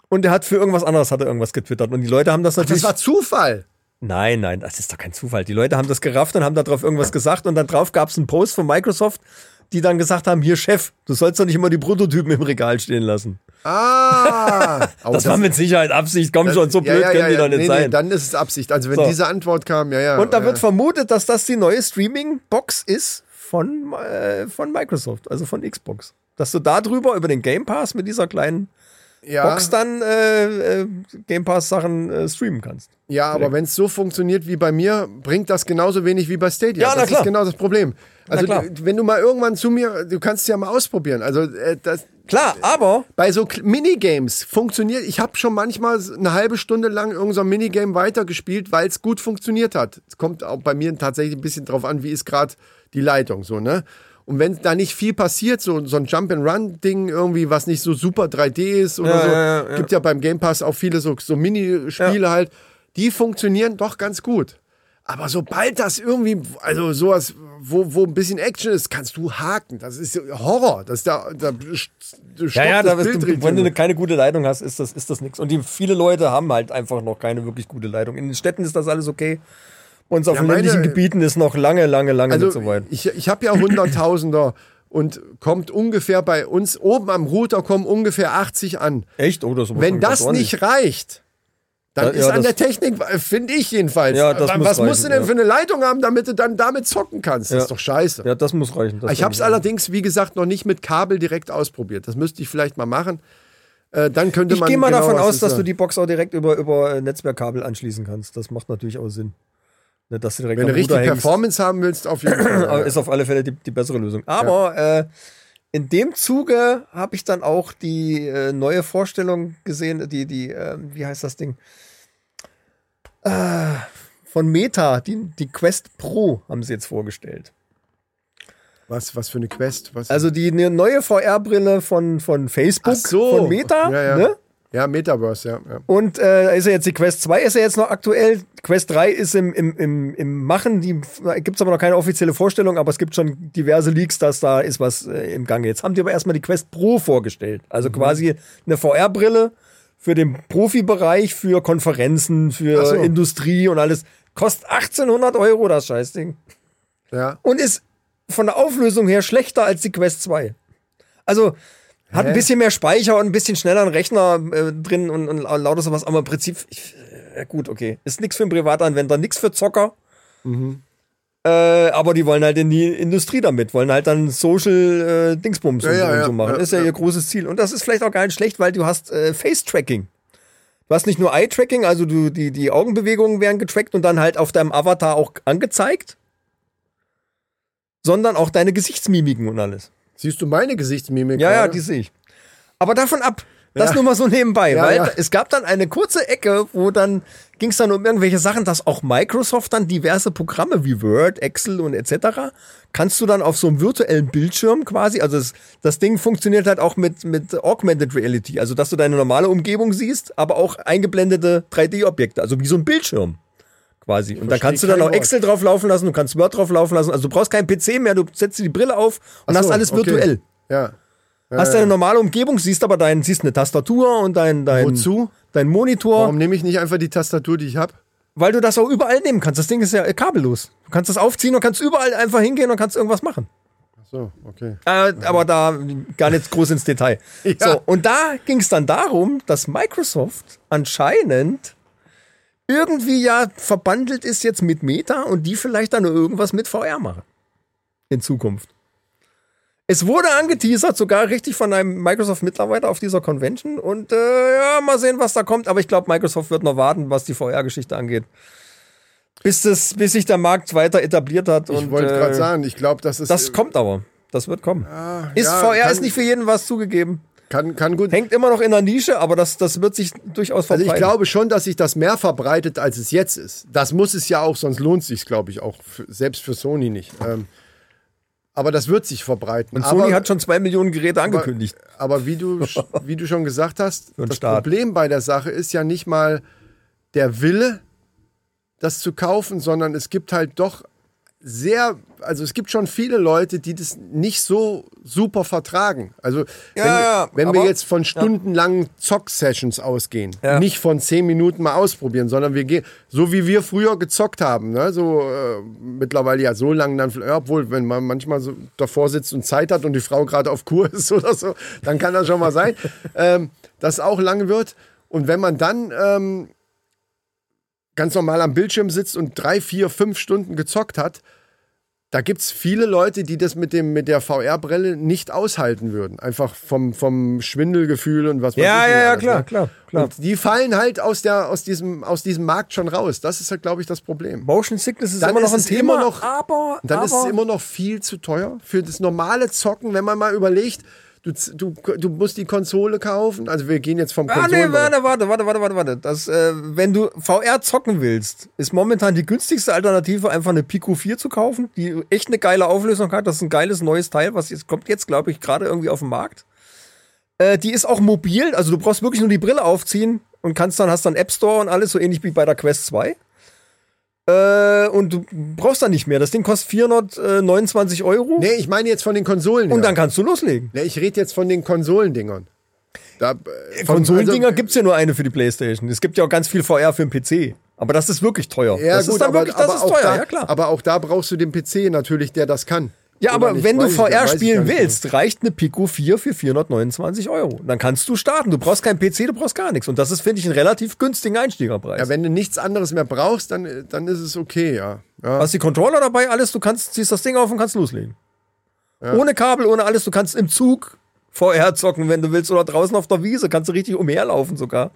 Speaker 2: und er hat für irgendwas anderes, hat er irgendwas getwittert. Und die Leute haben das natürlich...
Speaker 1: Das war Zufall.
Speaker 2: Nein, nein, das ist doch kein Zufall. Die Leute haben das gerafft und haben darauf irgendwas gesagt und dann drauf gab es einen Post von Microsoft, die dann gesagt haben, hier Chef, du sollst doch nicht immer die Prototypen im Regal stehen lassen.
Speaker 1: Ah, oh,
Speaker 2: Das, war mit Sicherheit Absicht, komm schon, so blöd können die doch nicht
Speaker 1: nee,
Speaker 2: sein.
Speaker 1: Nee, dann ist es Absicht. Also wenn
Speaker 2: So.
Speaker 1: diese Antwort kam, ja, ja.
Speaker 2: und da
Speaker 1: ja.
Speaker 2: wird vermutet, dass das die neue Streaming-Box ist von, äh, von Microsoft, also von Xbox. Dass du da drüber über den Game Pass mit dieser kleinen
Speaker 1: ja,
Speaker 2: Box dann äh, äh, Game Pass-Sachen äh, streamen kannst.
Speaker 1: Ja, aber wenn es so funktioniert wie bei mir, bringt das genauso wenig wie bei Stadia.
Speaker 2: Ja, na
Speaker 1: das
Speaker 2: klar.
Speaker 1: ist genau das Problem. Also
Speaker 2: klar.
Speaker 1: du- wenn du mal irgendwann zu mir, du kannst es ja mal ausprobieren. Also äh, das,
Speaker 2: Klar, aber
Speaker 1: bei so Kl- Minigames funktioniert, ich habe schon manchmal s- eine halbe Stunde lang irgendein so ein Minigame weitergespielt, weil es gut funktioniert hat. Es kommt auch bei mir tatsächlich ein bisschen drauf an, wie ist gerade die Leitung so, ne? Und wenn da nicht viel passiert, so, so ein Jump-and-Run-Ding irgendwie, was nicht so super 3D ist oder
Speaker 2: Ja,
Speaker 1: so,
Speaker 2: ja, ja, ja.
Speaker 1: gibt ja beim Game Pass auch viele so, so Minispiele halt, die funktionieren doch ganz gut. Aber sobald das irgendwie, also sowas, wo, wo ein bisschen Action ist, kannst du haken. Das ist Horror. Das ist da, da
Speaker 2: Ja, ja, da bist du, wenn du eine-
Speaker 1: eine
Speaker 2: keine gute Leitung hast, ist das, ist das nichts. Und die, viele Leute haben halt einfach noch keine wirklich gute Leitung. In den Städten ist das alles okay. Und auf
Speaker 1: Ja, meine-
Speaker 2: ländlichen Gebieten ist noch lange, lange, lange
Speaker 1: also
Speaker 2: nicht so weit.
Speaker 1: ich, ich habe ja Hunderttausender und kommt ungefähr bei uns oben am Router kommen ungefähr 80 an.
Speaker 2: Echt? Oh, Oder so?
Speaker 1: Wenn das nicht reicht, dann
Speaker 2: Da- ja,
Speaker 1: ist an
Speaker 2: das-
Speaker 1: der Technik, äh, finde ich jedenfalls.
Speaker 2: Ja, das
Speaker 1: Wa-
Speaker 2: muss
Speaker 1: Was musst du
Speaker 2: reichen,
Speaker 1: denn
Speaker 2: ja.
Speaker 1: für eine Leitung haben, damit du dann damit zocken kannst? Das
Speaker 2: Ja.
Speaker 1: ist doch scheiße.
Speaker 2: Ja, das muss reichen. Das
Speaker 1: Ich habe es allerdings, wie gesagt, noch nicht mit Kabel direkt ausprobiert. Das müsste ich vielleicht mal machen. Äh, dann könnte
Speaker 2: Ich
Speaker 1: man.
Speaker 2: gehe mal
Speaker 1: genau
Speaker 2: davon
Speaker 1: was
Speaker 2: aus, dass
Speaker 1: sagen.
Speaker 2: du die Box auch direkt über, über äh, Netzwerkkabel anschließen kannst. Das macht natürlich auch Sinn. Ne, dass du direkt
Speaker 1: Wenn
Speaker 2: am
Speaker 1: du richtig
Speaker 2: Router hängst.
Speaker 1: Performance haben willst, auf jeden
Speaker 2: Aber
Speaker 1: Fall.
Speaker 2: ist auf alle Fälle die, die bessere Lösung. Aber äh, in dem Zuge habe ich dann auch die äh, neue Vorstellung gesehen, die, die, äh, wie heißt das Ding? Äh, von Meta, die, die Quest Pro haben sie jetzt vorgestellt.
Speaker 1: was, was für eine Quest? Was
Speaker 2: Also die ne- neue VR-Brille von, von Facebook,
Speaker 1: Ach so.
Speaker 2: von Meta,
Speaker 1: Ja, ja.
Speaker 2: ne?
Speaker 1: ja, Metaverse, ja. ja.
Speaker 2: Und äh, da ist ja jetzt die Quest 2, ist ja jetzt noch aktuell. Quest 3 ist im, im, im, im Machen, die gibt es aber noch keine offizielle Vorstellung, aber es gibt schon diverse Leaks, dass da ist was äh, im Gange. Jetzt haben die aber erstmal die Quest Pro vorgestellt.
Speaker 1: Mhm.
Speaker 2: Also quasi eine VR-Brille für den Profibereich, für Konferenzen, für
Speaker 1: Ach so.
Speaker 2: Industrie und alles. Kostet 1800 Euro das Scheißding.
Speaker 1: ja.
Speaker 2: Und ist von der Auflösung her schlechter als die Quest 2. Also hat
Speaker 1: Hä?
Speaker 2: ein bisschen mehr Speicher und ein bisschen schneller einen Rechner äh, drin und, und lauter sowas, aber im Prinzip, ich, äh, gut, okay. Ist nichts für einen Privatanwender, nichts für Zocker.
Speaker 1: Mhm.
Speaker 2: Äh, aber die wollen halt in die Industrie damit, wollen halt dann Social äh, Dingsbums
Speaker 1: Ja,
Speaker 2: und,
Speaker 1: ja,
Speaker 2: und
Speaker 1: ja,
Speaker 2: so machen.
Speaker 1: ja,
Speaker 2: ist ja,
Speaker 1: ja.
Speaker 2: ihr großes Ziel. Und das ist vielleicht auch gar nicht schlecht, weil du hast äh, Face-Tracking. Du hast nicht nur Eye-Tracking, also du, die, die Augenbewegungen werden getrackt und dann halt auf deinem Avatar auch angezeigt, sondern auch deine Gesichtsmimiken und alles.
Speaker 1: Siehst du meine Gesichtsmimik?
Speaker 2: Ja, ja,
Speaker 1: gerade?
Speaker 2: die sehe ich. Aber davon ab. Das
Speaker 1: Ja.
Speaker 2: nur mal so nebenbei,
Speaker 1: Ja,
Speaker 2: weil
Speaker 1: ja.
Speaker 2: es gab dann eine kurze Ecke, wo dann ging es dann um irgendwelche Sachen, dass auch Microsoft dann diverse Programme wie Word, Excel und etc. kannst du dann auf so einem virtuellen Bildschirm quasi, also das, das Ding funktioniert halt auch mit, mit Augmented Reality, also dass du deine normale Umgebung siehst, aber auch eingeblendete 3D-Objekte, also wie so ein Bildschirm quasi. Und da
Speaker 1: verstehe
Speaker 2: kannst du dann
Speaker 1: kein
Speaker 2: auch
Speaker 1: Wort.
Speaker 2: Excel drauf laufen lassen, du kannst Word drauf laufen lassen, also du brauchst keinen PC mehr, du setzt dir die Brille auf und
Speaker 1: Ach
Speaker 2: hast
Speaker 1: so,
Speaker 2: alles
Speaker 1: okay.
Speaker 2: virtuell.
Speaker 1: Ja.
Speaker 2: Hast
Speaker 1: Ähm.
Speaker 2: deine normale Umgebung, siehst aber dein, siehst eine Tastatur und dein, dein,
Speaker 1: Wozu?
Speaker 2: dein Monitor,
Speaker 1: Warum nehme ich nicht einfach die Tastatur, die ich habe?
Speaker 2: weil du das auch überall nehmen kannst. Das Ding ist ja äh, kabellos. Du kannst das aufziehen und kannst überall einfach hingehen und kannst irgendwas machen.
Speaker 1: So, okay.
Speaker 2: Äh, aber da gar nicht groß ins Detail.
Speaker 1: Ja.
Speaker 2: So, und da ging es dann darum, dass Microsoft anscheinend irgendwie ja verbandelt ist jetzt mit Meta und die vielleicht dann irgendwas mit VR machen. In Zukunft. Es wurde angeteasert, sogar richtig von einem Microsoft-Mitarbeiter auf dieser Convention. Und äh, ja, mal sehen, was da kommt. Aber ich glaube, Microsoft wird noch warten, was die VR-Geschichte angeht. Bis, das, bis sich der Markt weiter etabliert hat.
Speaker 1: Ich
Speaker 2: und,
Speaker 1: wollte
Speaker 2: äh,
Speaker 1: gerade sagen, ich glaube, das ist.
Speaker 2: das kommt aber. Das wird kommen. ist
Speaker 1: Ah, ja,
Speaker 2: VR
Speaker 1: kann-
Speaker 2: ist nicht für jeden was zugegeben.
Speaker 1: kann, kann gut.
Speaker 2: Hängt immer noch in der Nische, aber das, das wird sich durchaus
Speaker 1: Also
Speaker 2: verbreiten.
Speaker 1: ich glaube schon, dass sich das mehr verbreitet, als es jetzt ist. Das muss es ja auch, sonst lohnt es sich, glaube ich, auch für, selbst für Sony nicht. Ähm, aber das wird sich verbreiten.
Speaker 2: Und Sony
Speaker 1: aber,
Speaker 2: hat schon zwei Millionen Geräte angekündigt.
Speaker 1: Aber wie du, sch- wie du schon gesagt hast,
Speaker 2: den
Speaker 1: das
Speaker 2: Start.
Speaker 1: Problem bei der Sache ist ja nicht mal der Wille, das zu kaufen, sondern es gibt halt doch sehr, also es gibt schon viele Leute, die das nicht so super vertragen. Also wenn,
Speaker 2: ja,
Speaker 1: wenn wir
Speaker 2: aber-
Speaker 1: jetzt von stundenlangen Zock-Sessions ausgehen,
Speaker 2: Ja.
Speaker 1: nicht von zehn Minuten mal ausprobieren, sondern wir gehen, so wie wir früher gezockt haben, ne? so äh, mittlerweile ja so lang dann, ja, obwohl wenn man manchmal so davor sitzt und Zeit hat und die Frau gerade auf Kur ist oder so, dann kann das schon mal sein, ähm, dass es auch lange wird. Und wenn man dann ähm, ganz normal am Bildschirm sitzt und drei, vier, fünf Stunden gezockt hat, da gibt es viele Leute, die das mit, dem, mit der VR-Brille nicht aushalten würden. Einfach vom, vom Schwindelgefühl und was weiß ich.
Speaker 2: Ja,
Speaker 1: nicht
Speaker 2: ja, ja,
Speaker 1: alles,
Speaker 2: klar,
Speaker 1: ne?
Speaker 2: klar, klar.
Speaker 1: Und die fallen halt aus, der, aus, diesem, aus diesem Markt schon raus. Das ist halt, glaube ich, das Problem.
Speaker 2: Motion Sickness ist
Speaker 1: Dann
Speaker 2: immer noch
Speaker 1: ist
Speaker 2: ein
Speaker 1: es
Speaker 2: Thema,
Speaker 1: immer noch-
Speaker 2: aber,
Speaker 1: Und dann
Speaker 2: aber
Speaker 1: ist es immer noch viel zu teuer für das normale Zocken, wenn man mal überlegt, du, z- du, du musst die Konsole kaufen. Also wir gehen jetzt vom
Speaker 2: Ah, nee,
Speaker 1: Konsolen-
Speaker 2: warte, warte, warte, warte, warte, warte. Das, äh, wenn du VR zocken willst, ist momentan die günstigste Alternative, einfach eine Pico 4 zu kaufen, die echt eine geile Auflösung hat. Das ist ein geiles neues Teil, was jetzt kommt jetzt, glaube ich, gerade irgendwie auf den Markt. Äh, die ist auch mobil, also du brauchst wirklich nur die Brille aufziehen und kannst dann, hast dann App Store und alles, so ähnlich wie bei der Quest 2. Äh, und du brauchst dann nicht mehr. Das Ding kostet 429 Euro
Speaker 1: Nee, ich meine jetzt von den Konsolen.
Speaker 2: und
Speaker 1: her.
Speaker 2: dann kannst du loslegen.
Speaker 1: Ne, ich rede jetzt von den Konsolendingern. Da, äh, von-
Speaker 2: Konsolendinger
Speaker 1: also-
Speaker 2: gibt es ja nur eine für die Playstation. Es gibt ja auch ganz viel VR für den PC. Aber das ist wirklich teuer.
Speaker 1: Ja,
Speaker 2: das
Speaker 1: gut,
Speaker 2: ist dann
Speaker 1: aber,
Speaker 2: wirklich,
Speaker 1: aber
Speaker 2: das ist
Speaker 1: auch
Speaker 2: teuer,
Speaker 1: da,
Speaker 2: ja klar.
Speaker 1: Aber auch da brauchst du den PC natürlich, der das kann.
Speaker 2: ja,
Speaker 1: Oder
Speaker 2: aber
Speaker 1: nicht,
Speaker 2: wenn du
Speaker 1: weiß ich gar-
Speaker 2: VR
Speaker 1: weiß ich gar
Speaker 2: spielen
Speaker 1: nicht
Speaker 2: willst, reicht eine Pico 4 für 429 Euro. Dann kannst du starten. Du brauchst keinen PC, du brauchst gar nichts. Und das ist, finde ich, ein relativ günstigen Einstiegerpreis.
Speaker 1: mehr. Ja, wenn du nichts anderes mehr brauchst, dann, dann ist es okay, ja. ja.
Speaker 2: Hast die Controller dabei, alles, du kannst, ziehst das Ding auf und kannst loslegen. Ohne Kabel, ohne alles, du kannst im Zug VR zocken, wenn du willst, oder draußen auf der Wiese. Kannst du richtig umherlaufen sogar.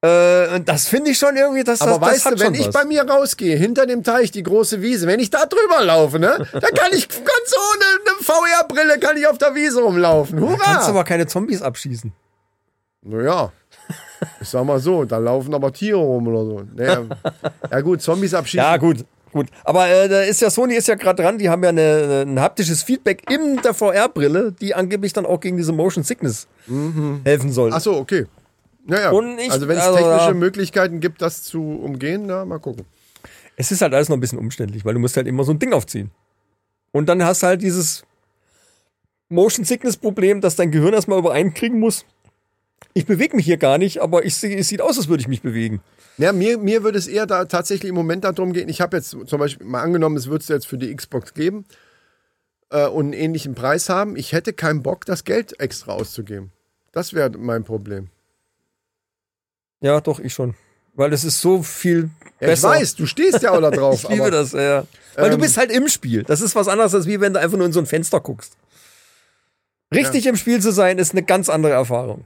Speaker 2: Äh, und das finde ich schon irgendwie, dass
Speaker 1: Aber
Speaker 2: das, das
Speaker 1: weißt
Speaker 2: hat
Speaker 1: du, wenn
Speaker 2: schon
Speaker 1: ich
Speaker 2: was.
Speaker 1: bei mir rausgehe, hinter dem Teich, die große Wiese, wenn ich da drüber laufe, ne, dann kann ich ganz ohne eine VR-Brille kann ich auf der Wiese rumlaufen.
Speaker 2: Kannst du
Speaker 1: Hurra!
Speaker 2: aber keine Zombies abschießen.
Speaker 1: Naja. Ich sag mal so, da laufen aber Tiere rum oder so. Naja, ja gut, Zombies abschießen.
Speaker 2: Ja, gut. Gut, aber äh, da ist ja Sony ist ja gerade dran, die haben ja eine, ein haptisches Feedback in der VR-Brille, die angeblich dann auch gegen diese Motion Sickness helfen soll.
Speaker 1: Ach so, okay. Naja,
Speaker 2: Und ich-
Speaker 1: also wenn es
Speaker 2: also,
Speaker 1: technische
Speaker 2: ja.
Speaker 1: Möglichkeiten gibt, das zu umgehen, na, mal gucken.
Speaker 2: Es ist halt alles noch ein bisschen umständlich, weil du musst halt immer so ein Ding aufziehen. Und dann hast du halt dieses Motion Sickness Problem, dass dein Gehirn erstmal übereinkriegen muss. Ich bewege mich hier gar nicht, aber ich sehe, es sieht aus, als würde ich mich bewegen.
Speaker 1: Ja, mir, mir würde es eher da tatsächlich im Moment darum gehen. Ich habe jetzt zum Beispiel mal angenommen, es würde es jetzt für die Xbox geben äh, und einen ähnlichen Preis haben. Ich hätte keinen Bock, das Geld extra auszugeben. Das wäre mein Problem.
Speaker 2: Ja, doch, ich schon. Weil es ist so
Speaker 1: Ja,
Speaker 2: viel
Speaker 1: ich
Speaker 2: besser.
Speaker 1: weiß, du stehst ja auch da drauf.
Speaker 2: Ich liebe
Speaker 1: aber
Speaker 2: das, ja. Weil du
Speaker 1: Ähm,
Speaker 2: bist halt im Spiel. Das ist was anderes, als wie wenn du einfach nur in so ein Fenster guckst. Richtig im Spiel zu sein, ist eine ganz andere Erfahrung.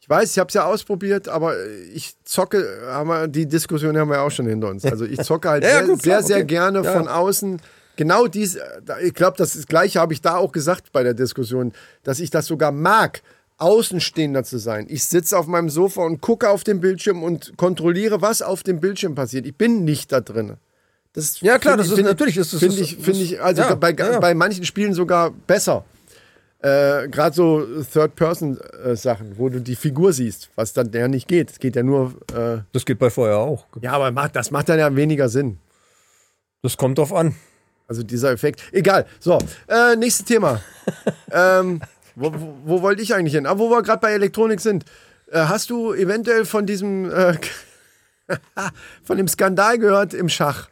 Speaker 1: Ich weiß, ich habe es ja ausprobiert, aber äh, ich zocke, haben wir, die Diskussion haben wir ja auch schon hinter uns. Also ich zocke halt
Speaker 2: Ja, ja,
Speaker 1: sehr,
Speaker 2: gut,
Speaker 1: sehr,
Speaker 2: klar,
Speaker 1: sehr
Speaker 2: okay.
Speaker 1: gerne
Speaker 2: Ja.
Speaker 1: von außen. Genau dies, äh, da- ich glaube, das, ist das Gleiche habe ich da auch gesagt bei der Diskussion, dass ich das sogar mag, Außenstehender zu sein. Ich sitze auf meinem Sofa und gucke auf den Bildschirm und kontrolliere, was auf dem Bildschirm passiert. Ich bin nicht da drin. Das
Speaker 2: Ja, klar,
Speaker 1: find
Speaker 2: das
Speaker 1: ich-
Speaker 2: ist-
Speaker 1: find ich-
Speaker 2: natürlich ist das-
Speaker 1: Finde
Speaker 2: das-
Speaker 1: ich, finde ich, also
Speaker 2: ja,
Speaker 1: bei,
Speaker 2: ja, ja.
Speaker 1: bei manchen Spielen sogar besser äh, gerade so Third-Person-Sachen, wo du die Figur siehst, was dann der nicht geht. Es geht ja nur. Äh,
Speaker 2: Das geht bei Feuer auch.
Speaker 1: ja, aber macht, das macht dann ja weniger Sinn.
Speaker 2: Das kommt drauf an.
Speaker 1: Also dieser Effekt. Egal. So, äh, nächstes Thema. ähm, wo wo, wo wollte ich eigentlich hin? Aber wo wir gerade bei Elektronik sind. Äh, hast du eventuell von diesem. Äh, von dem Skandal gehört im Schach?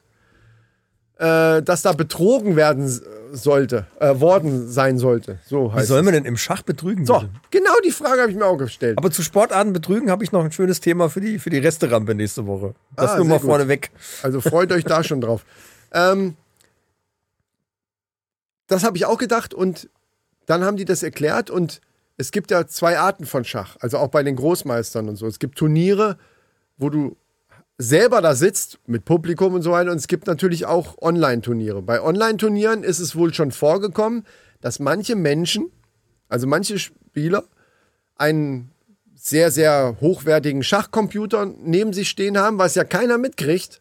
Speaker 1: Äh, dass da betrogen werden s- sollte, äh, worden sein sollte. So
Speaker 2: Wie
Speaker 1: heißt
Speaker 2: soll
Speaker 1: es.
Speaker 2: man denn im Schach betrügen?
Speaker 1: So,
Speaker 2: bitte?
Speaker 1: genau die Frage habe ich mir auch gestellt.
Speaker 2: Aber zu Sportarten betrügen habe ich noch ein schönes Thema für die, für die Resterampe nächste Woche. Das
Speaker 1: Ah,
Speaker 2: nur
Speaker 1: sehr
Speaker 2: mal
Speaker 1: gut.
Speaker 2: vorneweg.
Speaker 1: Also freut euch da schon drauf. Ähm, das habe ich auch gedacht und dann haben die das erklärt und es gibt ja zwei Arten von Schach, also auch bei den Großmeistern und so. Es gibt Turniere, wo du selber da sitzt mit Publikum und so weiter und es gibt natürlich auch Online-Turniere. Bei Online-Turnieren ist es wohl schon vorgekommen, dass manche Menschen, also manche Spieler, einen sehr, sehr hochwertigen Schachcomputer neben sich stehen haben, was ja keiner mitkriegt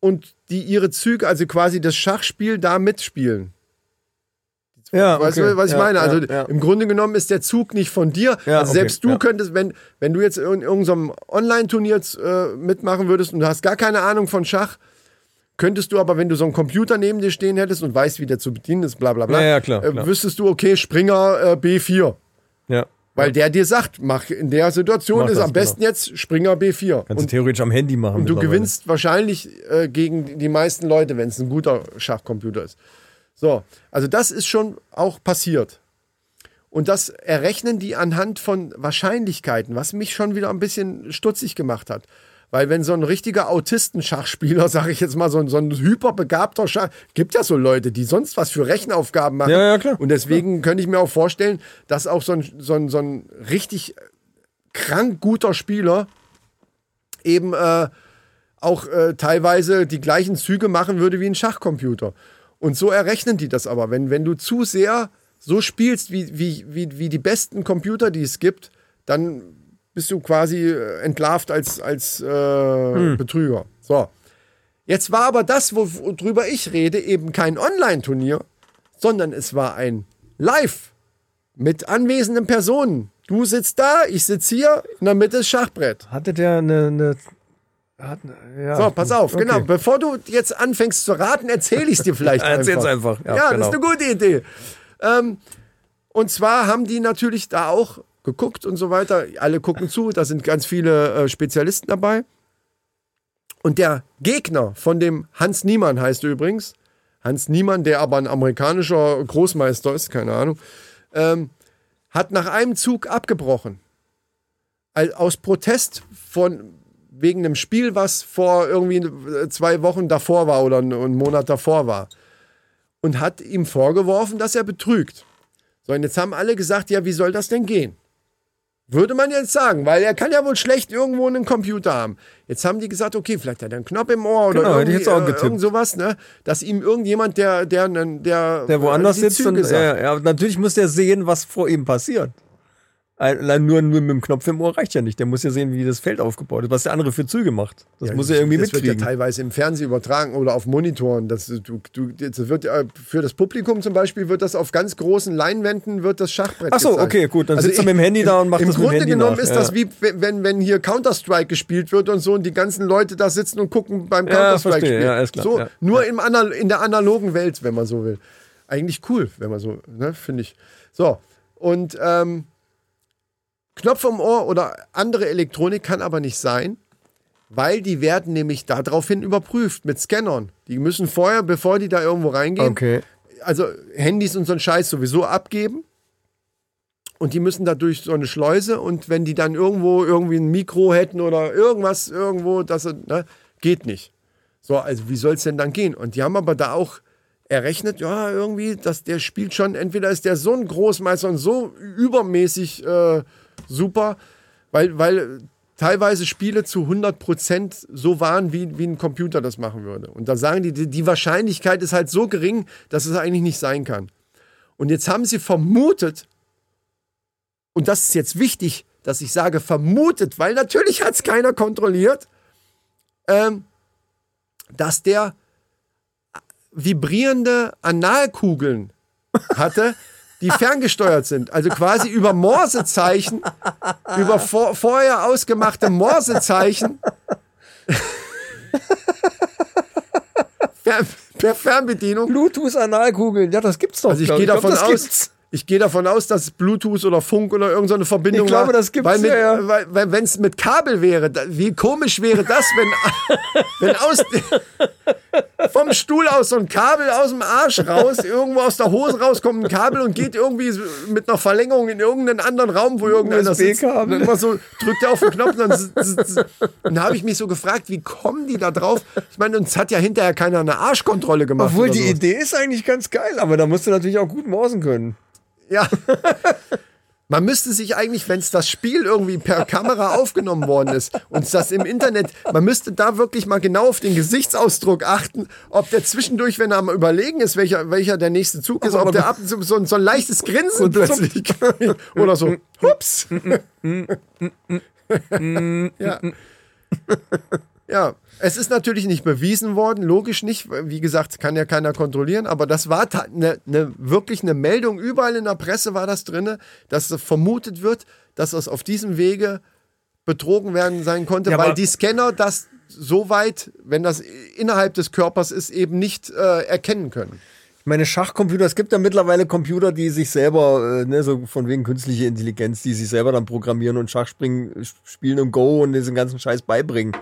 Speaker 1: und die ihre Züge, also quasi das Schachspiel da mitspielen.
Speaker 2: Ja,
Speaker 1: Weißt du, was ich
Speaker 2: Ja,
Speaker 1: meine?
Speaker 2: ja,
Speaker 1: Also
Speaker 2: ja.
Speaker 1: im Grunde genommen ist der Zug nicht von dir.
Speaker 2: Ja,
Speaker 1: also
Speaker 2: okay,
Speaker 1: selbst du
Speaker 2: ja.
Speaker 1: könntest, wenn, wenn du jetzt in irgendeinem Online-Turnier äh, mitmachen würdest und du hast gar keine Ahnung von Schach, könntest du aber, wenn du so einen Computer neben dir stehen hättest und weißt, wie der zu bedienen ist, bla bla bla,
Speaker 2: Ja, ja, klar,
Speaker 1: äh,
Speaker 2: klar.
Speaker 1: wüsstest du, okay, Springer äh, B4.
Speaker 2: ja.
Speaker 1: Weil der dir sagt, mach in der Situation
Speaker 2: Mach
Speaker 1: ist
Speaker 2: das, genau.
Speaker 1: am besten jetzt Springer B4.
Speaker 2: Kannst
Speaker 1: Und
Speaker 2: du theoretisch am Handy machen.
Speaker 1: du
Speaker 2: mittlerweile.
Speaker 1: gewinnst wahrscheinlich äh, gegen die meisten Leute, wenn es ein guter Schachcomputer ist. So, also das ist schon auch passiert. Und das errechnen die anhand von Wahrscheinlichkeiten, was mich schon wieder ein bisschen stutzig gemacht hat. Weil wenn so ein richtiger Autistenschachspieler, sage ich jetzt mal, so ein, so ein hyperbegabter Schach, gibt ja so Leute, die sonst was für Rechenaufgaben machen.
Speaker 2: Ja, ja, klar.
Speaker 1: Und deswegen könnte ich mir auch vorstellen, dass auch so ein, so ein, so ein richtig krank guter Spieler eben äh, auch äh, teilweise die gleichen Züge machen würde wie ein Schachcomputer. Und so errechnen die das aber. Wenn, wenn du zu sehr so spielst wie, wie, wie, wie die besten Computer, die es gibt, dann bist du quasi äh, entlarvt als, als äh, Betrüger. So. Jetzt war aber das, worüber ich rede, eben kein Online-Turnier, sondern es war ein Live mit anwesenden Personen. Du sitzt da, ich sitze hier, in der Mitte ist Schachbrett.
Speaker 2: Hatte der eine. eine hat, ja.
Speaker 1: So, pass auf,
Speaker 2: Okay.
Speaker 1: genau. Bevor du jetzt anfängst zu raten, erzähle ich es dir vielleicht einfach.
Speaker 2: Erzähl's einfach,
Speaker 1: Ja,
Speaker 2: ja,
Speaker 1: das ist eine
Speaker 2: genau.
Speaker 1: gute Idee. Ähm, und zwar haben die natürlich da auch geguckt und so weiter. Alle gucken zu, da sind ganz viele äh, Spezialisten dabei. Und der Gegner von dem Hans Niemann heißt er übrigens, Hans Niemann, der aber ein amerikanischer Großmeister ist, keine Ahnung, ähm, hat nach einem Zug abgebrochen. Al- Aus Protest von wegen einem Spiel, was vor irgendwie äh, zwei Wochen davor war oder einen einen Monat davor war. Und hat ihm vorgeworfen, dass er betrügt. So, und jetzt haben alle gesagt, ja, wie soll das denn gehen? Würde man jetzt sagen, weil er kann ja wohl schlecht irgendwo einen Computer haben. Jetzt haben die gesagt, okay, vielleicht hat er einen Knopf im Ohr oder
Speaker 2: Genau, hätte
Speaker 1: irgendwie,
Speaker 2: ich jetzt auch
Speaker 1: äh,
Speaker 2: getippt.
Speaker 1: irgend sowas, ne? Dass ihm irgendjemand, der, der, der, der, äh,
Speaker 2: Der woanders
Speaker 1: die
Speaker 2: sitzt
Speaker 1: Züge
Speaker 2: und äh,
Speaker 1: sagt.
Speaker 2: ja, ja, natürlich muss der sehen, was vor ihm passiert. Allein nur, nur mit dem Knopf im Ohr reicht ja nicht. Der muss ja sehen, wie das Feld aufgebaut ist, was der andere für Züge macht. Das muss er irgendwie
Speaker 1: das
Speaker 2: mitkriegen.
Speaker 1: wird ja teilweise im Fernsehen übertragen oder auf Monitoren. Das, du, du, das wird äh, für das Publikum zum Beispiel wird das auf ganz großen Leinwänden wird das Schachbrett.
Speaker 2: Ach so,
Speaker 1: gezeigt. Also
Speaker 2: okay, gut, dann sitzt er mit dem Handy da und macht
Speaker 1: im
Speaker 2: das mit dem
Speaker 1: Grunde
Speaker 2: Handy
Speaker 1: genommen
Speaker 2: nach,
Speaker 1: ist
Speaker 2: ja.
Speaker 1: das wie wenn, wenn hier Counter Strike gespielt wird und so und die ganzen Leute da sitzen und gucken beim
Speaker 2: Ja,
Speaker 1: Counter Strike
Speaker 2: verstehe,
Speaker 1: spielen.
Speaker 2: ja, alles klar,
Speaker 1: so
Speaker 2: ja.
Speaker 1: nur im anal in der analogen Welt, wenn man so will. Eigentlich cool, wenn man so, ne, finde ich. So und ähm, Knopf im Ohr oder andere Elektronik kann aber nicht sein, weil die werden nämlich daraufhin überprüft mit Scannern. Die müssen vorher, bevor die da irgendwo reingehen,
Speaker 2: Okay.
Speaker 1: also Handys und so einen Scheiß sowieso abgeben. Und die müssen da durch so eine Schleuse und wenn die dann irgendwo irgendwie ein Mikro hätten oder irgendwas irgendwo, das ne, geht nicht. So, also wie soll es denn dann gehen? Und die haben aber da auch errechnet, ja, irgendwie, dass der spielt schon, entweder ist der so ein Großmeister und so übermäßig äh, super, weil, weil teilweise Spiele zu 100% so waren, wie, wie ein Computer das machen würde. Und da sagen die, die, die Wahrscheinlichkeit ist halt so gering, dass es eigentlich nicht sein kann. Und jetzt haben sie vermutet, und das ist jetzt wichtig, dass ich sage vermutet, weil natürlich hat es keiner kontrolliert, ähm, dass der vibrierende Analkugeln hatte, die ferngesteuert sind. Also quasi über Morsezeichen, über vor, vorher ausgemachte Morsezeichen. per, per Fernbedienung
Speaker 2: Bluetooth-Analkugeln, ja, das gibt's doch.
Speaker 1: also ich
Speaker 2: glaub
Speaker 1: gehe davon
Speaker 2: glaub, das
Speaker 1: aus,
Speaker 2: gibt's.
Speaker 1: ich gehe davon aus, dass Bluetooth oder Funk oder irgendeine so eine Verbindung
Speaker 2: Ich glaube,
Speaker 1: war.
Speaker 2: das gibt's,
Speaker 1: weil mit,
Speaker 2: ja, ja.
Speaker 1: Weil, weil wenn es mit Kabel wäre, da, wie komisch wäre das, wenn, wenn aus vom Stuhl aus so ein Kabel aus dem Arsch raus, irgendwo aus der Hose rauskommt ein Kabel und geht irgendwie so mit einer Verlängerung in irgendeinen anderen Raum, wo irgendeiner sitzt.
Speaker 2: USB-Kabel.
Speaker 1: Und immer so drückt er auf den Knopf und dann, z- z- z- und da habe ich mich so gefragt, wie kommen die da drauf? Ich meine, uns hat ja hinterher keiner eine Arschkontrolle gemacht.
Speaker 2: Obwohl
Speaker 1: oder
Speaker 2: die
Speaker 1: sowas.
Speaker 2: Idee ist eigentlich ganz geil, aber da musst du natürlich auch gut morsen können.
Speaker 1: Ja. Man müsste sich eigentlich, wenn es das Spiel irgendwie per Kamera aufgenommen worden ist und das im Internet, man müsste da wirklich mal genau auf den Gesichtsausdruck achten, ob der zwischendurch, wenn er am Überlegen ist, welcher, welcher der nächste Zug ist, ob der ab und zu so, ein- so ein leichtes Grinsen plötzlich oder so. Hups. ja. Ja, es ist natürlich nicht bewiesen worden, logisch nicht. Wie gesagt, kann ja keiner kontrollieren, aber das war ta- ne, ne, wirklich eine Meldung. Überall in der Presse war das drin, dass es vermutet wird, dass es auf diesem Wege betrogen werden sein konnte,
Speaker 2: Ja,
Speaker 1: weil
Speaker 2: aber-
Speaker 1: die Scanner das so weit, wenn das innerhalb des Körpers ist, eben nicht äh, erkennen können.
Speaker 2: Ich meine, Schachcomputer, es gibt ja mittlerweile Computer, die sich selber, äh, ne, so von wegen künstliche Intelligenz, die sich selber dann programmieren und Schachspringen, äh, spielen und Go und diesen ganzen Scheiß beibringen.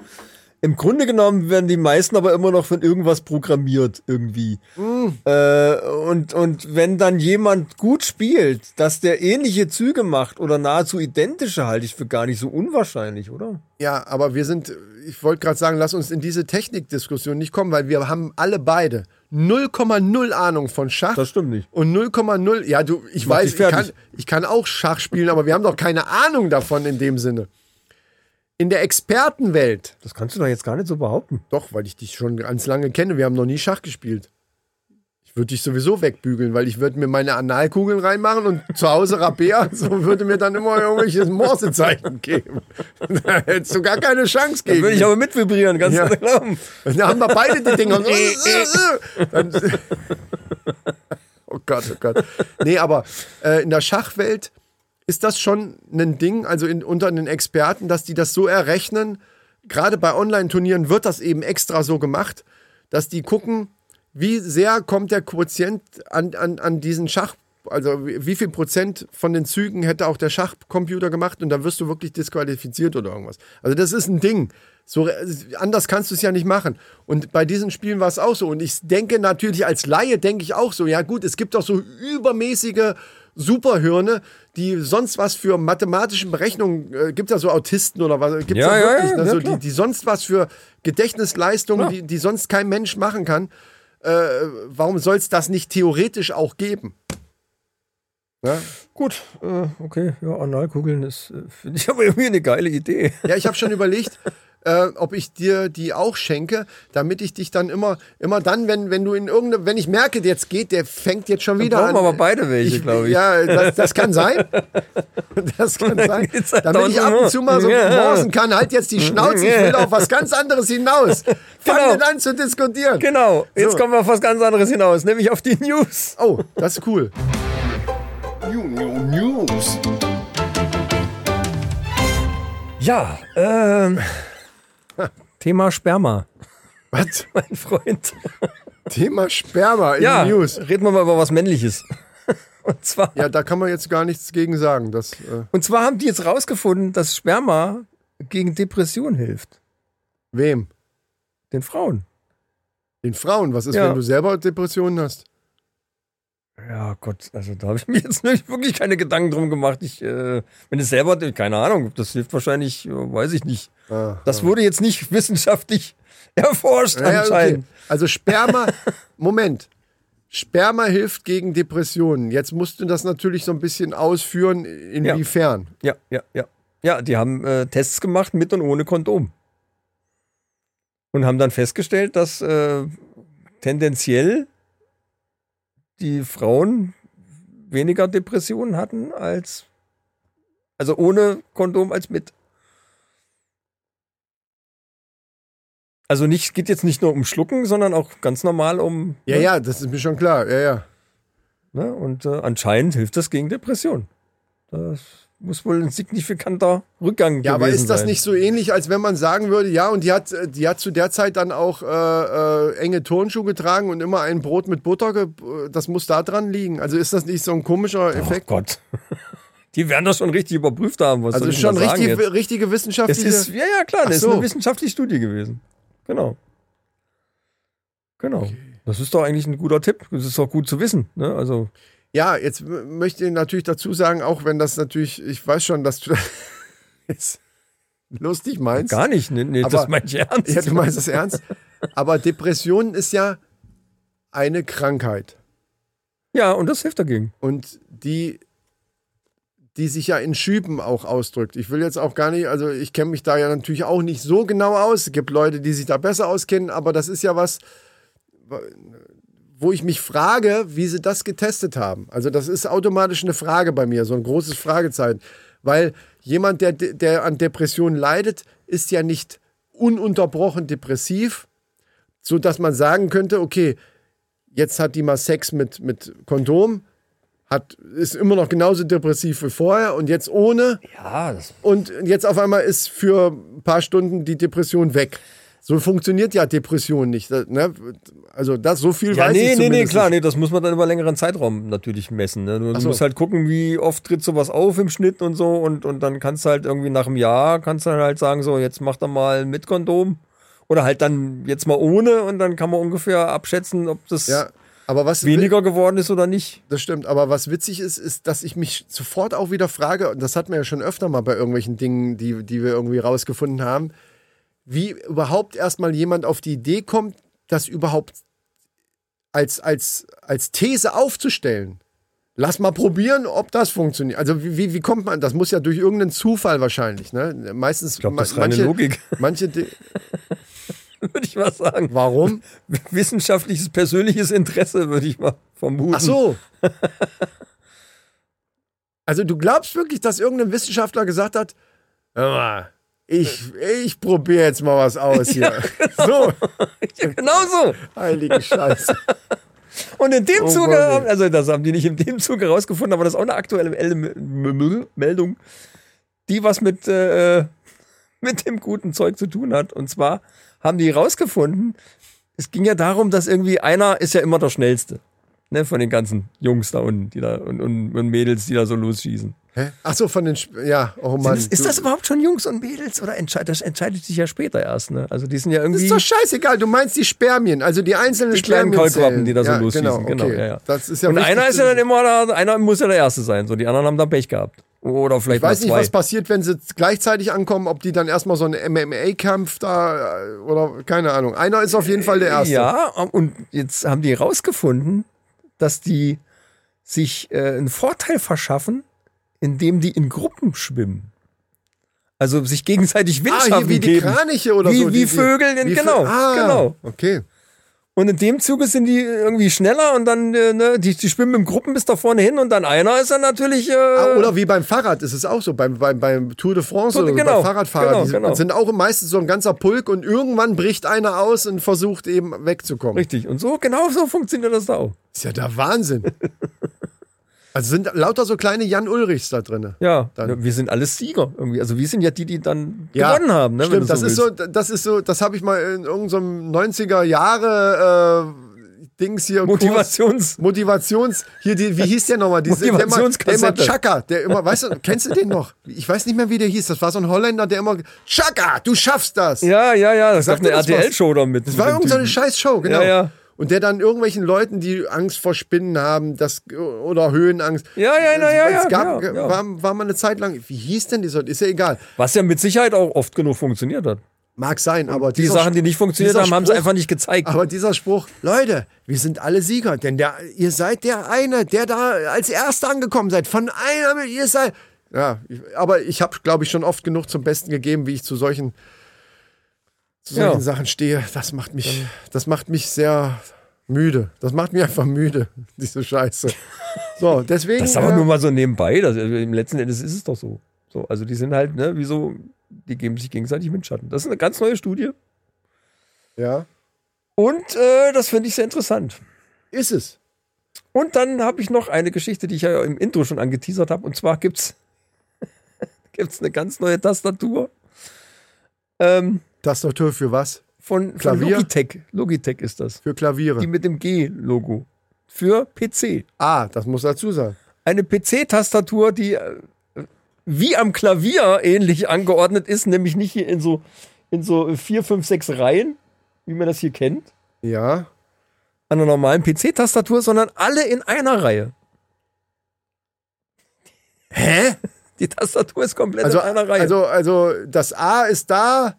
Speaker 2: Im Grunde genommen werden die meisten aber immer noch von irgendwas programmiert, irgendwie.
Speaker 1: Mm.
Speaker 2: Äh, und, und wenn dann jemand gut spielt, dass der ähnliche Züge macht oder nahezu identische, halte ich für gar nicht so unwahrscheinlich, oder?
Speaker 1: Ja, aber wir sind, ich wollte gerade sagen, lass uns in diese Technikdiskussion nicht kommen, weil wir haben alle beide 0,0 Ahnung von Schach.
Speaker 2: Das stimmt nicht.
Speaker 1: Und 0,0, ja, du, ich
Speaker 2: Mach
Speaker 1: weiß,
Speaker 2: dich
Speaker 1: ich
Speaker 2: fertig.
Speaker 1: kann, ich kann auch Schach spielen, aber wir haben doch keine Ahnung davon in dem Sinne. In der Expertenwelt,
Speaker 2: Das kannst du doch jetzt gar nicht so behaupten.
Speaker 1: doch, weil ich dich schon ganz lange kenne, wir haben noch nie Schach gespielt. Ich würde dich sowieso wegbügeln, weil ich würde mir meine Analkugeln reinmachen und zu Hause Rabea, so würde mir dann immer irgendwelche Morsezeichen geben. Da hättest du gar keine Chance
Speaker 2: Da
Speaker 1: gegen.
Speaker 2: würde ich aber mit vibrieren, genau. kannst
Speaker 1: Ja.
Speaker 2: du glauben.
Speaker 1: Und da haben wir beide die Dinger. Dann, oh Gott, oh Gott. Nee, aber äh, in der Schachwelt ist das schon ein Ding, also in, unter den Experten, dass die das so errechnen. Gerade bei Online-Turnieren wird das eben extra so gemacht, dass die gucken, wie sehr kommt der Quotient an, an, an diesen Schach, also wie wie viel Prozent von den Zügen hätte auch der Schachcomputer gemacht und dann wirst du wirklich disqualifiziert oder irgendwas. Also das ist ein Ding. So, äh, anders kannst du es ja nicht machen. Und bei diesen Spielen war es auch so. Und ich denke natürlich, als Laie denke ich auch so, ja gut, es gibt doch so übermäßige Superhirne, die sonst was für mathematische Berechnungen, äh, gibt ja so Autisten oder was, gibt
Speaker 2: Ja,
Speaker 1: ja,
Speaker 2: ja,
Speaker 1: wirklich,
Speaker 2: ja,
Speaker 1: ne?
Speaker 2: ja,
Speaker 1: so,
Speaker 2: klar.
Speaker 1: die, die sonst was für Gedächtnisleistungen, die, die sonst kein Mensch machen Äh, kann warum soll es das nicht theoretisch auch geben? Ja,
Speaker 2: Gut, äh, okay, ja, Analkugeln ist, äh, finde ich aber irgendwie eine geile Idee.
Speaker 1: ja ich habe schon überlegt, äh, ob ich dir die auch schenke, damit ich dich dann immer, immer dann, wenn, wenn du in irgendeine, wenn ich merke, jetzt geht, der fängt jetzt schon wieder
Speaker 2: brauchen
Speaker 1: an.
Speaker 2: wir aber beide welche, glaube ich.
Speaker 1: Ja, das, das kann sein. Das kann sein.
Speaker 2: geht's halt
Speaker 1: Damit ich ab und zu mal so
Speaker 2: Ja.
Speaker 1: morsen kann, halt jetzt die Schnauze, ich will auf was ganz anderes hinaus. Fang
Speaker 2: Genau.
Speaker 1: denn an zu diskutieren.
Speaker 2: Genau, jetzt
Speaker 1: So.
Speaker 2: kommen wir auf was ganz anderes hinaus, nämlich auf die News.
Speaker 1: Oh, das ist cool.
Speaker 2: Ja, ähm, Thema Sperma,
Speaker 1: Was?
Speaker 2: mein Freund.
Speaker 1: Thema Sperma in
Speaker 2: Ja,
Speaker 1: den News.
Speaker 2: reden wir mal über was Männliches. Und zwar,
Speaker 1: Ja, da kann man jetzt gar nichts gegen sagen. Das, äh,
Speaker 2: und zwar haben die jetzt rausgefunden, dass Sperma gegen Depression hilft.
Speaker 1: wem?
Speaker 2: Den Frauen.
Speaker 1: Den Frauen. Was ist,
Speaker 2: Ja.
Speaker 1: wenn du selber Depressionen hast?
Speaker 2: Ja, Gott, also da habe ich mir jetzt nicht, wirklich keine Gedanken drum gemacht. Ich, äh, wenn es selber, keine Ahnung, das hilft wahrscheinlich, äh, weiß ich nicht.
Speaker 1: Ah,
Speaker 2: Das wurde jetzt nicht wissenschaftlich erforscht
Speaker 1: Ja, ja,
Speaker 2: anscheinend.
Speaker 1: Also Sperma, Moment. Sperma hilft gegen Depressionen. Jetzt musst du das natürlich so ein bisschen ausführen, inwiefern.
Speaker 2: Ja, ja, ja. Ja, die haben äh, Tests gemacht mit und ohne Kondom. Und haben dann festgestellt, dass äh, tendenziell die Frauen weniger Depressionen hatten als, also ohne Kondom als mit. Also nicht, es geht jetzt nicht nur um Schlucken, sondern auch ganz normal um.
Speaker 1: Ja, ja, das ist mir schon klar. Ja, ja.
Speaker 2: Ne? Und äh, anscheinend hilft das gegen Depression. Das muss wohl ein signifikanter Rückgang
Speaker 1: Ja,
Speaker 2: gewesen sein.
Speaker 1: aber ist das nicht so ähnlich, als wenn man sagen würde, ja, und die hat, äh, die hat zu der Zeit dann auch äh, äh, enge Turnschuhe getragen und immer ein Brot mit Butter, ge äh, das muss da dran liegen. Also ist das nicht so ein komischer
Speaker 2: Oh
Speaker 1: Effekt?
Speaker 2: Gott. Die werden das schon richtig überprüft haben. Was
Speaker 1: also
Speaker 2: soll ich
Speaker 1: ist schon
Speaker 2: denn da sagen
Speaker 1: richtig,
Speaker 2: jetzt?
Speaker 1: richtige
Speaker 2: Es
Speaker 1: wissenschaftliche...
Speaker 2: ist, ja, ja, klar,
Speaker 1: Ach
Speaker 2: das
Speaker 1: so.
Speaker 2: ist eine wissenschaftliche Studie gewesen. Genau. Genau. Das ist doch eigentlich ein guter Tipp. Das ist doch gut zu wissen. Ne? Also,
Speaker 1: Ja, jetzt m- möchte ich natürlich dazu sagen, auch wenn das natürlich, ich weiß schon, dass du das lustig meinst.
Speaker 2: gar nicht. Nee, nee,
Speaker 1: Aber-
Speaker 2: das meine ich ernst.
Speaker 1: Ja, du meinst es ernst. Aber Depression ist ja eine Krankheit.
Speaker 2: ja, und das hilft dagegen.
Speaker 1: Und die, die sich ja in Schüben auch ausdrückt. Ich will jetzt auch gar nicht, also ich kenne mich da ja natürlich auch nicht so genau aus. Es gibt Leute, die sich da besser auskennen, aber das ist ja was, wo ich mich frage, wie sie das getestet haben. Also das ist automatisch eine Frage bei mir, so ein großes Fragezeichen. Weil jemand, der, der an Depressionen leidet, ist ja nicht ununterbrochen depressiv, sodass man sagen könnte, okay, jetzt hat die mal Sex mit, mit Kondom, hat, ist immer noch genauso depressiv wie vorher und jetzt ohne
Speaker 2: Ja, das
Speaker 1: und jetzt auf einmal ist für ein paar Stunden die Depression weg. So funktioniert ja Depression nicht. Das, ne? Also das so viel
Speaker 2: Ja,
Speaker 1: weiß
Speaker 2: nee,
Speaker 1: ich
Speaker 2: nee, nee,
Speaker 1: zumindest
Speaker 2: klar,
Speaker 1: nicht.
Speaker 2: nee, das muss man dann über einen längeren Zeitraum natürlich messen. Ne? Du,
Speaker 1: so.
Speaker 2: du musst halt gucken, wie oft tritt sowas auf im Schnitt und so und, und dann kannst du halt irgendwie nach einem Jahr, kannst du dann halt sagen, so, jetzt mach da mal mit Kondom oder halt dann jetzt mal ohne und dann kann man ungefähr abschätzen, ob das
Speaker 1: Ja, aber was
Speaker 2: weniger geworden ist oder nicht.
Speaker 1: Das stimmt, aber was witzig ist, ist, dass ich mich sofort auch wieder frage, und das hatten wir ja schon öfter mal bei irgendwelchen Dingen, die, die wir irgendwie rausgefunden haben, wie überhaupt erstmal jemand auf die Idee kommt, das überhaupt als, als, als These aufzustellen. Lass mal probieren, ob das funktioniert. Also wie, wie, wie kommt man? Das muss ja durch irgendeinen Zufall wahrscheinlich. Ne? Meistens ich
Speaker 2: glaub, das ist reine Logik.
Speaker 1: Manche Di-
Speaker 2: Würde ich mal sagen.
Speaker 1: Warum?
Speaker 2: Wissenschaftliches, persönliches Interesse, würde ich mal vermuten.
Speaker 1: Ach so. Also du glaubst wirklich, dass irgendein Wissenschaftler gesagt hat, "Hör mal, ich, ich probiere jetzt mal was aus hier. So,
Speaker 2: Ja, genau so.
Speaker 1: heilige Scheiße.
Speaker 2: Und in dem
Speaker 1: Oh,
Speaker 2: Zuge,
Speaker 1: Mann, ey.
Speaker 2: also das haben die nicht in dem Zuge herausgefunden, aber das ist auch eine aktuelle Mel- Mel- Meldung, die was mit, äh, mit dem guten Zeug zu tun hat. Und zwar haben die herausgefunden, es ging ja darum, dass irgendwie einer ist ja immer der Schnellste. Ne, von den ganzen Jungs da unten, die da und, und, und Mädels, die da so losschießen.
Speaker 1: Hä? Ach so, von den... Sp ja, oh Mann.
Speaker 2: ist, ist
Speaker 1: du-
Speaker 2: das überhaupt schon Jungs und Mädels oder entscheidet das entscheidet sich ja später erst, ne? Also die sind ja
Speaker 1: Das
Speaker 2: irgendwie
Speaker 1: ist doch scheißegal, du meinst die Spermien, also die einzelnen
Speaker 2: die kleinen
Speaker 1: Spermienzellen.
Speaker 2: Kaulquappen, die da so
Speaker 1: ja,
Speaker 2: losschießen.
Speaker 1: Genau,
Speaker 2: Genau,
Speaker 1: okay.
Speaker 2: ja, ja.
Speaker 1: Das ist ja
Speaker 2: und
Speaker 1: wichtig
Speaker 2: einer ist
Speaker 1: zu
Speaker 2: ja dann
Speaker 1: wissen.
Speaker 2: immer da, einer muss ja der Erste sein. So, die anderen haben dann Pech gehabt. Oder vielleicht
Speaker 1: Ich weiß
Speaker 2: mal
Speaker 1: nicht,
Speaker 2: zwei.
Speaker 1: was passiert, wenn sie gleichzeitig ankommen, ob die dann erstmal so einen MMA-Kampf da äh, oder keine Ahnung. Einer ist auf jeden Fall der Erste.
Speaker 2: Ja, und jetzt haben die rausgefunden, dass die sich äh, einen Vorteil verschaffen, indem die in Gruppen schwimmen. Also sich gegenseitig Windschatten
Speaker 1: Ah, hier wie die
Speaker 2: geben.
Speaker 1: Kraniche oder
Speaker 2: wie,
Speaker 1: so.
Speaker 2: Wie
Speaker 1: die,
Speaker 2: Vögel, in-
Speaker 1: wie Vö-
Speaker 2: genau,
Speaker 1: ah,
Speaker 2: genau.
Speaker 1: Okay.
Speaker 2: Und in dem Zuge sind die irgendwie schneller und dann, äh, ne, die, die schwimmen in Gruppen bis da vorne hin und dann einer ist dann natürlich. Äh,
Speaker 1: Ah, Oder wie beim Fahrrad ist es auch so, beim, beim, beim Tour de France
Speaker 2: Tour de-
Speaker 1: oder
Speaker 2: genau,
Speaker 1: beim Fahrradfahrer.
Speaker 2: genau,
Speaker 1: die
Speaker 2: genau.
Speaker 1: sind auch meistens so ein ganzer Pulk und irgendwann bricht einer aus und versucht eben wegzukommen.
Speaker 2: richtig. Und so, genau so funktioniert das da auch.
Speaker 1: Ist ja der Wahnsinn. also sind lauter so kleine Jan Ulrichs da drin.
Speaker 2: Ja,
Speaker 1: Dann-
Speaker 2: ja, wir sind alles Sieger irgendwie. Also wir sind ja die, die dann gewonnen haben. Ne,
Speaker 1: stimmt,
Speaker 2: wenn du
Speaker 1: das, ist so,
Speaker 2: willst.
Speaker 1: das ist so, das habe ich mal in irgendeinem 90er Jahre äh, Dings hier. Kurs-
Speaker 2: Motivations.
Speaker 1: Motivations, hier, die, wie hieß der nochmal? Diese- Der immer, der
Speaker 2: Motivationskassette.
Speaker 1: immer Chaka, der immer, weißt du, kennst du den noch? Ich weiß nicht mehr, wie der hieß. Das war so ein Holländer, der immer, Chaka, du schaffst das.
Speaker 2: Ja, ja, ja. Das gab
Speaker 1: Sagt
Speaker 2: eine
Speaker 1: dir das was?
Speaker 2: RTL-Show damit.
Speaker 1: Das war irgendeine scheiß Show, genau.
Speaker 2: Ja, ja.
Speaker 1: Und der dann irgendwelchen Leuten, die Angst vor Spinnen haben, das oder Höhenangst.
Speaker 2: Ja, ja, na, ja, ja,
Speaker 1: Es gab,
Speaker 2: ja, ja.
Speaker 1: War, war mal eine Zeit lang, wie hieß denn dieser, ist ja egal.
Speaker 2: Was ja mit Sicherheit auch oft genug funktioniert hat.
Speaker 1: Mag sein, aber
Speaker 2: Die
Speaker 1: dieser
Speaker 2: Sachen, die nicht funktioniert
Speaker 1: dieser
Speaker 2: haben, haben sie
Speaker 1: Spruch-
Speaker 2: einfach nicht gezeigt.
Speaker 1: Aber dieser Spruch, Leute, wir sind alle Sieger, denn der, ihr seid der eine, der da als Erster angekommen seid. Von einer, ihr seid. Ja, ich, aber ich habe, glaube ich, schon oft genug zum Besten gegeben, wie ich zu solchen, zu solchen
Speaker 2: Ja.
Speaker 1: Sachen stehe. Das macht mich, das macht mich sehr müde. Das macht mich einfach müde, diese Scheiße. So, deswegen.
Speaker 2: Das ist aber
Speaker 1: äh,
Speaker 2: nur mal so nebenbei. Das, äh, Im letzten Endes ist es doch so. so. Also die sind halt, ne, wieso, die geben sich gegenseitig Windschatten. Das ist eine ganz neue Studie.
Speaker 1: ja,
Speaker 2: Und äh, das finde ich sehr interessant.
Speaker 1: ist es.
Speaker 2: Und dann habe ich noch eine Geschichte, die ich ja im Intro schon angeteasert habe. Und zwar gibt's gibt's eine ganz neue Tastatur ähm,
Speaker 1: Das ist doch für was?
Speaker 2: von, von
Speaker 1: Klavier?
Speaker 2: Logitech. Logitech ist das.
Speaker 1: Für Klaviere.
Speaker 2: Die mit dem G-Logo. Für PC.
Speaker 1: ah, das muss dazu sein.
Speaker 2: Eine PC-Tastatur, die äh, wie am Klavier ähnlich angeordnet ist, nämlich nicht hier in so, in so vier, fünf, sechs Reihen, wie man das hier kennt,
Speaker 1: Ja.
Speaker 2: an einer normalen PC-Tastatur, sondern alle in einer Reihe.
Speaker 1: Hä?
Speaker 2: Die Tastatur ist komplett
Speaker 1: Also,
Speaker 2: in einer Reihe.
Speaker 1: also, also das A ist da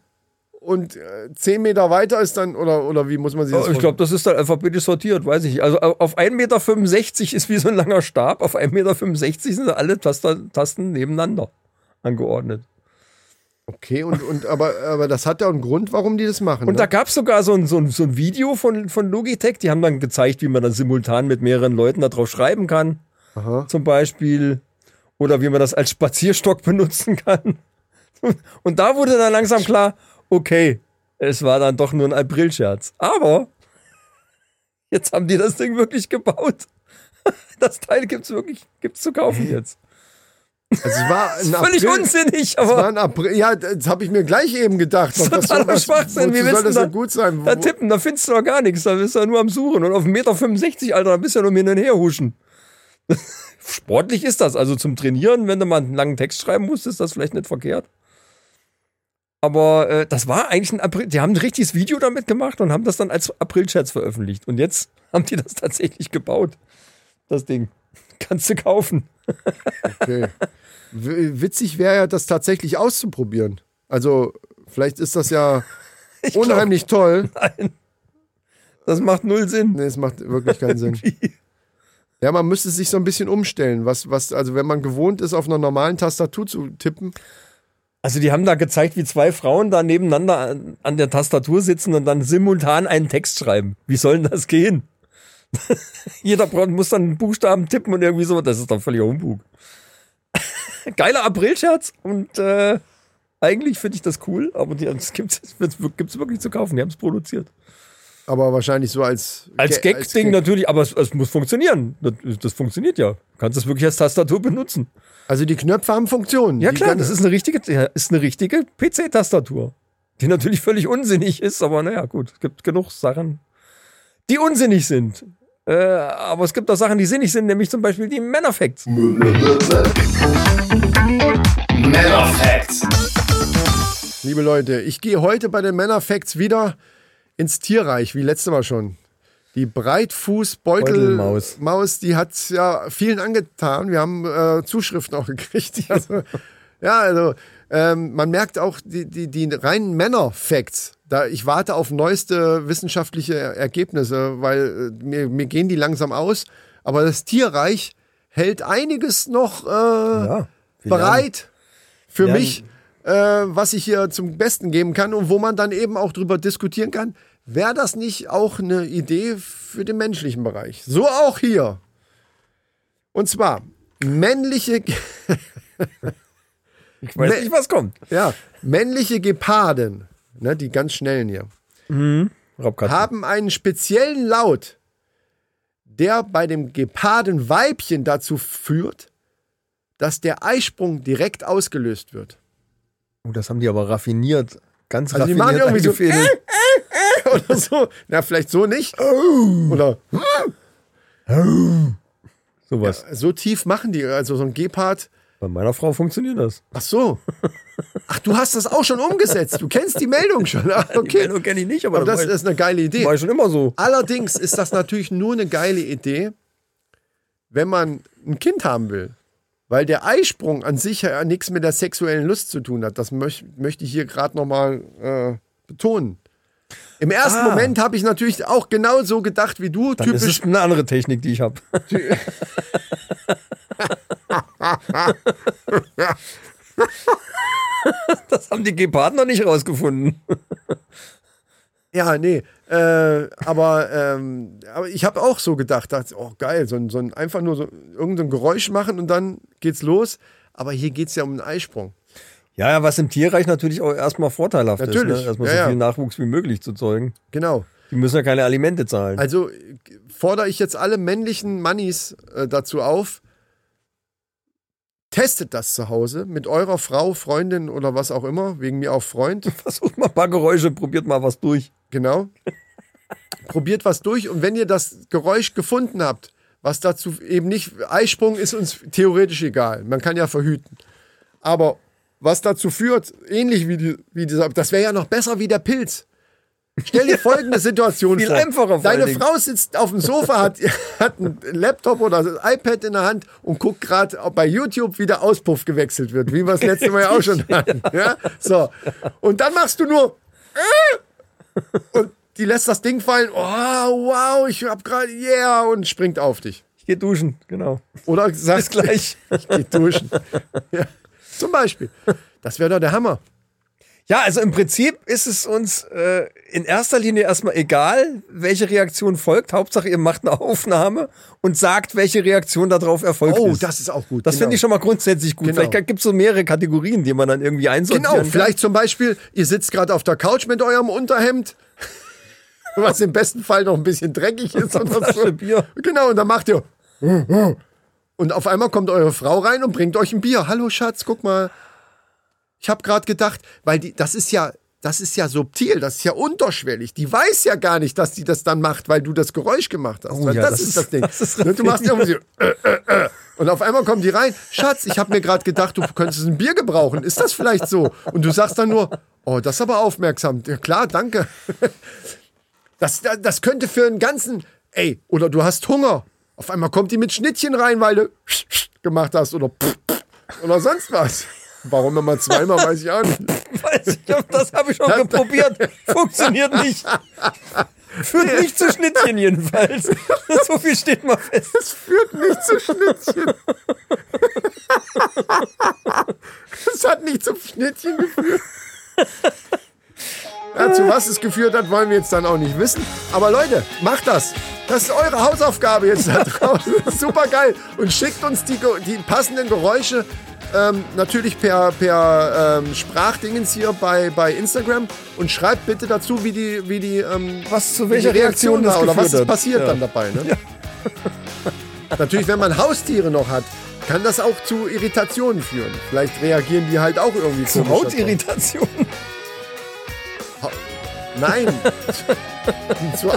Speaker 1: und äh, 10 Meter weiter ist dann, oder, oder wie muss man sich das
Speaker 2: Oh, ich glaube, das ist dann alphabetisch sortiert, weiß ich nicht. Also au- auf 1,65 Meter ist wie so ein langer Stab, auf 1,65 Meter sind alle Taster, Tasten nebeneinander angeordnet.
Speaker 1: Okay, und, und, aber, aber das hat ja einen Grund, warum die das machen.
Speaker 2: Und da
Speaker 1: ne?
Speaker 2: gab es sogar so ein, so, ein, so ein Video von, von Logitech, die haben dann gezeigt, wie man dann simultan mit mehreren Leuten da drauf schreiben kann,
Speaker 1: Aha.
Speaker 2: zum Beispiel. Oder wie man das als Spazierstock benutzen kann. Und da wurde dann langsam klar, okay, es war dann doch nur ein Aprilscherz. Aber jetzt haben die das Ding wirklich gebaut. Das Teil gibt's wirklich, gibt's zu kaufen jetzt.
Speaker 1: Also es war ein
Speaker 2: Völlig
Speaker 1: April,
Speaker 2: unsinnig,
Speaker 1: es war
Speaker 2: aber
Speaker 1: ein April, ja, das habe ich mir gleich eben gedacht.
Speaker 2: das ist
Speaker 1: was soll
Speaker 2: totaler
Speaker 1: das-
Speaker 2: Schwachsinn.
Speaker 1: wozu
Speaker 2: Wir
Speaker 1: soll
Speaker 2: wissen
Speaker 1: das
Speaker 2: da,
Speaker 1: denn gut sein?
Speaker 2: da
Speaker 1: Wo-
Speaker 2: tippen, da findest du doch gar nichts. Da bist du ja nur am Suchen. Und auf 1,65 Meter, 65, Alter, da bist du ja nur hin und her huschen. Sportlich ist das. Also zum Trainieren, wenn du mal einen langen Text schreiben musst, ist das vielleicht nicht verkehrt. Aber äh, das war eigentlich ein April. Die haben ein richtiges Video damit gemacht und haben das dann als April-Scherz veröffentlicht. Und jetzt haben die das tatsächlich gebaut. Das Ding. Kannst du kaufen.
Speaker 1: Okay. W- Witzig wäre ja, das tatsächlich auszuprobieren. Also, vielleicht ist das ja unheimlich toll.
Speaker 2: Das macht null Sinn.
Speaker 1: Nee, es macht wirklich keinen Sinn. Ja, man müsste sich so ein bisschen umstellen, was, was, also wenn man gewohnt ist, auf einer normalen Tastatur zu tippen.
Speaker 2: Also die haben da gezeigt, wie zwei Frauen da nebeneinander an, an der Tastatur sitzen und dann simultan einen Text schreiben. Wie soll denn das gehen? Jeder braucht, muss dann einen Buchstaben tippen und irgendwie so. Das ist doch völliger Humbug. Geiler Aprilscherz und äh, eigentlich finde ich das cool, aber die- es gibt es wirklich zu kaufen. Die haben es produziert.
Speaker 1: Aber wahrscheinlich so als,
Speaker 2: Als
Speaker 1: Ge-
Speaker 2: Gag-Ding
Speaker 1: Gag.
Speaker 2: natürlich, aber es, es muss funktionieren. Das, das funktioniert ja. Du kannst es wirklich als Tastatur benutzen.
Speaker 1: Also die Knöpfe haben Funktionen.
Speaker 2: Ja
Speaker 1: Die
Speaker 2: klar,
Speaker 1: kann-
Speaker 2: das ist eine richtige, ja, ist eine richtige PC-Tastatur, die natürlich völlig unsinnig ist, aber naja, gut, es gibt genug Sachen, die unsinnig sind. Äh, aber es gibt auch Sachen, die sinnig sind, nämlich zum Beispiel die Man Effects.
Speaker 5: Man of Facts.
Speaker 1: Liebe Leute, ich gehe heute bei den Männerfacts wieder ins Tierreich, wie letztes Mal schon. Die Breitfußbeutelmaus,
Speaker 2: Beutelmaus.
Speaker 1: Maus, die hat ja vielen angetan. Wir haben äh, Zuschriften auch gekriegt. Also, ja, also ähm, man merkt auch die, die, die reinen Männerfacts. Da ich warte auf neueste wissenschaftliche Ergebnisse, weil äh, mir, mir gehen die langsam aus. Aber das Tierreich hält einiges noch äh,
Speaker 2: wir
Speaker 1: bereit für
Speaker 2: lernen.
Speaker 1: mich, äh, was ich hier zum Besten geben kann und wo man dann eben auch drüber diskutieren kann. Wäre das nicht auch eine Idee für den menschlichen Bereich? So auch hier. Und zwar männliche, Ge-
Speaker 2: Ich weiß nicht, was kommt.
Speaker 1: ja, männliche Geparden, ne, die ganz schnellen hier.
Speaker 2: Raubkatzen.
Speaker 1: haben einen speziellen Laut, der bei dem Gepardenweibchen dazu führt, dass der Eisprung direkt ausgelöst wird.
Speaker 2: Oh, das haben die aber raffiniert. Ganz
Speaker 1: Also die
Speaker 2: raffiniert
Speaker 1: machen irgendwie so- äh,
Speaker 2: eingefädelt.
Speaker 1: Oder so. Na, vielleicht so nicht.
Speaker 2: Oh.
Speaker 1: Oder
Speaker 2: Sowas.
Speaker 1: so tief machen die. Also so ein Gepard.
Speaker 2: Bei meiner Frau funktioniert das.
Speaker 1: Ach so. Ach, du hast das auch schon umgesetzt. Du kennst die Meldung schon. Ah,
Speaker 2: Die
Speaker 1: Okay.
Speaker 2: Meldung kenne ich nicht, aber,
Speaker 1: Aber das
Speaker 2: war,
Speaker 1: ist eine geile Idee.
Speaker 2: war schon immer so.
Speaker 1: Allerdings ist das natürlich nur eine geile Idee, wenn man ein Kind haben will. Weil der Eisprung an sich ja nichts mit der sexuellen Lust zu tun hat. Das möch, möchte ich hier gerade nochmal äh, betonen. Im ersten Moment habe ich natürlich auch genau so gedacht wie du.
Speaker 2: Ah. Dann
Speaker 1: typisch
Speaker 2: ist es eine andere Technik, die ich habe. das haben die Geparden noch nicht rausgefunden.
Speaker 1: Ja, nee. Äh, aber, ähm, aber ich habe auch so gedacht, dachte, oh geil, so ein, so ein einfach nur so irgendein Geräusch machen und dann geht's los. Aber hier geht's ja um einen Eisprung.
Speaker 2: Ja, ja, was im Tierreich natürlich auch erstmal vorteilhaft ist.
Speaker 1: Natürlich.
Speaker 2: Ne? Erstmal
Speaker 1: Ja,
Speaker 2: so
Speaker 1: ja.
Speaker 2: viel Nachwuchs wie möglich zu zeugen.
Speaker 1: Genau.
Speaker 2: Die müssen ja keine Alimente zahlen.
Speaker 1: Also äh, fordere ich jetzt alle männlichen Mannis äh, dazu auf, testet das zu Hause mit eurer Frau, Freundin oder was auch immer, wegen mir auch Freund.
Speaker 2: Versucht mal ein paar Geräusche, probiert mal was durch.
Speaker 1: Genau. Probiert was durch und wenn ihr das Geräusch gefunden habt, was dazu eben nicht, Eisprung ist uns theoretisch egal, man kann ja verhüten. Aber was dazu führt, ähnlich wie, die, wie dieser, das wäre ja noch besser wie der Pilz. Stell dir folgende Situation
Speaker 2: Viel
Speaker 1: vor.
Speaker 2: einfacher vor allen
Speaker 1: Deine
Speaker 2: Dingen.
Speaker 1: Frau sitzt auf dem Sofa, hat, hat einen Laptop oder ein iPad in der Hand und guckt gerade, ob bei YouTube wieder Auspuff gewechselt wird, wie wir es letzte Mal ja auch schon hatten. Ja? So. Und dann machst du nur äh, die lässt das Ding fallen. Oh, wow, ich hab gerade, yeah, und springt auf dich.
Speaker 2: Ich gehe duschen, genau.
Speaker 1: Oder sagt
Speaker 2: Bis gleich.
Speaker 1: Ich geh duschen. ja. Zum Beispiel. Das wäre doch der Hammer.
Speaker 2: Ja, also im Prinzip ist es uns äh, in erster Linie erstmal egal, welche Reaktion folgt. Hauptsache, ihr macht eine Aufnahme und sagt, welche Reaktion darauf erfolgt
Speaker 1: Oh,
Speaker 2: ist.
Speaker 1: das ist auch gut.
Speaker 2: Das finde ich schon mal grundsätzlich gut.
Speaker 1: Genau.
Speaker 2: Vielleicht gibt es so mehrere Kategorien, die man dann irgendwie einsortieren
Speaker 1: Genau,
Speaker 2: kann.
Speaker 1: vielleicht zum Beispiel, ihr sitzt gerade auf der Couch mit eurem Unterhemd, was im besten Fall noch ein bisschen dreckig ist.
Speaker 2: eine
Speaker 1: oder
Speaker 2: Flasche
Speaker 1: so.
Speaker 2: Bier.
Speaker 1: Genau, und dann macht ihr. Und auf einmal kommt eure Frau rein und bringt euch ein Bier. Hallo Schatz, guck mal. Ich habe gerade gedacht, weil die, das ist ja, das ist ja subtil, das ist ja unterschwellig. Die weiß ja gar nicht, dass die das dann macht, weil du das Geräusch gemacht hast. Weil
Speaker 2: Oh ja,
Speaker 1: das,
Speaker 2: das
Speaker 1: ist
Speaker 2: ist-
Speaker 1: das Ding. Ne,
Speaker 2: das ist
Speaker 1: du machst ja irgendwie so, äh, und auf einmal kommen die rein. Schatz, ich habe mir gerade gedacht, du könntest ein Bier gebrauchen. Ist das vielleicht so? Und du sagst dann nur, oh, das ist aber aufmerksam. Ja, klar, danke. Das, das könnte für einen ganzen, ey, oder du hast Hunger. Auf einmal kommt die mit Schnittchen rein, weil du gemacht hast oder oder sonst was. Warum immer zweimal, weiß ich auch nicht.
Speaker 2: Weiß ich, ob das habe ich schon geprobiert. Funktioniert nicht. Führt nicht zu Schnittchen jedenfalls. So viel steht mal fest.
Speaker 1: Das führt nicht zu Schnittchen. Das hat nicht zum Schnittchen geführt. Ja, zu was es geführt hat, wollen wir jetzt dann auch nicht wissen. Aber Leute, macht das. Das ist eure Hausaufgabe jetzt da draußen. Das ist super geil. Und schickt uns die, Ge- die passenden Geräusche ähm, natürlich per, per ähm, Sprachdingens hier bei, bei Instagram. Und schreibt bitte dazu, wie die, wie die ähm,
Speaker 2: Was zu
Speaker 1: welche Reaktion
Speaker 2: das
Speaker 1: da oder was
Speaker 2: geführt
Speaker 1: ist
Speaker 2: hat.
Speaker 1: passiert
Speaker 2: ja.
Speaker 1: dann dabei. Ne? Natürlich, wenn man Haustiere noch hat, kann das auch zu Irritationen führen. Vielleicht reagieren die halt auch irgendwie
Speaker 2: Zu
Speaker 1: komisch darauf.
Speaker 2: Hautirritation.
Speaker 1: Nein. zu,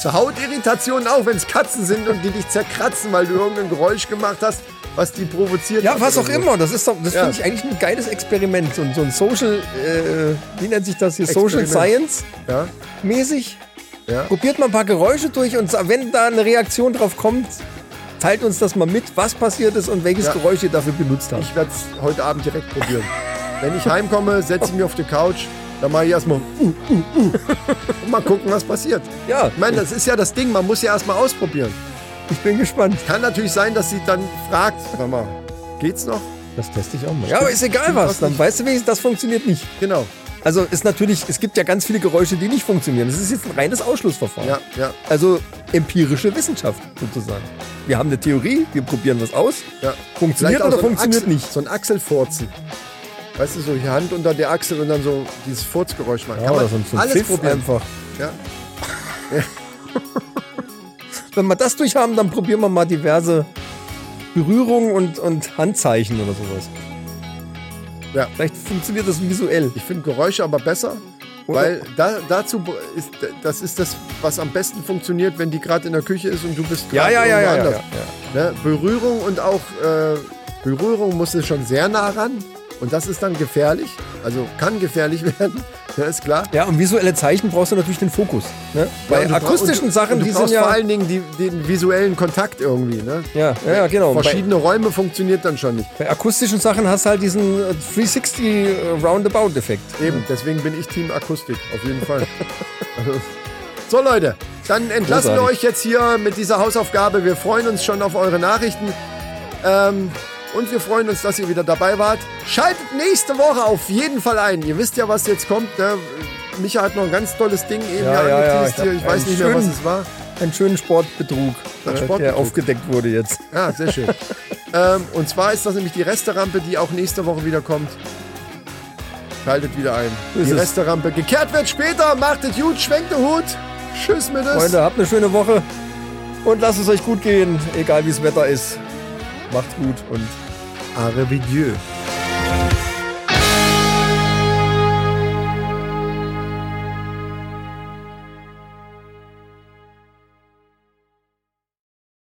Speaker 1: zu Hautirritationen auch, wenn es Katzen sind und die dich zerkratzen, weil du irgendein Geräusch gemacht hast, was die provoziert
Speaker 2: Ja,
Speaker 1: hat
Speaker 2: was
Speaker 1: oder
Speaker 2: auch
Speaker 1: so.
Speaker 2: immer. Das ist doch, das
Speaker 1: Ja.
Speaker 2: finde ich eigentlich ein geiles Experiment. So, ein- so ein Social, äh, wie nennt sich das hier? Social
Speaker 1: Experiment.
Speaker 2: Science
Speaker 1: Ja,
Speaker 2: mäßig.
Speaker 1: ja.
Speaker 2: Probiert mal ein paar Geräusche durch und sa- wenn da eine Reaktion drauf kommt, teilt uns das mal mit, was passiert ist und welches
Speaker 1: Ja.
Speaker 2: Geräusch ihr dafür benutzt habt.
Speaker 1: Ich werde es heute Abend direkt probieren. Wenn ich heimkomme, setze ich mich auf die Couch, dann mache ich erstmal uh, uh, uh. und mal gucken, was passiert.
Speaker 2: Ja.
Speaker 1: Ich meine, das ist ja das Ding, man muss ja erstmal ausprobieren.
Speaker 2: Ich bin gespannt.
Speaker 1: Kann natürlich sein, dass sie dann fragt, sag mal, geht's noch?
Speaker 2: Das teste ich auch mal. Ja, aber ist egal was. Dann weißt du wenigstens, das funktioniert nicht.
Speaker 1: Genau.
Speaker 2: Also ist natürlich, es gibt ja ganz viele Geräusche, die nicht funktionieren. Das ist jetzt ein reines Ausschlussverfahren.
Speaker 1: Ja, ja.
Speaker 2: Also empirische Wissenschaft sozusagen. Wir haben eine Theorie, wir probieren was aus.
Speaker 1: Ja. Vielleicht
Speaker 2: Funktioniert
Speaker 1: auch
Speaker 2: oder
Speaker 1: so ein
Speaker 2: funktioniert
Speaker 1: Achsel,
Speaker 2: nicht?
Speaker 1: So ein Achselfurzen. Weißt du, so die Hand unter der Achsel und dann so dieses Furzgeräusch machen. Kann
Speaker 2: oder
Speaker 1: man
Speaker 2: so ein- so ein
Speaker 1: alles
Speaker 2: Pfiff
Speaker 1: probieren.
Speaker 2: einfach.
Speaker 1: Ja.
Speaker 2: Wenn wir das durchhaben, dann probieren wir mal diverse Berührungen und, und Handzeichen oder sowas.
Speaker 1: Ja.
Speaker 2: Vielleicht funktioniert das visuell.
Speaker 1: Ich finde Geräusche aber besser,
Speaker 2: Oder-
Speaker 1: weil da, dazu ist das ist das, was am besten funktioniert, wenn die gerade in der Küche ist und du bist
Speaker 2: Ja,
Speaker 1: gerade
Speaker 2: ja, ja, ja,
Speaker 1: irgendwo
Speaker 2: ja,
Speaker 1: anders. Ne? Berührung und auch äh, Berührung muss es schon sehr nah ran und das ist dann gefährlich, also kann gefährlich werden, das ist klar.
Speaker 2: Ja, und visuelle Zeichen brauchst du natürlich den Fokus. Ne?
Speaker 1: Ja,
Speaker 2: Bei
Speaker 1: und du bra-
Speaker 2: akustischen
Speaker 1: und du,
Speaker 2: Sachen,
Speaker 1: und du
Speaker 2: die sind
Speaker 1: brauchst
Speaker 2: ja.
Speaker 1: vor allen Dingen die, den visuellen Kontakt irgendwie. Ne?
Speaker 2: ja, ja, ja, genau. Und Bei,
Speaker 1: Verschiedene Räume funktioniert dann schon nicht.
Speaker 2: bei akustischen Sachen hast du halt diesen äh, 360 äh, Roundabout-Effekt.
Speaker 1: Eben, deswegen bin ich Team Akustik, auf jeden Fall. Also- so Leute, dann entlassen wir
Speaker 2: Großartig.
Speaker 1: euch jetzt hier mit dieser Hausaufgabe. Wir freuen uns schon auf eure Nachrichten. Ähm, und wir freuen uns, dass ihr wieder dabei wart. Schaltet nächste Woche auf jeden Fall ein. Ihr wisst ja, was jetzt kommt. Ne? Micha hat noch ein ganz tolles Ding eben
Speaker 2: Ja,
Speaker 1: hier
Speaker 2: ja, ja,
Speaker 1: angeteased
Speaker 2: ich hab
Speaker 1: hier. Ich weiß
Speaker 2: einen
Speaker 1: nicht mehr, was
Speaker 2: schönen-
Speaker 1: es war.
Speaker 2: Einen schönen Sportbetrug,
Speaker 1: Ein
Speaker 2: äh, der
Speaker 1: Sportbetrug.
Speaker 2: aufgedeckt wurde jetzt.
Speaker 1: Ja, Ah, sehr schön. ähm, und zwar ist das nämlich die Resterampe, die auch nächste Woche wieder kommt. Schaltet wieder ein.
Speaker 2: Ist
Speaker 1: die
Speaker 2: es.
Speaker 1: Resterampe. Gekehrt wird später. Macht es gut. Schwenkt den Hut. Tschüss mit es.
Speaker 2: Freunde, habt eine schöne Woche und lasst es euch gut gehen, egal wie das Wetter ist. Macht's gut und
Speaker 1: Arredieu.